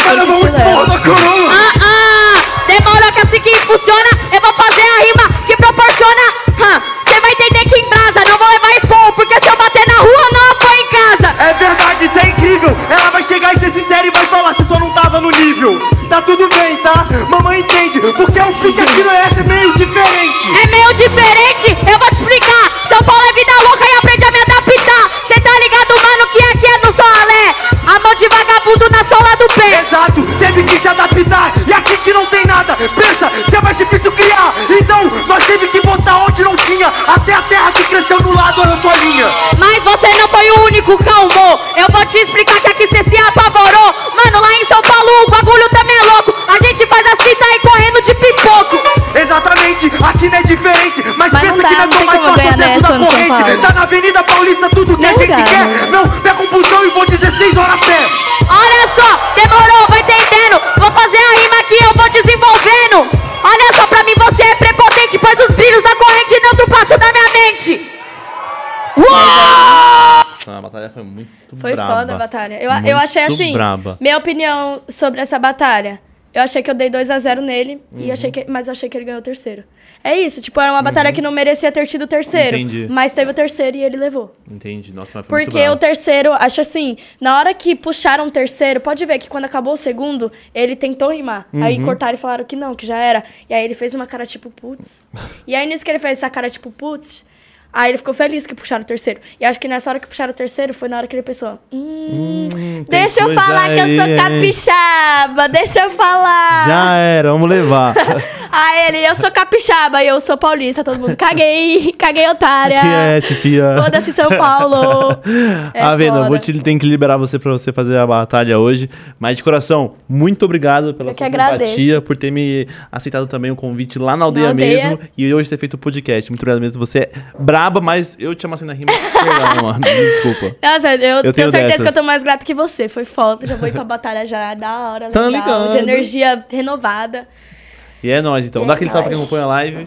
S3: te ler.
S12: expor na coroa.
S11: Ah, ah, demorou que assim que funciona, eu vou fazer a rima que proporciona. Você vai entender que em brasa não vou levar expor, porque se eu bater na rua, não apanho em casa.
S12: É verdade, isso é incrível. Ela vai chegar e ser sincera e vai falar se só não tava no nível. Tá tudo bem, tá? Mamãe entende, porque o pique aqui no S é meio diferente.
S11: É meio diferente, eu vou te explicar. São Paulo é vida louca e aprende a me adaptar. Cê tá ligado, mano, que aqui é no solé. A mão de vagabundo na sola do pé.
S12: Exato, teve que se adaptar E aqui que não tem nada, pensa, se é mais difícil criar Então, nós teve que botar onde não tinha Até a terra que cresceu do lado, olha sua linha
S11: Mas você não foi o único que calmou. Eu vou te explicar que aqui cê se apavorou. Mano, lá em São Paulo o bagulho também é louco. A gente faz assim, tá aí correndo de pipoco.
S12: Exatamente, aqui não é diferente
S3: Mas
S12: Mas,
S3: não
S12: pensa
S3: dá,
S12: que não é
S3: não
S12: tão
S3: tem
S12: mais
S3: como
S12: fácil
S3: ganhar
S12: acesso
S3: nessa
S12: da
S3: no São
S12: corrente
S3: Paulo.
S12: Tá na Avenida Paulista tudo que
S3: Não
S12: a gente
S3: dá,
S12: quer
S3: não.
S12: Não, pega um busão e vou 16 horas a pé
S11: Olha só, demorou, vai entendendo. Vou fazer é a rima que eu vou desenvolvendo. Olha só, pra mim você é prepotente, pois os brilhos da corrente não ultrapassam da minha mente.
S1: Nossa, a batalha foi muito
S3: Foi
S1: braba.
S3: foda a batalha. Eu,
S1: Muito
S3: eu achei assim.
S1: braba.
S3: Minha opinião sobre essa batalha. Eu achei que eu dei 2 a 0 nele, e
S1: Uhum.
S3: achei que, mas eu achei que ele ganhou o terceiro. É isso, tipo, era uma batalha que não merecia ter tido o terceiro.
S1: Uhum. Entendi.
S3: Mas teve o terceiro e ele levou.
S1: Entendi, nossa, mas foi muito
S3: Porque
S1: braba.
S3: o terceiro, acho assim, na hora que puxaram o terceiro, pode ver que quando acabou o segundo, ele tentou rimar.
S1: Uhum.
S3: Aí cortaram e falaram que não, que já era. E aí ele fez uma cara tipo, putz. e aí nisso que ele fez essa cara tipo, putz, aí ele ficou feliz que puxaram o terceiro. E acho que nessa hora que puxaram o terceiro, foi na hora que ele pensou, hum,
S1: tem
S3: deixa eu
S1: coisa
S3: falar que eu
S1: aí,
S3: sou
S1: hein?"
S3: capixaba, deixa eu falar.
S1: Já era, vamos levar.
S3: Aí ele, eu sou capixaba e eu sou paulista, todo mundo, caguei, caguei otária.
S1: que é, esse, fia?
S3: Foda-se São Paulo. É
S1: ah, Vena, eu
S3: foda.
S1: vou te, tenho que liberar você pra você fazer a batalha hoje. Mas de coração, muito obrigado pela
S3: Eu
S1: sua
S3: que agradeço.
S1: simpatia, por ter me aceitado também o convite lá na aldeia,
S3: aldeia.
S1: mesmo. E hoje ter feito o podcast. Muito obrigado mesmo. Você é braba, mas eu te amassei na rima. Perdão, mano. Me Desculpa.
S3: Nossa, eu,
S1: Eu tenho
S3: tenho certeza
S1: dessas.
S3: que eu tô mais grata que você. Foi foda, já vou ir pra batalha já, da hora,
S1: Tá
S3: legal,
S1: ligado.
S3: de energia renovada.
S1: E é nóis, então.
S3: E
S1: Dá
S3: é
S1: aquele salve pra quem
S3: nóis.
S1: acompanha a live.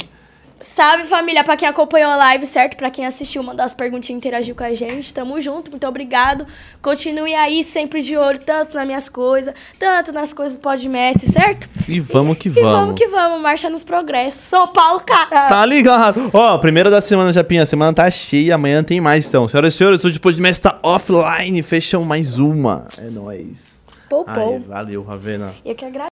S3: Salve, família, pra quem acompanhou a live, certo? Pra quem assistiu, mandou as perguntinhas, interagiu com a gente. Tamo junto, muito obrigado. Continue aí, sempre de olho, tanto nas minhas coisas, tanto nas coisas do Podmess, certo?
S1: E vamos que
S3: E vamos
S1: vamos.
S3: que vamos, marcha nos progressos. São Paulo, cara!
S1: Tá ligado? Ó, primeira da semana, Japinha. A semana tá cheia, amanhã tem mais, então. Senhoras e senhores, hoje o podcast tá offline. Fechamos mais uma. É nóis.
S3: Pou,
S1: Ai,
S3: pou.
S1: valeu, Ravena.
S3: Eu que agradeço.